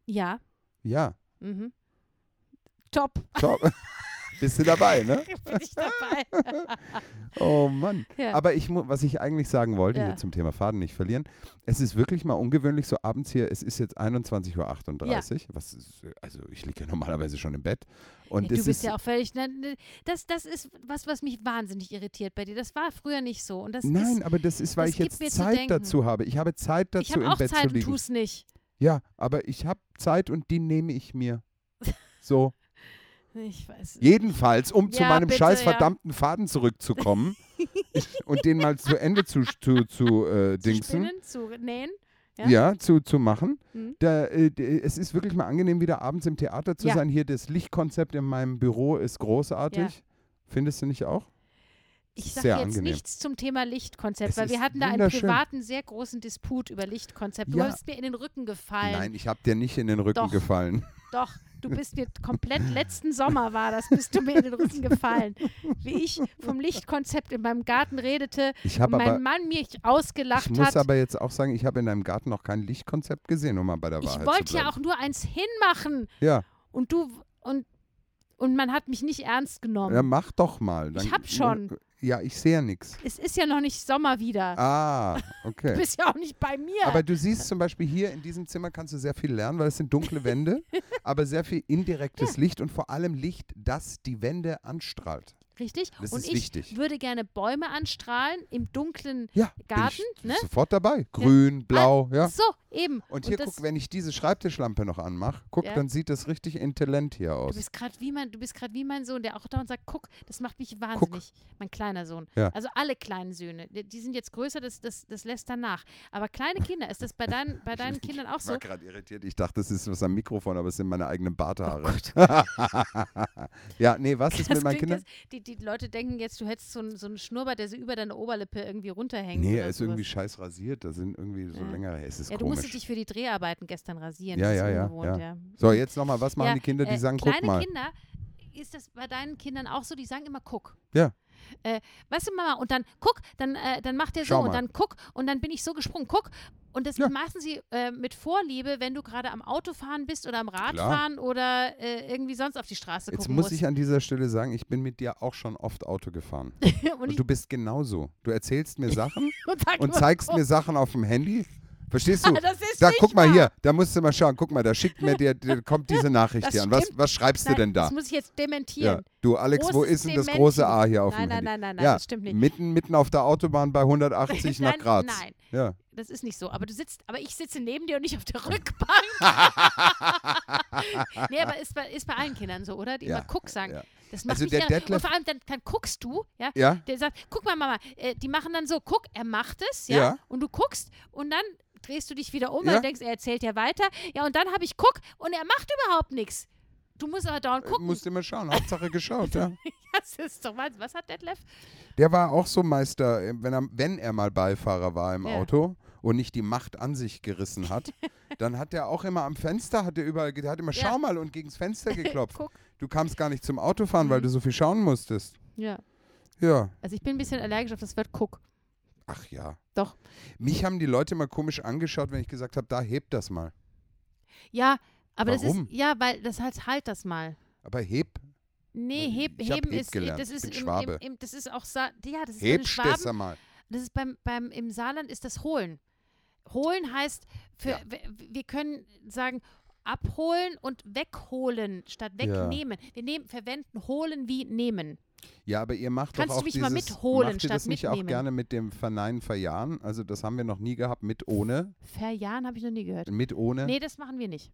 [SPEAKER 4] Ja.
[SPEAKER 3] Ja,
[SPEAKER 4] Mhm. Top,
[SPEAKER 3] top. Bist du dabei, ne?
[SPEAKER 4] bin ich dabei.
[SPEAKER 3] Oh Mann.
[SPEAKER 4] Ja.
[SPEAKER 3] Aber ich, mu- was ich eigentlich sagen wollte,
[SPEAKER 4] Ja.
[SPEAKER 3] hier zum Thema Faden nicht verlieren, es ist wirklich mal ungewöhnlich, so abends hier, es ist jetzt 21.38 Uhr, was ist, also ich liege ja normalerweise schon im Bett. Und
[SPEAKER 4] Ja,
[SPEAKER 3] es
[SPEAKER 4] du bist
[SPEAKER 3] ist,
[SPEAKER 4] ja auch völlig. ne, ne, Das, das ist was, was mich wahnsinnig irritiert bei dir. Das war früher nicht so. Und das
[SPEAKER 3] Nein,
[SPEAKER 4] ist,
[SPEAKER 3] aber das ist, weil
[SPEAKER 4] das
[SPEAKER 3] ich jetzt
[SPEAKER 4] gibt mir zu
[SPEAKER 3] Zeit
[SPEAKER 4] denken.
[SPEAKER 3] dazu habe. Ich habe Zeit
[SPEAKER 4] ich
[SPEAKER 3] dazu,
[SPEAKER 4] habe
[SPEAKER 3] im
[SPEAKER 4] auch
[SPEAKER 3] Bett
[SPEAKER 4] Zeit
[SPEAKER 3] zu
[SPEAKER 4] und
[SPEAKER 3] liegen.
[SPEAKER 4] tu es nicht.
[SPEAKER 3] Ja, aber ich habe Zeit und die nehme ich mir. So,
[SPEAKER 4] Ich weiß.
[SPEAKER 3] jedenfalls, um zu
[SPEAKER 4] Ja,
[SPEAKER 3] meinem
[SPEAKER 4] bitte,
[SPEAKER 3] scheiß
[SPEAKER 4] ja.
[SPEAKER 3] verdammten Faden zurückzukommen ich, und den mal zu Ende zu, zu, zu äh,
[SPEAKER 4] zu
[SPEAKER 3] dingsen.
[SPEAKER 4] spinnen, zu nähen.
[SPEAKER 3] Ja,
[SPEAKER 4] Ja.
[SPEAKER 3] zu, zu machen.
[SPEAKER 4] Mhm.
[SPEAKER 3] Da, äh, d- es ist wirklich mal angenehm, wieder abends im Theater zu
[SPEAKER 4] Ja.
[SPEAKER 3] sein. Hier das Lichtkonzept in meinem Büro ist großartig. Findest du nicht auch?
[SPEAKER 4] Ich sage
[SPEAKER 3] Sehr
[SPEAKER 4] jetzt
[SPEAKER 3] angenehm.
[SPEAKER 4] nichts zum Thema Lichtkonzept,
[SPEAKER 3] Es
[SPEAKER 4] weil wir
[SPEAKER 3] ist
[SPEAKER 4] hatten da einen
[SPEAKER 3] wunderschön.
[SPEAKER 4] privaten, sehr großen Disput über Lichtkonzept. Du
[SPEAKER 3] Ja.
[SPEAKER 4] bist mir in den Rücken gefallen.
[SPEAKER 3] Nein, ich habe dir nicht in den Rücken
[SPEAKER 4] Doch.
[SPEAKER 3] gefallen.
[SPEAKER 4] Doch, du bist mir komplett letzten Sommer war das, bist du mir in den Rücken gefallen. Wie ich vom Lichtkonzept in meinem Garten redete
[SPEAKER 3] Ich
[SPEAKER 4] und
[SPEAKER 3] habe aber
[SPEAKER 4] mein Mann mich ausgelacht
[SPEAKER 3] Ich muss
[SPEAKER 4] hat.
[SPEAKER 3] aber jetzt auch sagen, ich habe in deinem Garten noch kein Lichtkonzept gesehen, um mal bei der Wahrheit zu
[SPEAKER 4] ich wollte ja
[SPEAKER 3] bleiben.
[SPEAKER 4] auch nur eins hinmachen
[SPEAKER 3] Ja,
[SPEAKER 4] und du und, und man hat mich nicht ernst genommen.
[SPEAKER 3] ja mach doch mal. Dann,
[SPEAKER 4] Oh. Ich hab schon.
[SPEAKER 3] Ja, ich sehe ja nichts.
[SPEAKER 4] es ist ja noch nicht Sommer wieder.
[SPEAKER 3] Ah,
[SPEAKER 4] Du
[SPEAKER 3] okay.
[SPEAKER 4] bist ja auch nicht bei mir.
[SPEAKER 3] Aber du siehst zum Beispiel hier in diesem Zimmer kannst du sehr viel lernen, weil es sind dunkle Wände, aber sehr viel indirektes Licht und vor allem Licht, das die Wände anstrahlt.
[SPEAKER 4] Richtig?
[SPEAKER 3] Das
[SPEAKER 4] und
[SPEAKER 3] ist
[SPEAKER 4] ich
[SPEAKER 3] wichtig.
[SPEAKER 4] würde gerne Bäume anstrahlen im dunklen.
[SPEAKER 3] Ja,
[SPEAKER 4] Garten,
[SPEAKER 3] bin ich
[SPEAKER 4] ne?
[SPEAKER 3] sofort dabei. Grün, blau, ja.
[SPEAKER 4] So, eben.
[SPEAKER 3] Und hier,
[SPEAKER 4] das,
[SPEAKER 3] guck, wenn ich diese Schreibtischlampe noch anmache, guck,
[SPEAKER 4] Ja.
[SPEAKER 3] dann sieht das richtig intelligent hier
[SPEAKER 4] Du
[SPEAKER 3] aus.
[SPEAKER 4] bist gerade wie mein, du bist gerade wie mein Sohn, der auch da und sagt, guck, das macht mich wahnsinnig. Mein kleiner Sohn.
[SPEAKER 3] Ja.
[SPEAKER 4] Also alle kleinen Söhne, die, die sind jetzt größer, das, das, das lässt danach. Aber kleine Kinder, ist das bei, deinen bei deinen Kindern auch
[SPEAKER 3] Ich
[SPEAKER 4] so?
[SPEAKER 3] war gerade irritiert. Ich dachte, das ist was am Mikrofon, aber es sind meine eigenen Barthaare. ja, nee, was ist
[SPEAKER 4] Oh Das
[SPEAKER 3] mit meinen
[SPEAKER 4] klingt
[SPEAKER 3] Kindern?
[SPEAKER 4] jetzt- Die, die Leute denken jetzt, du hättest so einen so einen Schnurrbart, der so über deine Oberlippe irgendwie runterhängt.
[SPEAKER 3] Nee,
[SPEAKER 4] oder
[SPEAKER 3] er ist
[SPEAKER 4] sowas.
[SPEAKER 3] irgendwie scheiß rasiert. Da sind irgendwie so
[SPEAKER 4] Ja.
[SPEAKER 3] längere. Es ist
[SPEAKER 4] Ja, du musstest
[SPEAKER 3] komisch.
[SPEAKER 4] dich für die Dreharbeiten gestern rasieren.
[SPEAKER 3] Ja,
[SPEAKER 4] das ist
[SPEAKER 3] ja, ja,
[SPEAKER 4] ungewohnt, ja.
[SPEAKER 3] So, jetzt nochmal, was machen
[SPEAKER 4] Ja,
[SPEAKER 3] die Kinder, die
[SPEAKER 4] äh,
[SPEAKER 3] sagen,
[SPEAKER 4] kleine
[SPEAKER 3] guck mal.
[SPEAKER 4] Kinder, ist das bei deinen Kindern auch so, die sagen immer, guck.
[SPEAKER 3] Ja.
[SPEAKER 4] Äh, weißt du, Mama, und dann guck, dann, äh, dann macht er
[SPEAKER 3] Schau
[SPEAKER 4] so
[SPEAKER 3] mal.
[SPEAKER 4] und dann guck und dann bin ich so gesprungen, guck. Und das
[SPEAKER 3] Ja.
[SPEAKER 4] machen sie äh, mit Vorliebe, wenn du gerade am Autofahren bist oder am Radfahren oder äh, irgendwie sonst auf die Straße
[SPEAKER 3] Jetzt
[SPEAKER 4] gucken
[SPEAKER 3] muss
[SPEAKER 4] musst.
[SPEAKER 3] ich an dieser Stelle sagen, ich bin mit dir auch schon oft Auto gefahren.
[SPEAKER 4] und,
[SPEAKER 3] Und du bist genauso. Du erzählst mir Sachen
[SPEAKER 4] und, sag
[SPEAKER 3] und
[SPEAKER 4] immer,
[SPEAKER 3] zeigst
[SPEAKER 4] guck.
[SPEAKER 3] mir Sachen auf dem Handy. Verstehst du?
[SPEAKER 4] Das ist
[SPEAKER 3] Da
[SPEAKER 4] nicht
[SPEAKER 3] guck mal
[SPEAKER 4] wahr.
[SPEAKER 3] hier, da musst du mal schauen. Guck mal, da schickt mir dir, dir kommt diese Nachricht
[SPEAKER 4] Das
[SPEAKER 3] hier an. Was,
[SPEAKER 4] stimmt.
[SPEAKER 3] was schreibst
[SPEAKER 4] Nein,
[SPEAKER 3] du denn da?
[SPEAKER 4] Das muss ich jetzt dementieren.
[SPEAKER 3] Ja. Du, Alex, wo
[SPEAKER 4] Großes
[SPEAKER 3] ist denn das
[SPEAKER 4] Dementi.
[SPEAKER 3] große A hier auf dem
[SPEAKER 4] Nein, nein,
[SPEAKER 3] Handy?
[SPEAKER 4] nein, nein, nein,
[SPEAKER 3] ja,
[SPEAKER 4] das stimmt nicht.
[SPEAKER 3] Mitten, mitten auf der Autobahn bei 180 nach
[SPEAKER 4] Nein,
[SPEAKER 3] Graz.
[SPEAKER 4] nein.
[SPEAKER 3] Ja.
[SPEAKER 4] Das ist nicht so. Aber du sitzt, aber ich sitze neben dir und nicht auf der Rückbank. nee, aber ist bei, ist bei allen Kindern so, oder? Die
[SPEAKER 3] Ja,
[SPEAKER 4] immer Guck sagen.
[SPEAKER 3] ja.
[SPEAKER 4] Das macht
[SPEAKER 3] Also
[SPEAKER 4] mich
[SPEAKER 3] der
[SPEAKER 4] irre.
[SPEAKER 3] Detlef-
[SPEAKER 4] Und vor allem, dann, dann guckst du, ja?
[SPEAKER 3] Ja.
[SPEAKER 4] Der sagt, guck mal, Mama, äh, die machen dann so, guck, er macht es, ja?
[SPEAKER 3] Ja.
[SPEAKER 4] Und du guckst und dann drehst du dich wieder um,
[SPEAKER 3] Ja.
[SPEAKER 4] weil du denkst, er erzählt ja weiter. Ja, und dann habe ich guck und er macht überhaupt nichts. Du musst aber dauernd
[SPEAKER 3] Guck.
[SPEAKER 4] gucken.
[SPEAKER 3] Musst immer schauen, Hauptsache geschaut, ja.
[SPEAKER 4] das ist doch was. Was hat Detlef?
[SPEAKER 3] Der war auch so Meister, äh, wenn er, wenn er mal Beifahrer war im
[SPEAKER 4] Ja.
[SPEAKER 3] Auto und nicht die Macht an sich gerissen hat, dann hat er auch immer am Fenster, hat er überall, ge- hat immer
[SPEAKER 4] Ja.
[SPEAKER 3] schau mal und gegens Fenster geklopft.
[SPEAKER 4] Guck. Mhm.
[SPEAKER 3] du kamst gar nicht zum Autofahren, weil du so viel schauen musstest.
[SPEAKER 4] Ja.
[SPEAKER 3] Ja,
[SPEAKER 4] Also ich bin ein bisschen allergisch auf das Wort Guck.
[SPEAKER 3] ach ja.
[SPEAKER 4] Doch.
[SPEAKER 3] Mich haben die Leute mal komisch angeschaut, wenn ich gesagt habe, da hebt das mal.
[SPEAKER 4] Ja, aber
[SPEAKER 3] Warum?
[SPEAKER 4] das ist, ja, weil das heißt, halt das mal.
[SPEAKER 3] Aber heb,
[SPEAKER 4] Nee,
[SPEAKER 3] Ich
[SPEAKER 4] heb,
[SPEAKER 3] hab
[SPEAKER 4] heben
[SPEAKER 3] heb
[SPEAKER 4] ist,
[SPEAKER 3] gelernt.
[SPEAKER 4] das ist
[SPEAKER 3] Bin
[SPEAKER 4] im, im,
[SPEAKER 3] Schwabe.
[SPEAKER 4] im, das ist auch, Sa ja, das ist im
[SPEAKER 3] hebst
[SPEAKER 4] Schwaben,
[SPEAKER 3] das mal.
[SPEAKER 4] das ist beim, beim, im Saarland ist das Holen. Holen heißt, für,
[SPEAKER 3] Ja.
[SPEAKER 4] w- wir können sagen, abholen und wegholen statt
[SPEAKER 3] Ja.
[SPEAKER 4] wegnehmen. Wir nehmen, verwenden holen wie nehmen.
[SPEAKER 3] Ja, aber ihr macht
[SPEAKER 4] Kannst
[SPEAKER 3] doch
[SPEAKER 4] du
[SPEAKER 3] auch
[SPEAKER 4] mich mal
[SPEAKER 3] dieses,
[SPEAKER 4] mitholen
[SPEAKER 3] macht ihr
[SPEAKER 4] statt
[SPEAKER 3] das nicht
[SPEAKER 4] mitnehmen?
[SPEAKER 3] auch gerne mit dem Verneinen, Verjahren? Also das haben wir noch nie gehabt, mit ohne,
[SPEAKER 4] Verjahren habe ich noch nie gehört.
[SPEAKER 3] mit ohne,
[SPEAKER 4] Nee, das machen wir nicht.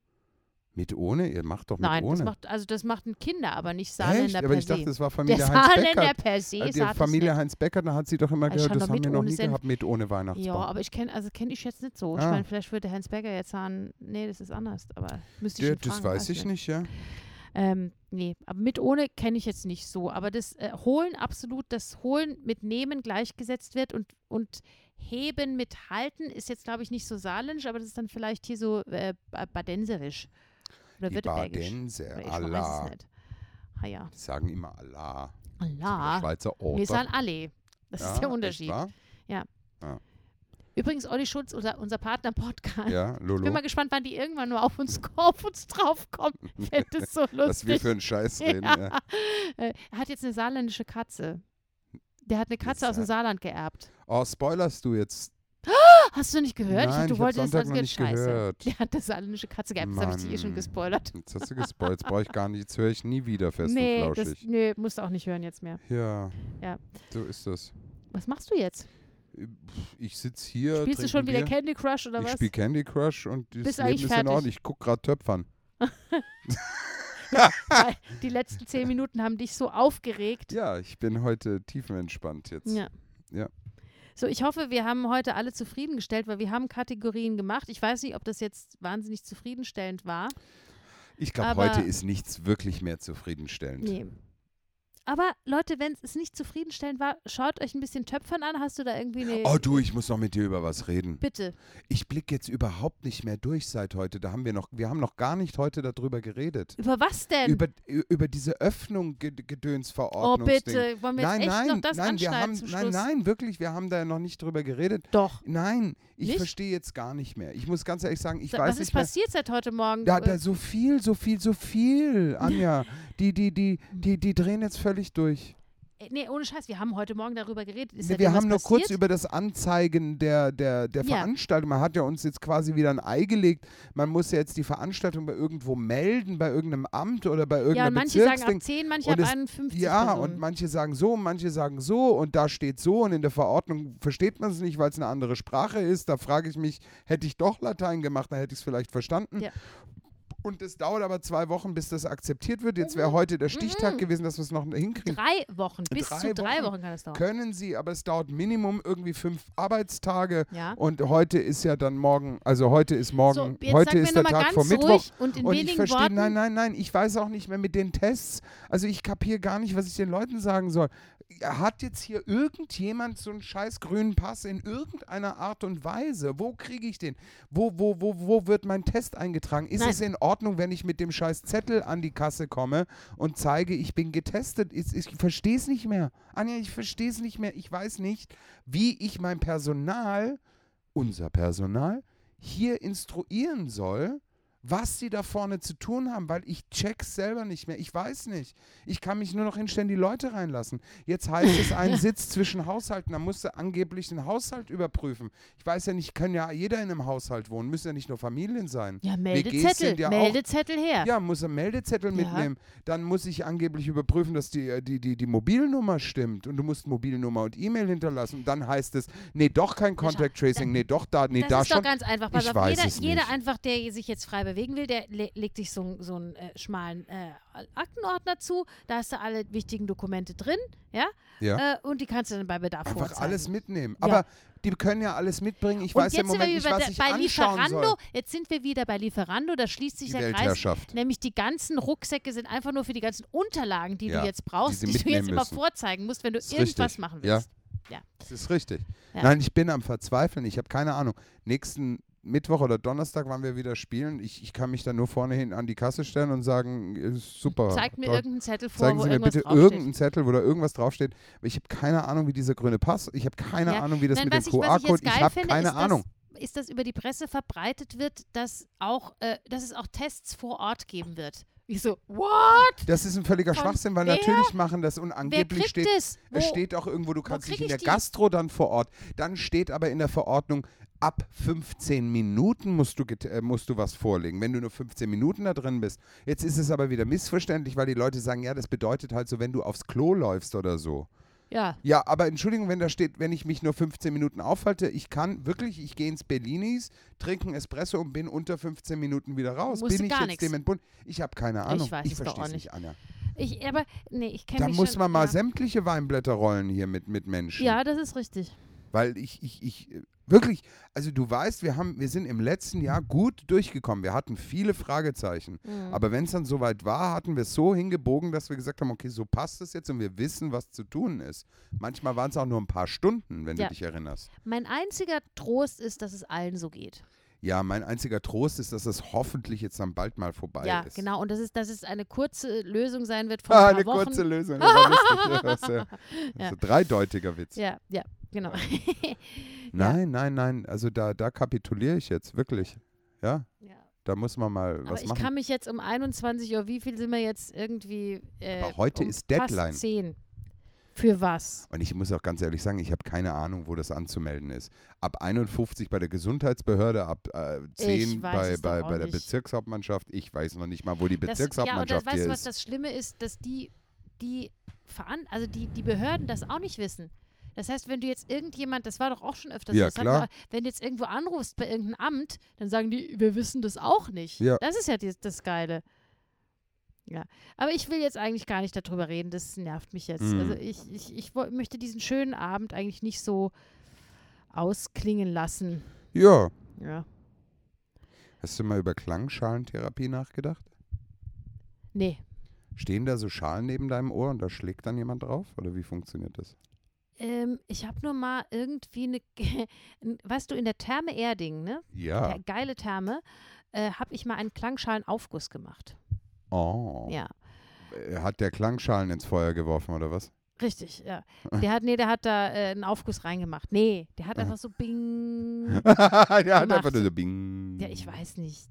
[SPEAKER 3] mit ohne? Ihr macht doch
[SPEAKER 4] Nein,
[SPEAKER 3] mit ohne.
[SPEAKER 4] das macht, also das machen Kinder, aber nicht Saarländer
[SPEAKER 3] Echt? Aber
[SPEAKER 4] per
[SPEAKER 3] ich dachte,
[SPEAKER 4] se.
[SPEAKER 3] das war
[SPEAKER 4] Der
[SPEAKER 3] Familie Heinz
[SPEAKER 4] Saarländer
[SPEAKER 3] Becker.
[SPEAKER 4] per se
[SPEAKER 3] Äh, die
[SPEAKER 4] sagt das
[SPEAKER 3] Familie
[SPEAKER 4] nicht.
[SPEAKER 3] Heinz Becker, da hat sie doch immer
[SPEAKER 4] Also
[SPEAKER 3] gehört,
[SPEAKER 4] schon
[SPEAKER 3] das
[SPEAKER 4] doch
[SPEAKER 3] haben wir
[SPEAKER 4] mit
[SPEAKER 3] noch
[SPEAKER 4] ohne
[SPEAKER 3] nie
[SPEAKER 4] Senf.
[SPEAKER 3] gehabt, mit ohne
[SPEAKER 4] Ja,
[SPEAKER 3] Weihnachtsbaum.
[SPEAKER 4] aber ich kenne, also kenne ich jetzt nicht so. Ich
[SPEAKER 3] Ah.
[SPEAKER 4] meine, vielleicht würde Heinz Berger jetzt sagen, nee, das ist also anders, aber müsste ich
[SPEAKER 3] Ja,
[SPEAKER 4] ihn
[SPEAKER 3] das
[SPEAKER 4] fragen,
[SPEAKER 3] weiß ich nicht, ja.
[SPEAKER 4] Ähm, nee, aber mit ohne kenne ich jetzt nicht so. Aber das äh, Holen absolut, das Holen mit Nehmen gleichgesetzt wird und, und Heben mit Halten ist jetzt, glaube ich, nicht so saarländisch, aber das ist dann vielleicht hier so äh, ba- badenserisch. Oder
[SPEAKER 3] Die
[SPEAKER 4] württembergisch.
[SPEAKER 3] Badenser,
[SPEAKER 4] Oder Ich weiß es
[SPEAKER 3] Allah.
[SPEAKER 4] nicht. Ah ja,
[SPEAKER 3] Die sagen immer Allah.
[SPEAKER 4] Allah.
[SPEAKER 3] Schweizer Orte.
[SPEAKER 4] Ah. Wir sagen alle. Das
[SPEAKER 3] Ja,
[SPEAKER 4] ist der
[SPEAKER 3] echt
[SPEAKER 4] Unterschied.
[SPEAKER 3] wahr?
[SPEAKER 4] Übrigens, Olli Schulz, unser, unser Partner-Podcast.
[SPEAKER 3] Ja,
[SPEAKER 4] Ich bin
[SPEAKER 3] Lolo.
[SPEAKER 4] mal gespannt, wann die irgendwann nur auf uns, auf uns draufkommen. Ich fände das so
[SPEAKER 3] Was wir
[SPEAKER 4] lustig.
[SPEAKER 3] für einen Scheiß reden. ja.
[SPEAKER 4] Ja. Äh, Er hat jetzt eine saarländische Katze. Der hat eine Katze
[SPEAKER 3] Jetzt,
[SPEAKER 4] aus dem Saarland geerbt.
[SPEAKER 3] Oh, spoilerst du jetzt?
[SPEAKER 4] Hast du nicht
[SPEAKER 3] Nein,
[SPEAKER 4] gehört? ich dachte, du
[SPEAKER 3] ich hab
[SPEAKER 4] wolltest
[SPEAKER 3] Sonntag
[SPEAKER 4] das
[SPEAKER 3] noch nicht
[SPEAKER 4] Scheiße.
[SPEAKER 3] gehört.
[SPEAKER 4] Der hat eine saarländische Katze geerbt. Das habe ich dir eh schon
[SPEAKER 3] Mann.
[SPEAKER 4] gespoilert.
[SPEAKER 3] Jetzt hast du gespoilt. Jetzt brauche ich gar nicht. Jetzt höre ich nie wieder fest
[SPEAKER 4] nee,
[SPEAKER 3] und
[SPEAKER 4] das,
[SPEAKER 3] flauschig.
[SPEAKER 4] nee, musst du auch nicht hören jetzt mehr.
[SPEAKER 3] Ja.
[SPEAKER 4] Ja.
[SPEAKER 3] So ist das.
[SPEAKER 4] Was machst du jetzt?
[SPEAKER 3] Ich sitze hier.
[SPEAKER 4] Spielst du
[SPEAKER 3] trink
[SPEAKER 4] schon
[SPEAKER 3] ein
[SPEAKER 4] wieder
[SPEAKER 3] Äh, Bier.
[SPEAKER 4] Candy Crush oder
[SPEAKER 3] Ich
[SPEAKER 4] was?
[SPEAKER 3] spiele Candy Crush und das
[SPEAKER 4] Bist
[SPEAKER 3] Leben
[SPEAKER 4] eigentlich
[SPEAKER 3] ist in
[SPEAKER 4] fertig?
[SPEAKER 3] Ordnung. Ich gucke gerade Töpfern.
[SPEAKER 4] Weil Die letzten zehn Minuten haben dich so aufgeregt.
[SPEAKER 3] Ja, ich bin heute tiefenentspannt jetzt.
[SPEAKER 4] Ja.
[SPEAKER 3] Ja.
[SPEAKER 4] So, ich hoffe, wir haben heute alle zufriedengestellt, weil wir haben Kategorien gemacht. Ich weiß nicht, ob das jetzt wahnsinnig zufriedenstellend war.
[SPEAKER 3] Ich glaube,
[SPEAKER 4] Aber-
[SPEAKER 3] heute ist nichts wirklich mehr zufriedenstellend.
[SPEAKER 4] Nee. Aber Leute, wenn es nicht zufriedenstellend war, schaut euch ein bisschen Töpfern an. Hast du da irgendwie eine.
[SPEAKER 3] Oh du, ich muss noch mit dir über was reden.
[SPEAKER 4] Bitte.
[SPEAKER 3] Ich blicke jetzt überhaupt nicht mehr durch seit heute. Da haben wir noch, wir haben noch gar nicht heute darüber geredet.
[SPEAKER 4] Über was denn?
[SPEAKER 3] Über, über diese Öffnung
[SPEAKER 4] oh,
[SPEAKER 3] Gedönsverordnung.
[SPEAKER 4] bitte. Wollen wir
[SPEAKER 3] Nein,
[SPEAKER 4] jetzt echt
[SPEAKER 3] nein,
[SPEAKER 4] noch das
[SPEAKER 3] nein, wir
[SPEAKER 4] anschneiden
[SPEAKER 3] haben,
[SPEAKER 4] zum
[SPEAKER 3] nein,
[SPEAKER 4] Schluss?
[SPEAKER 3] nein, wirklich, wir haben da noch nicht drüber geredet.
[SPEAKER 4] Doch.
[SPEAKER 3] Nein, ich
[SPEAKER 4] Nicht?
[SPEAKER 3] verstehe jetzt gar nicht mehr. Ich muss ganz ehrlich sagen, ich
[SPEAKER 4] Sa-
[SPEAKER 3] weiß
[SPEAKER 4] was ist
[SPEAKER 3] nicht mehr.
[SPEAKER 4] passiert seit heute Morgen?
[SPEAKER 3] Da,
[SPEAKER 4] Äh,
[SPEAKER 3] da so viel, so viel, so viel, Anja. Die, die, die, die, die drehen jetzt völlig durch.
[SPEAKER 4] äh, nee, ohne Scheiß, wir haben heute Morgen darüber geredet.
[SPEAKER 3] Nee,
[SPEAKER 4] Ist seitdem
[SPEAKER 3] wir
[SPEAKER 4] was
[SPEAKER 3] haben nur kurz
[SPEAKER 4] passiert?
[SPEAKER 3] über das Anzeigen der, der, der
[SPEAKER 4] Ja. Mhm.
[SPEAKER 3] Veranstaltung. Man hat ja uns jetzt quasi wieder ein Ei gelegt. Man muss ja jetzt die Veranstaltung bei irgendwo melden, bei irgendeinem Amt oder bei irgendeinem
[SPEAKER 4] Ja, und manche sagen ab
[SPEAKER 3] Bezirksding.
[SPEAKER 4] 10, manche
[SPEAKER 3] Und
[SPEAKER 4] ab
[SPEAKER 3] es-
[SPEAKER 4] 51.
[SPEAKER 3] ja,
[SPEAKER 4] Personen.
[SPEAKER 3] und manche sagen so, und manche sagen so und da steht so und in der Verordnung versteht man es nicht, weil es eine andere Sprache ist. Da frage ich mich, hätte ich doch Latein gemacht, dann hätte ich es vielleicht verstanden.
[SPEAKER 4] Ja.
[SPEAKER 3] Und es dauert aber zwei Wochen, bis das akzeptiert wird. Jetzt wäre heute der Stichtag gewesen, dass wir es noch hinkriegen.
[SPEAKER 4] Mhm. Drei Wochen. Bis
[SPEAKER 3] Drei
[SPEAKER 4] zu drei
[SPEAKER 3] Wochen
[SPEAKER 4] Wochen kann es dauern.
[SPEAKER 3] Können sie, aber es dauert Minimum irgendwie fünf Arbeitstage.
[SPEAKER 4] Ja.
[SPEAKER 3] Und heute ist ja dann morgen, also heute ist morgen,
[SPEAKER 4] so, jetzt
[SPEAKER 3] heute
[SPEAKER 4] sagen
[SPEAKER 3] ist
[SPEAKER 4] wir
[SPEAKER 3] der
[SPEAKER 4] noch mal
[SPEAKER 3] Tag
[SPEAKER 4] ganz
[SPEAKER 3] vor Mittwoch.
[SPEAKER 4] ruhig und in
[SPEAKER 3] Und ich
[SPEAKER 4] wenigen
[SPEAKER 3] verstehe,
[SPEAKER 4] Worten.
[SPEAKER 3] nein, nein, nein, ich weiß auch nicht mehr mit den Tests. Also ich kapiere gar nicht, was ich den Leuten sagen soll. Hat jetzt hier irgendjemand so einen scheiß grünen Pass in irgendeiner Art und Weise? Wo kriege ich den? Wo, wo, wo, wo wird mein Test eingetragen? Ist
[SPEAKER 4] Nein.
[SPEAKER 3] es in Ordnung, wenn ich mit dem scheiß Zettel an die Kasse komme und zeige, ich bin getestet? Ich, ich verstehe es nicht mehr. Anja, ich verstehe es nicht mehr. Ich weiß nicht, wie ich mein Personal, unser Personal, hier instruieren soll, was sie da vorne zu tun haben, weil ich check's selber nicht mehr. Ich weiß nicht. Ich kann mich nur noch hinstellen, die Leute reinlassen. Jetzt heißt es ein Sitz zwischen Haushalten, da musst du angeblich den Haushalt überprüfen. Ich weiß ja nicht, kann ja jeder in einem Haushalt wohnen, müssen ja nicht nur Familien sein.
[SPEAKER 4] Ja,
[SPEAKER 3] WGs
[SPEAKER 4] Meldezettel.
[SPEAKER 3] sind ja auch-
[SPEAKER 4] Meldezettel her.
[SPEAKER 3] Ja, muss er Meldezettel
[SPEAKER 4] Ja.
[SPEAKER 3] mitnehmen. Dann muss ich angeblich überprüfen, dass die, äh, die, die, die Mobilnummer stimmt. Und du musst Mobilnummer und E-Mail hinterlassen. Und dann heißt es, nee, doch kein Contact Tracing, nee, doch da, nee,
[SPEAKER 4] das
[SPEAKER 3] da
[SPEAKER 4] ist
[SPEAKER 3] schon.
[SPEAKER 4] doch ganz einfach. Pass
[SPEAKER 3] Ich
[SPEAKER 4] auf,
[SPEAKER 3] weiß
[SPEAKER 4] jeder,
[SPEAKER 3] es
[SPEAKER 4] jeder
[SPEAKER 3] nicht.
[SPEAKER 4] einfach, der sich jetzt frei bewegen will, der le legt sich so, n- so einen äh, schmalen äh, Aktenordner zu. Da hast du alle wichtigen Dokumente drin, ja?
[SPEAKER 3] Ja.
[SPEAKER 4] Äh, und die kannst du dann bei Bedarf
[SPEAKER 3] Einfach
[SPEAKER 4] vorzeigen.
[SPEAKER 3] alles mitnehmen.
[SPEAKER 4] Ja.
[SPEAKER 3] Aber die können ja alles mitbringen. Ich
[SPEAKER 4] und
[SPEAKER 3] weiß
[SPEAKER 4] jetzt
[SPEAKER 3] ja im Moment
[SPEAKER 4] sind wir
[SPEAKER 3] nicht,
[SPEAKER 4] wieder
[SPEAKER 3] was
[SPEAKER 4] da-
[SPEAKER 3] ich
[SPEAKER 4] bei
[SPEAKER 3] anschauen
[SPEAKER 4] Lieferando.
[SPEAKER 3] soll.
[SPEAKER 4] Jetzt sind wir wieder bei Lieferando. Da schließt sich
[SPEAKER 3] Die
[SPEAKER 4] der Kreis.
[SPEAKER 3] Weltherrschaft.
[SPEAKER 4] Nämlich die ganzen Rucksäcke sind einfach nur für die ganzen Unterlagen, die
[SPEAKER 3] Ja,
[SPEAKER 4] du jetzt brauchst,
[SPEAKER 3] die sie
[SPEAKER 4] die, du jetzt
[SPEAKER 3] mitnehmen
[SPEAKER 4] immer
[SPEAKER 3] müssen.
[SPEAKER 4] vorzeigen musst, wenn du
[SPEAKER 3] Ist
[SPEAKER 4] irgendwas
[SPEAKER 3] richtig.
[SPEAKER 4] machen
[SPEAKER 3] Ja.
[SPEAKER 4] willst. Ja.
[SPEAKER 3] Das ist richtig.
[SPEAKER 4] Ja.
[SPEAKER 3] Nein, ich bin am Verzweifeln. Ich habe keine Ahnung. Nächsten Mittwoch oder Donnerstag wann wir wieder spielen. Ich, ich kann mich da nur vorne hin an die Kasse stellen und sagen, ist super.
[SPEAKER 4] Zeigt mir
[SPEAKER 3] Dort-
[SPEAKER 4] irgendeinen Zettel vor,
[SPEAKER 3] Oh, Zeigen
[SPEAKER 4] wo
[SPEAKER 3] Sie mir
[SPEAKER 4] irgendwas
[SPEAKER 3] bitte
[SPEAKER 4] draufsteht.
[SPEAKER 3] irgendeinen Zettel, wo da irgendwas draufsteht. Aber Ich habe keine Ahnung, wie dieser grüne Pass. Ich habe keine
[SPEAKER 4] Ja.
[SPEAKER 3] Ahnung, wie das
[SPEAKER 4] Nein,
[SPEAKER 3] mit
[SPEAKER 4] was
[SPEAKER 3] dem
[SPEAKER 4] ich, was ich
[SPEAKER 3] QR-Code.
[SPEAKER 4] jetzt
[SPEAKER 3] Ich,
[SPEAKER 4] geil
[SPEAKER 3] habe
[SPEAKER 4] finde,
[SPEAKER 3] keine
[SPEAKER 4] ist,
[SPEAKER 3] Ahnung.
[SPEAKER 4] Dass, ist, dass über die Presse verbreitet wird, dass, auch, äh, dass es auch Tests vor Ort geben wird. Ich so, what?
[SPEAKER 3] Das ist ein völliger
[SPEAKER 4] Von
[SPEAKER 3] Schwachsinn, weil
[SPEAKER 4] wer?
[SPEAKER 3] natürlich machen das und
[SPEAKER 4] Wer
[SPEAKER 3] angeblich steht.
[SPEAKER 4] kriegt es? Wo,
[SPEAKER 3] Es steht auch irgendwo, du kannst
[SPEAKER 4] krieg
[SPEAKER 3] dich in
[SPEAKER 4] ich
[SPEAKER 3] der
[SPEAKER 4] die?
[SPEAKER 3] Gastro dann vor Ort. Dann steht aber in der Verordnung, ab 15 Minuten musst du, get- äh, musst du was vorlegen, wenn du nur 15 Minuten da drin bist. Jetzt ist es aber wieder missverständlich, weil die Leute sagen, ja, das bedeutet halt so, wenn du aufs Klo läufst oder so.
[SPEAKER 4] ja.
[SPEAKER 3] Ja, aber Entschuldigung, wenn da steht, wenn ich mich nur 15 Minuten aufhalte, ich kann wirklich, ich gehe ins Bellinis, trinke einen Espresso und bin unter 15 Minuten wieder raus.
[SPEAKER 4] Musst du
[SPEAKER 3] bin ich
[SPEAKER 4] gar
[SPEAKER 3] jetzt
[SPEAKER 4] nix.
[SPEAKER 3] dem entbunden? Ich habe keine Ahnung.
[SPEAKER 4] weiß es doch
[SPEAKER 3] versteh's
[SPEAKER 4] auch nicht.
[SPEAKER 3] Anna.
[SPEAKER 4] Ich, aber, nee, ich kenne
[SPEAKER 3] Da
[SPEAKER 4] mich
[SPEAKER 3] muss
[SPEAKER 4] schon,
[SPEAKER 3] man mal
[SPEAKER 4] ja.
[SPEAKER 3] sämtliche Weinblätter rollen hier mit, mit Menschen.
[SPEAKER 4] Ja, das ist richtig.
[SPEAKER 3] Weil ich, ich, ich, äh, wirklich, also du weißt, wir haben, wir sind im letzten Jahr gut durchgekommen. Wir hatten viele Fragezeichen.
[SPEAKER 4] Mhm.
[SPEAKER 3] Aber wenn es dann soweit war, hatten wir es so hingebogen, dass wir gesagt haben, okay, so passt es jetzt und wir wissen, was zu tun ist. Manchmal waren es auch nur ein paar Stunden, wenn
[SPEAKER 4] Ja.
[SPEAKER 3] du dich erinnerst.
[SPEAKER 4] Mein einziger Trost ist, dass es allen so geht.
[SPEAKER 3] Ja, mein einziger Trost ist, dass es hoffentlich jetzt dann bald mal vorbei
[SPEAKER 4] ja,
[SPEAKER 3] ist.
[SPEAKER 4] genau. Und das ist, dass es eine kurze Lösung sein wird von
[SPEAKER 3] Ah,
[SPEAKER 4] ein
[SPEAKER 3] eine
[SPEAKER 4] paar Wochen.
[SPEAKER 3] kurze Lösung. Das war lustig. Ja, das ist ja, das ist
[SPEAKER 4] Ja.
[SPEAKER 3] ein dreideutiger Witz.
[SPEAKER 4] Ja, ja, genau.
[SPEAKER 3] Nein, nein, nein. Also da, da kapituliere ich jetzt, wirklich. Ja,
[SPEAKER 4] ja.
[SPEAKER 3] da muss man mal
[SPEAKER 4] Aber
[SPEAKER 3] was
[SPEAKER 4] ich
[SPEAKER 3] machen.
[SPEAKER 4] kann mich jetzt um 21 Uhr, wie viel sind wir jetzt irgendwie? Äh,
[SPEAKER 3] Aber heute
[SPEAKER 4] um
[SPEAKER 3] ist Deadline.
[SPEAKER 4] Fast 10. Für was?
[SPEAKER 3] Und ich muss auch ganz ehrlich sagen, ich habe keine Ahnung, wo das anzumelden ist. Ab 51 bei der Gesundheitsbehörde, ab äh, 10
[SPEAKER 4] weiß
[SPEAKER 3] bei,
[SPEAKER 4] es doch
[SPEAKER 3] bei,
[SPEAKER 4] auch
[SPEAKER 3] bei der
[SPEAKER 4] nicht.
[SPEAKER 3] Bezirkshauptmannschaft. Ich weiß noch nicht mal, wo die
[SPEAKER 4] das,
[SPEAKER 3] Bezirkshauptmannschaft
[SPEAKER 4] ja, und das, weißt du,
[SPEAKER 3] hier
[SPEAKER 4] was
[SPEAKER 3] ist.
[SPEAKER 4] das Schlimme ist, dass die, die, veran also die, die Behörden das auch nicht wissen. Das heißt, wenn du jetzt irgendjemand, das war doch auch schon öfters, so,
[SPEAKER 3] Ja,
[SPEAKER 4] das hatten
[SPEAKER 3] klar.
[SPEAKER 4] wir auch, wenn du jetzt irgendwo anrufst bei irgendeinem Amt, dann sagen die, wir wissen das auch nicht.
[SPEAKER 3] Ja.
[SPEAKER 4] Das ist ja die, das Geile. Ja, aber ich will jetzt eigentlich gar nicht darüber reden, das nervt mich jetzt.
[SPEAKER 3] Mhm.
[SPEAKER 4] Also ich, ich, ich woll- möchte diesen schönen Abend eigentlich nicht so ausklingen lassen.
[SPEAKER 3] ja.
[SPEAKER 4] Ja.
[SPEAKER 3] Hast du mal über Klangschalentherapie nachgedacht?
[SPEAKER 4] Nee,
[SPEAKER 3] Stehen da so Schalen neben deinem Ohr und da schlägt dann jemand drauf? Oder wie funktioniert das?
[SPEAKER 4] Ähm, ich habe nur mal irgendwie eine, weißt du, in der Therme Erding, ne?
[SPEAKER 3] Ja.
[SPEAKER 4] Der geile Therme, äh, habe ich mal einen Klangschalenaufguss gemacht.
[SPEAKER 3] Oh.
[SPEAKER 4] Ja,
[SPEAKER 3] Äh, Hat der Klangschalen ins Feuer geworfen oder was?
[SPEAKER 4] richtig, ja. Der hat, nee, der hat da äh, einen Aufguss reingemacht. Nee, der hat einfach so bing.
[SPEAKER 3] der hat einfach
[SPEAKER 4] Gemacht.
[SPEAKER 3] nur so Bing.
[SPEAKER 4] Hm. Ja, ich weiß nicht.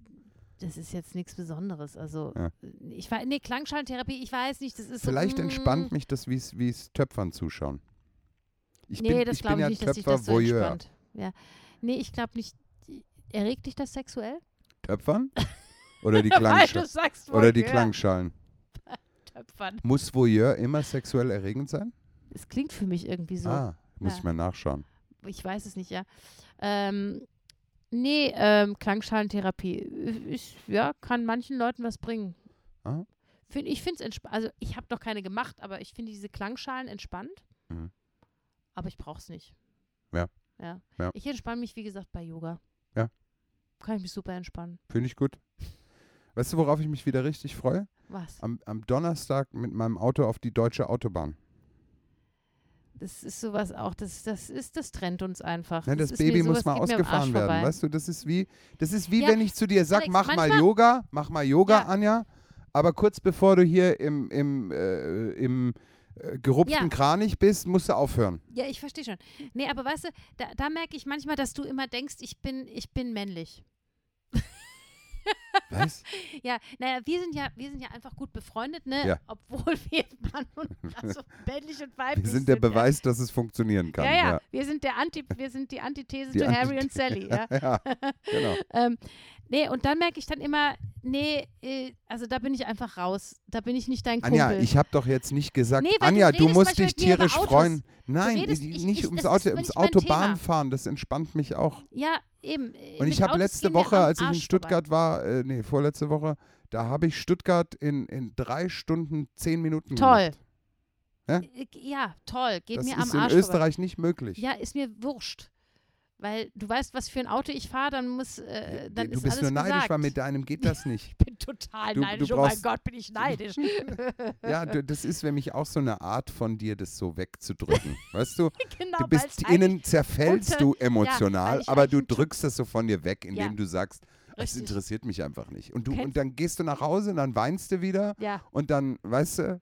[SPEAKER 4] Das ist jetzt nichts Besonderes. Also,
[SPEAKER 3] Ja.
[SPEAKER 4] ich weiß, nee, Klangschalentherapie, ich weiß nicht, das ist so,
[SPEAKER 3] Vielleicht
[SPEAKER 4] mm,
[SPEAKER 3] entspannt mich das, wie es Töpfern zuschauen. Ich
[SPEAKER 4] nee,
[SPEAKER 3] bin,
[SPEAKER 4] das
[SPEAKER 3] ich bin
[SPEAKER 4] glaube ich
[SPEAKER 3] ja
[SPEAKER 4] nicht, dass dich
[SPEAKER 3] Töpfer
[SPEAKER 4] das so
[SPEAKER 3] Voyeur.
[SPEAKER 4] entspannt. Ja. Nee, ich glaube nicht. Erregt dich das sexuell?
[SPEAKER 3] Töpfern? Oder die
[SPEAKER 4] Weil du
[SPEAKER 3] Klangschalen?
[SPEAKER 4] sagst
[SPEAKER 3] Oder die
[SPEAKER 4] Voyeur.
[SPEAKER 3] Klangschalen.
[SPEAKER 4] Töpfern.
[SPEAKER 3] Muss Voyeur immer sexuell erregend sein?
[SPEAKER 4] Es klingt für mich irgendwie so.
[SPEAKER 3] Ah, muss
[SPEAKER 4] Ja.
[SPEAKER 3] ich mal nachschauen.
[SPEAKER 4] Ich weiß es nicht, ja. Ähm, nee, ähm, Klangschalentherapie. Ich, ja, kann manchen Leuten was bringen.
[SPEAKER 3] Ah.
[SPEAKER 4] Find, ich finde es entspannt. Also, ich habe noch keine gemacht, aber ich finde diese Klangschalen entspannt.
[SPEAKER 3] Mhm.
[SPEAKER 4] Aber ich brauche es nicht.
[SPEAKER 3] Ja.
[SPEAKER 4] ja.
[SPEAKER 3] Ja.
[SPEAKER 4] Ich entspanne mich, wie gesagt, bei Yoga.
[SPEAKER 3] Ja.
[SPEAKER 4] Kann ich mich super entspannen.
[SPEAKER 3] Finde ich gut. Weißt du, worauf ich mich wieder richtig freue?
[SPEAKER 4] Was?
[SPEAKER 3] Am, am Donnerstag mit meinem Auto auf die deutsche Autobahn.
[SPEAKER 4] Das ist sowas auch. Das, das ist, das trennt uns einfach.
[SPEAKER 3] Ne, das
[SPEAKER 4] ist
[SPEAKER 3] Baby
[SPEAKER 4] mir,
[SPEAKER 3] muss
[SPEAKER 4] sowas
[SPEAKER 3] mal
[SPEAKER 4] geht mir am Arsch
[SPEAKER 3] ausgefahren werden.
[SPEAKER 4] vorbei.
[SPEAKER 3] Weißt du, das ist wie, das ist wie
[SPEAKER 4] Ja,
[SPEAKER 3] wenn ich zu dir sag,
[SPEAKER 4] Alex,
[SPEAKER 3] mach mal
[SPEAKER 4] manchmal-
[SPEAKER 3] Yoga, mach mal Yoga,
[SPEAKER 4] Ja.
[SPEAKER 3] Anja. Aber kurz bevor du hier im, im, äh, im äh, gerupften
[SPEAKER 4] Ja.
[SPEAKER 3] Kranich bist, musst du aufhören.
[SPEAKER 4] Ja, ich verstehe schon. Nee, aber weißt du, da, da merke ich manchmal, dass du immer denkst, ich bin, ich bin männlich.
[SPEAKER 3] Was?
[SPEAKER 4] Ja, naja, wir sind ja, wir sind ja einfach gut befreundet, ne?
[SPEAKER 3] Ja.
[SPEAKER 4] Obwohl wir Mann und also männlich und weiblich
[SPEAKER 3] Wir sind der
[SPEAKER 4] ja.
[SPEAKER 3] Beweis, dass es funktionieren kann.
[SPEAKER 4] Ja, ja, wir sind der Anti, wir sind die Antithese
[SPEAKER 3] Die
[SPEAKER 4] zu Harry und
[SPEAKER 3] Antithese.
[SPEAKER 4] Sally, ja.
[SPEAKER 3] ja. genau.
[SPEAKER 4] Ähm, nee, und dann merke ich dann immer, nee, äh, also da bin ich einfach raus. Da bin ich nicht dein Kumpel.
[SPEAKER 3] Anja, ich habe doch jetzt nicht gesagt,
[SPEAKER 4] Nee, weil du
[SPEAKER 3] Anja, du
[SPEAKER 4] redest
[SPEAKER 3] musst
[SPEAKER 4] manchmal
[SPEAKER 3] dich
[SPEAKER 4] mit mir über
[SPEAKER 3] tierisch
[SPEAKER 4] Autos.
[SPEAKER 3] freuen. Nein,
[SPEAKER 4] redest-
[SPEAKER 3] ich-
[SPEAKER 4] ich-
[SPEAKER 3] nicht
[SPEAKER 4] ich-
[SPEAKER 3] ums,
[SPEAKER 4] das
[SPEAKER 3] Auto,
[SPEAKER 4] ist
[SPEAKER 3] ums
[SPEAKER 4] nicht mein
[SPEAKER 3] Autobahn
[SPEAKER 4] Thema.
[SPEAKER 3] fahren, das entspannt mich auch.
[SPEAKER 4] ja, eben. äh,
[SPEAKER 3] Und
[SPEAKER 4] mit
[SPEAKER 3] ich habe
[SPEAKER 4] Autos
[SPEAKER 3] letzte
[SPEAKER 4] ging mir
[SPEAKER 3] Woche,
[SPEAKER 4] am
[SPEAKER 3] als ich in
[SPEAKER 4] Arsch
[SPEAKER 3] Stuttgart war, äh, nee, vorletzte Woche, da habe ich Stuttgart in, in drei Stunden, zehn Minuten
[SPEAKER 4] Toll.
[SPEAKER 3] gemacht. Ja?
[SPEAKER 4] vorbei. Äh, Ja, toll, geht
[SPEAKER 3] das
[SPEAKER 4] mir
[SPEAKER 3] ist
[SPEAKER 4] am
[SPEAKER 3] in
[SPEAKER 4] Arsch vorbei.
[SPEAKER 3] Österreich nicht möglich.
[SPEAKER 4] Ja, ist mir wurscht. Weil du weißt, was für ein Auto ich fahre, dann muss, äh, dann
[SPEAKER 3] du
[SPEAKER 4] ist
[SPEAKER 3] bist
[SPEAKER 4] alles
[SPEAKER 3] nur neidisch,
[SPEAKER 4] gesagt.
[SPEAKER 3] weil mit deinem geht das nicht.
[SPEAKER 4] ich bin total
[SPEAKER 3] Du- du
[SPEAKER 4] neidisch. oh mein
[SPEAKER 3] brauchst-
[SPEAKER 4] Gott, bin ich neidisch.
[SPEAKER 3] Ja, du, das ist nämlich auch so eine Art von dir, das so wegzudrücken. Weißt du?
[SPEAKER 4] genau,
[SPEAKER 3] Du
[SPEAKER 4] weil's
[SPEAKER 3] bist
[SPEAKER 4] eigentlich-
[SPEAKER 3] innen zerfällst
[SPEAKER 4] unter-
[SPEAKER 3] du
[SPEAKER 4] ja,
[SPEAKER 3] emotional,
[SPEAKER 4] weil ich
[SPEAKER 3] aber
[SPEAKER 4] eigentlich
[SPEAKER 3] du
[SPEAKER 4] ein Typ-
[SPEAKER 3] drückst das so von dir weg, indem
[SPEAKER 4] Ja,
[SPEAKER 3] du sagst, "Ah, es
[SPEAKER 4] richtig.
[SPEAKER 3] interessiert mich einfach nicht. Und
[SPEAKER 4] Du
[SPEAKER 3] du
[SPEAKER 4] kennst-
[SPEAKER 3] und dann gehst du nach Hause und dann weinst du wieder
[SPEAKER 4] Ja.
[SPEAKER 3] und dann, weißt du,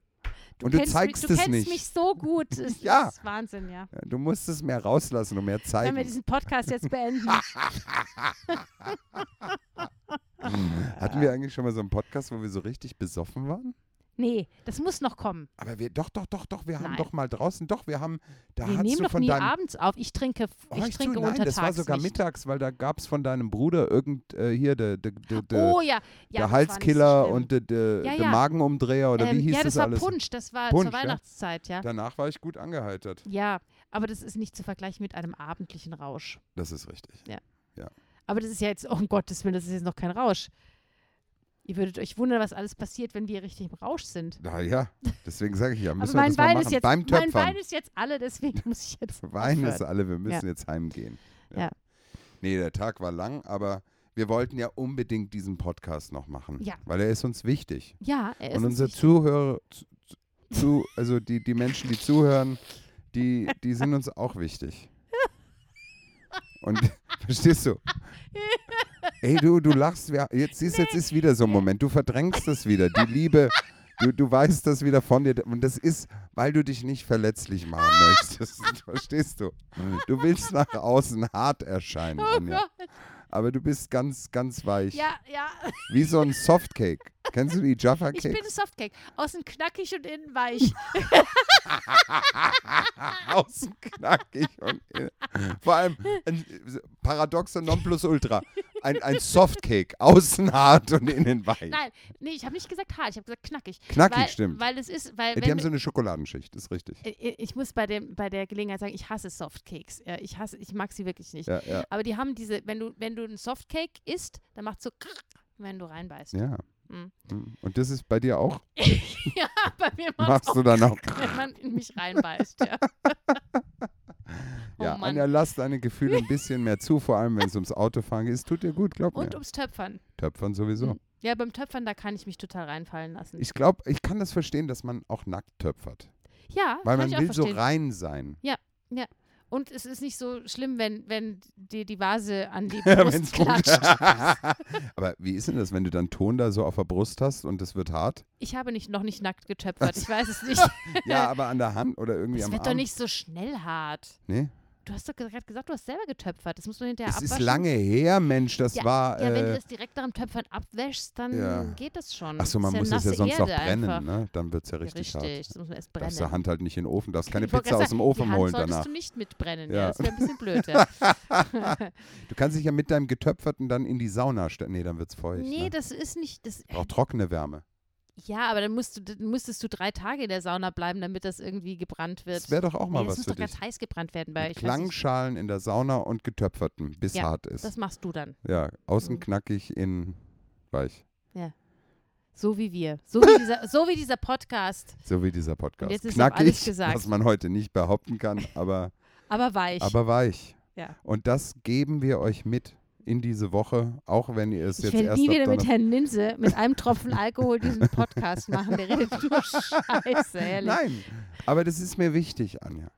[SPEAKER 3] und du
[SPEAKER 4] kennst
[SPEAKER 3] zeigst
[SPEAKER 4] mich, du
[SPEAKER 3] es
[SPEAKER 4] kennst
[SPEAKER 3] nicht.
[SPEAKER 4] mich so gut. Es ist-
[SPEAKER 3] Ja.
[SPEAKER 4] ist Wahnsinn, ja.
[SPEAKER 3] Ja, Du musst es mehr rauslassen und mehr
[SPEAKER 4] Wenn
[SPEAKER 3] zeigen.
[SPEAKER 4] wir diesen Podcast jetzt beenden.
[SPEAKER 3] Hatten wir eigentlich schon mal so einen Podcast, wo wir so richtig besoffen waren?
[SPEAKER 4] Nee, das muss noch kommen.
[SPEAKER 3] Aber wir, doch, doch, doch, doch, wir haben
[SPEAKER 4] Nein.
[SPEAKER 3] doch mal draußen, doch, wir haben, da
[SPEAKER 4] wir
[SPEAKER 3] hast
[SPEAKER 4] nehmen
[SPEAKER 3] du
[SPEAKER 4] doch
[SPEAKER 3] von
[SPEAKER 4] nie
[SPEAKER 3] deinem.
[SPEAKER 4] abends auf. Ich trinke, ich
[SPEAKER 3] Horch
[SPEAKER 4] trinke
[SPEAKER 3] zu, nein,
[SPEAKER 4] untertags
[SPEAKER 3] das war sogar
[SPEAKER 4] nicht.
[SPEAKER 3] mittags, weil da gab es von deinem Bruder irgend äh, hier der de, de, de,
[SPEAKER 4] Oh ja, ja
[SPEAKER 3] der
[SPEAKER 4] das war nicht so
[SPEAKER 3] Halskiller
[SPEAKER 4] schlimm.
[SPEAKER 3] und der de,
[SPEAKER 4] Ja,
[SPEAKER 3] de
[SPEAKER 4] ja.
[SPEAKER 3] Magenumdreher oder
[SPEAKER 4] ähm,
[SPEAKER 3] wie hieß
[SPEAKER 4] ja, das,
[SPEAKER 3] das,
[SPEAKER 4] war
[SPEAKER 3] alles?
[SPEAKER 4] Punsch, das war
[SPEAKER 3] Punsch,
[SPEAKER 4] zur
[SPEAKER 3] ja?
[SPEAKER 4] Weihnachtszeit, ja.
[SPEAKER 3] Danach war ich gut angeheitert.
[SPEAKER 4] Ja, aber das ist nicht zu vergleichen mit einem abendlichen Rausch.
[SPEAKER 3] Das ist richtig.
[SPEAKER 4] Aber das ist ja jetzt, oh um Gottes Willen, das ist jetzt noch kein Rausch. Ihr würdet euch wundern, was alles passiert, wenn wir richtig im Rausch sind.
[SPEAKER 3] Na ja, deswegen sage ich ja,
[SPEAKER 4] Aber
[SPEAKER 3] müssen wir
[SPEAKER 4] mein
[SPEAKER 3] das mal
[SPEAKER 4] Wein,
[SPEAKER 3] machen.
[SPEAKER 4] ist jetzt,
[SPEAKER 3] Beim
[SPEAKER 4] mein
[SPEAKER 3] Töpfern.
[SPEAKER 4] Wein ist jetzt alle, deswegen muss ich jetzt
[SPEAKER 3] Wein ist
[SPEAKER 4] aufhören.
[SPEAKER 3] alle, wir müssen jetzt heimgehen.
[SPEAKER 4] Ja.
[SPEAKER 3] Nee, der Tag war lang, aber wir wollten ja unbedingt diesen Podcast noch machen.
[SPEAKER 4] Ja.
[SPEAKER 3] Weil er ist uns wichtig.
[SPEAKER 4] Ja, er ist
[SPEAKER 3] Und
[SPEAKER 4] uns
[SPEAKER 3] unsere
[SPEAKER 4] wichtig.
[SPEAKER 3] Zuhörer, zu, zu, also die, die Menschen, die zuhören, die, die sind uns auch wichtig. Und verstehst du? Ey, du, du lachst. wir- Jetzt siehst du, jetzt ist wieder so ein Moment. Du verdrängst das wieder. Die Liebe, du, du weißt das wieder von dir. Und das ist, weil du dich nicht verletzlich machen möchtest. Verstehst du? Du willst nach außen hart erscheinen,
[SPEAKER 4] Oh
[SPEAKER 3] Anja.
[SPEAKER 4] Gott.
[SPEAKER 3] Aber du bist ganz, ganz weich.
[SPEAKER 4] Ja, ja,
[SPEAKER 3] Wie so ein Softcake. Kennst du die Jaffa
[SPEAKER 4] ich
[SPEAKER 3] Cakes?
[SPEAKER 4] bin Softcake. Außen knackig und innen weich.
[SPEAKER 3] außen knackig und innen. Vor allem ein paradoxe Nonplusultra. Ein, ein Softcake, außen hart und innen weich.
[SPEAKER 4] Nein, nee, ich habe nicht gesagt hart, ich habe gesagt knackig.
[SPEAKER 3] Knackig,
[SPEAKER 4] weil,
[SPEAKER 3] stimmt.
[SPEAKER 4] Weil es ist, weil
[SPEAKER 3] Äh,
[SPEAKER 4] wenn
[SPEAKER 3] Die haben so eine Schokoladenschicht, ist richtig.
[SPEAKER 4] Äh, äh, Ich muss bei, dem, bei der Gelegenheit sagen, ich hasse Softcakes. Ja, Ich hasse, ich mag sie wirklich nicht.
[SPEAKER 3] Ja, ja.
[SPEAKER 4] Aber die haben diese, wenn du, wenn du einen Softcake isst, dann macht so krrr, wenn du reinbeißt.
[SPEAKER 3] Ja.
[SPEAKER 4] Mhm.
[SPEAKER 3] Mhm. Und das ist bei dir auch?
[SPEAKER 4] Ja, bei mir macht
[SPEAKER 3] Machst
[SPEAKER 4] auch,
[SPEAKER 3] du dann auch?
[SPEAKER 4] wenn man in mich reinbeißt. Ja. oh
[SPEAKER 3] Ja,
[SPEAKER 4] Mann.
[SPEAKER 3] Anja, lass deine Gefühle ein bisschen mehr zu, vor allem wenn es ums Autofahren geht. Es tut dir gut, glaub mir.
[SPEAKER 4] Und um Hm. ums Töpfern.
[SPEAKER 3] Töpfern sowieso.
[SPEAKER 4] Ja, beim Töpfern, da kann ich mich total reinfallen lassen.
[SPEAKER 3] Ich glaube, ich kann das verstehen, dass man auch nackt töpfert.
[SPEAKER 4] ja,
[SPEAKER 3] Weil man
[SPEAKER 4] kann ich auch
[SPEAKER 3] will so
[SPEAKER 4] verstehen.
[SPEAKER 3] rein sein.
[SPEAKER 4] Und es ist nicht so schlimm, wenn, wenn dir die Vase an die
[SPEAKER 3] Ja,
[SPEAKER 4] Brust
[SPEAKER 3] wenn's gut-
[SPEAKER 4] klatscht.
[SPEAKER 3] Aber wie ist denn das, wenn du dann Ton da so auf der Brust hast und es wird hart?
[SPEAKER 4] Ich habe nicht, noch nicht nackt getöpfert. Ich weiß es nicht.
[SPEAKER 3] Ja, aber an der Hand oder irgendwie
[SPEAKER 4] Es
[SPEAKER 3] am
[SPEAKER 4] wird
[SPEAKER 3] Arm?
[SPEAKER 4] doch nicht so schnell hart.
[SPEAKER 3] nee?
[SPEAKER 4] Du hast doch gerade gesagt, du hast selber getöpfert. Das muss man hinterher
[SPEAKER 3] Es
[SPEAKER 4] abwaschen.
[SPEAKER 3] ist lange her, Mensch, das
[SPEAKER 4] Ja,
[SPEAKER 3] war.
[SPEAKER 4] Ja, wenn du
[SPEAKER 3] Äh,
[SPEAKER 4] das direkt nach dem Töpfern abwäschst, dann
[SPEAKER 3] ja.
[SPEAKER 4] geht das schon.
[SPEAKER 3] Achso,
[SPEAKER 4] Ist
[SPEAKER 3] man
[SPEAKER 4] ja
[SPEAKER 3] muss es
[SPEAKER 4] nasse
[SPEAKER 3] ja sonst noch
[SPEAKER 4] Erde
[SPEAKER 3] brennen,
[SPEAKER 4] einfach.
[SPEAKER 3] ne? Dann wird es ja richtig,
[SPEAKER 4] Richtig,
[SPEAKER 3] hart.
[SPEAKER 4] das muss man erst
[SPEAKER 3] Darfst der
[SPEAKER 4] brennen.
[SPEAKER 3] Hand halt nicht in den Ofen, darfst keine
[SPEAKER 4] Ich wollte
[SPEAKER 3] Pizza
[SPEAKER 4] gerade
[SPEAKER 3] aus dem
[SPEAKER 4] sagen,
[SPEAKER 3] Ofen
[SPEAKER 4] die Hand
[SPEAKER 3] holen
[SPEAKER 4] solltest
[SPEAKER 3] danach.
[SPEAKER 4] du nicht mitbrennen,
[SPEAKER 3] Ja.
[SPEAKER 4] ja. das wäre ein bisschen blöd. Ja.
[SPEAKER 3] Du kannst dich ja mit deinem Getöpferten dann in die Sauna stellen. Nee, dann wird es feucht.
[SPEAKER 4] nee,
[SPEAKER 3] ne?
[SPEAKER 4] das ist nicht, das,
[SPEAKER 3] Braucht trockene Wärme.
[SPEAKER 4] ja, aber dann, musst du, dann musstest du drei Tage in der Sauna bleiben, damit das irgendwie gebrannt wird.
[SPEAKER 3] Das wäre doch auch mal
[SPEAKER 4] nee,
[SPEAKER 3] was
[SPEAKER 4] das muss
[SPEAKER 3] für
[SPEAKER 4] doch
[SPEAKER 3] dich.
[SPEAKER 4] ganz heiß gebrannt werden bei
[SPEAKER 3] Mit
[SPEAKER 4] ich weiß nicht,
[SPEAKER 3] Klangschalen in der Sauna und Getöpferten, bis
[SPEAKER 4] Ja,
[SPEAKER 3] hart ist.
[SPEAKER 4] Das machst du dann,
[SPEAKER 3] Ja, außen
[SPEAKER 4] Mhm.
[SPEAKER 3] knackig, innen weich.
[SPEAKER 4] so wie wir, so wie dieser, so wie dieser Podcast,
[SPEAKER 3] So wie dieser Podcast.
[SPEAKER 4] Und jetzt ist auch
[SPEAKER 3] Knackig,
[SPEAKER 4] alles gesagt.
[SPEAKER 3] was man heute nicht behaupten kann, aber,
[SPEAKER 4] aber weich.
[SPEAKER 3] aber weich.
[SPEAKER 4] Ja.
[SPEAKER 3] Und das geben wir euch mit in diese Woche, auch wenn ihr es
[SPEAKER 4] Ich
[SPEAKER 3] jetzt
[SPEAKER 4] werde
[SPEAKER 3] erst
[SPEAKER 4] nie
[SPEAKER 3] ab
[SPEAKER 4] wieder mit
[SPEAKER 3] Donnerstag-
[SPEAKER 4] Herrn Linse mit einem Tropfen Alkohol diesen Podcast machen. Der redet nur Scheiße, ehrlich.
[SPEAKER 3] Nein, aber das ist mir wichtig, Anja.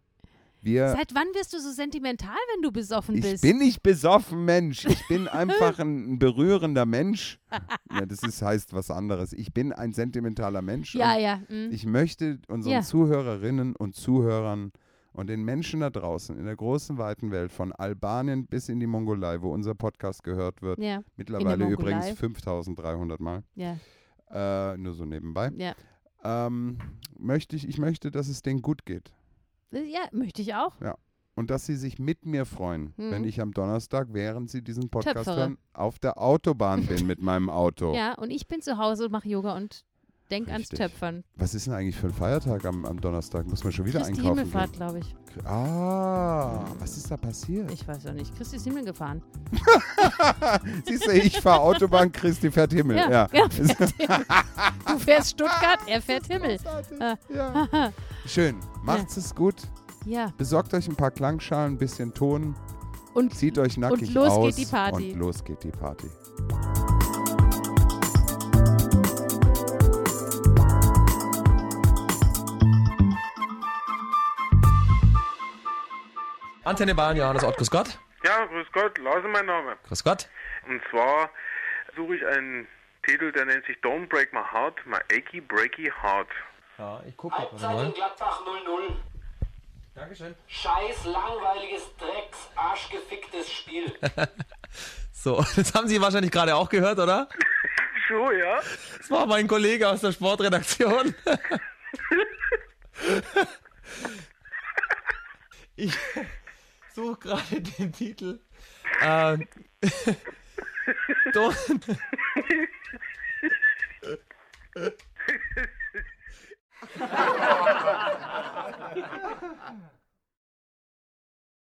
[SPEAKER 3] Wir,
[SPEAKER 4] Seit wann wirst du so sentimental, wenn du besoffen
[SPEAKER 3] ich
[SPEAKER 4] bist?
[SPEAKER 3] bin nicht besoffen, Mensch. Ich bin einfach ein berührender Mensch. Ja, das ist, heißt was anderes. Ich bin ein sentimentaler Mensch.
[SPEAKER 4] ja,
[SPEAKER 3] und
[SPEAKER 4] ja. mm.
[SPEAKER 3] Ich möchte unseren
[SPEAKER 4] Ja.
[SPEAKER 3] Zuhörerinnen und Zuhörern und den Menschen da draußen in der großen, weiten Welt von Albanien bis in die Mongolei, wo unser Podcast gehört wird,
[SPEAKER 4] ja,
[SPEAKER 3] mittlerweile
[SPEAKER 4] Mongolei?
[SPEAKER 3] übrigens 5300 Mal,
[SPEAKER 4] ja,
[SPEAKER 3] äh, nur so nebenbei,
[SPEAKER 4] ja.
[SPEAKER 3] ähm, möchte ich, ich möchte, dass es denen gut geht
[SPEAKER 4] Ja, möchte ich auch.
[SPEAKER 3] und dass sie sich mit mir freuen,
[SPEAKER 4] Mhm.
[SPEAKER 3] wenn ich am Donnerstag, während sie diesen Podcast
[SPEAKER 4] Töpfere.
[SPEAKER 3] hören, auf der Autobahn bin mit meinem Auto.
[SPEAKER 4] Ja, und ich bin zu Hause und mache Yoga und denk ans
[SPEAKER 3] Richtig.
[SPEAKER 4] Töpfern.
[SPEAKER 3] Was ist denn eigentlich für ein Feiertag am, am Donnerstag? Muss man schon wieder
[SPEAKER 4] Christi
[SPEAKER 3] einkaufen
[SPEAKER 4] Himmelfahrt, glaube ich.
[SPEAKER 3] gehen? Ah, was ist da passiert?
[SPEAKER 4] Ich weiß auch nicht. Christi ist Himmel gefahren.
[SPEAKER 3] Siehst du, ich fahre Autobahn, Christi fährt Himmel. Ja.
[SPEAKER 4] genau, fährt Himmel. Du fährst Stuttgart, er fährt Himmel. Äh,
[SPEAKER 3] Großartig. Ja. Schön. Macht's es gut.
[SPEAKER 4] Ja,
[SPEAKER 3] Besorgt euch ein paar Klangschalen, ein bisschen Ton.
[SPEAKER 4] Und
[SPEAKER 3] Zieht euch nackig
[SPEAKER 4] Mhm. Und los
[SPEAKER 3] aus
[SPEAKER 4] geht die Party.
[SPEAKER 3] und los geht die Party.
[SPEAKER 6] Antenne Bayern, Johannes Ott, grüß Gott.
[SPEAKER 7] Ja, grüß Gott, Lause mein Name.
[SPEAKER 6] Grüß Gott.
[SPEAKER 7] Und zwar suche ich einen Titel, der nennt sich Don't Break My Heart, My Achy Breaky Heart.
[SPEAKER 6] Ja, ich gucke mal.
[SPEAKER 8] Gladbach 0-0.
[SPEAKER 6] Dankeschön.
[SPEAKER 8] Scheiß langweiliges Drecks arschgeficktes Spiel.
[SPEAKER 6] So, das haben Sie wahrscheinlich gerade auch gehört, oder?
[SPEAKER 7] So, ja?
[SPEAKER 6] Das war mein Kollege aus der Sportredaktion. Ich suche gerade den Titel. Ähm, Don't,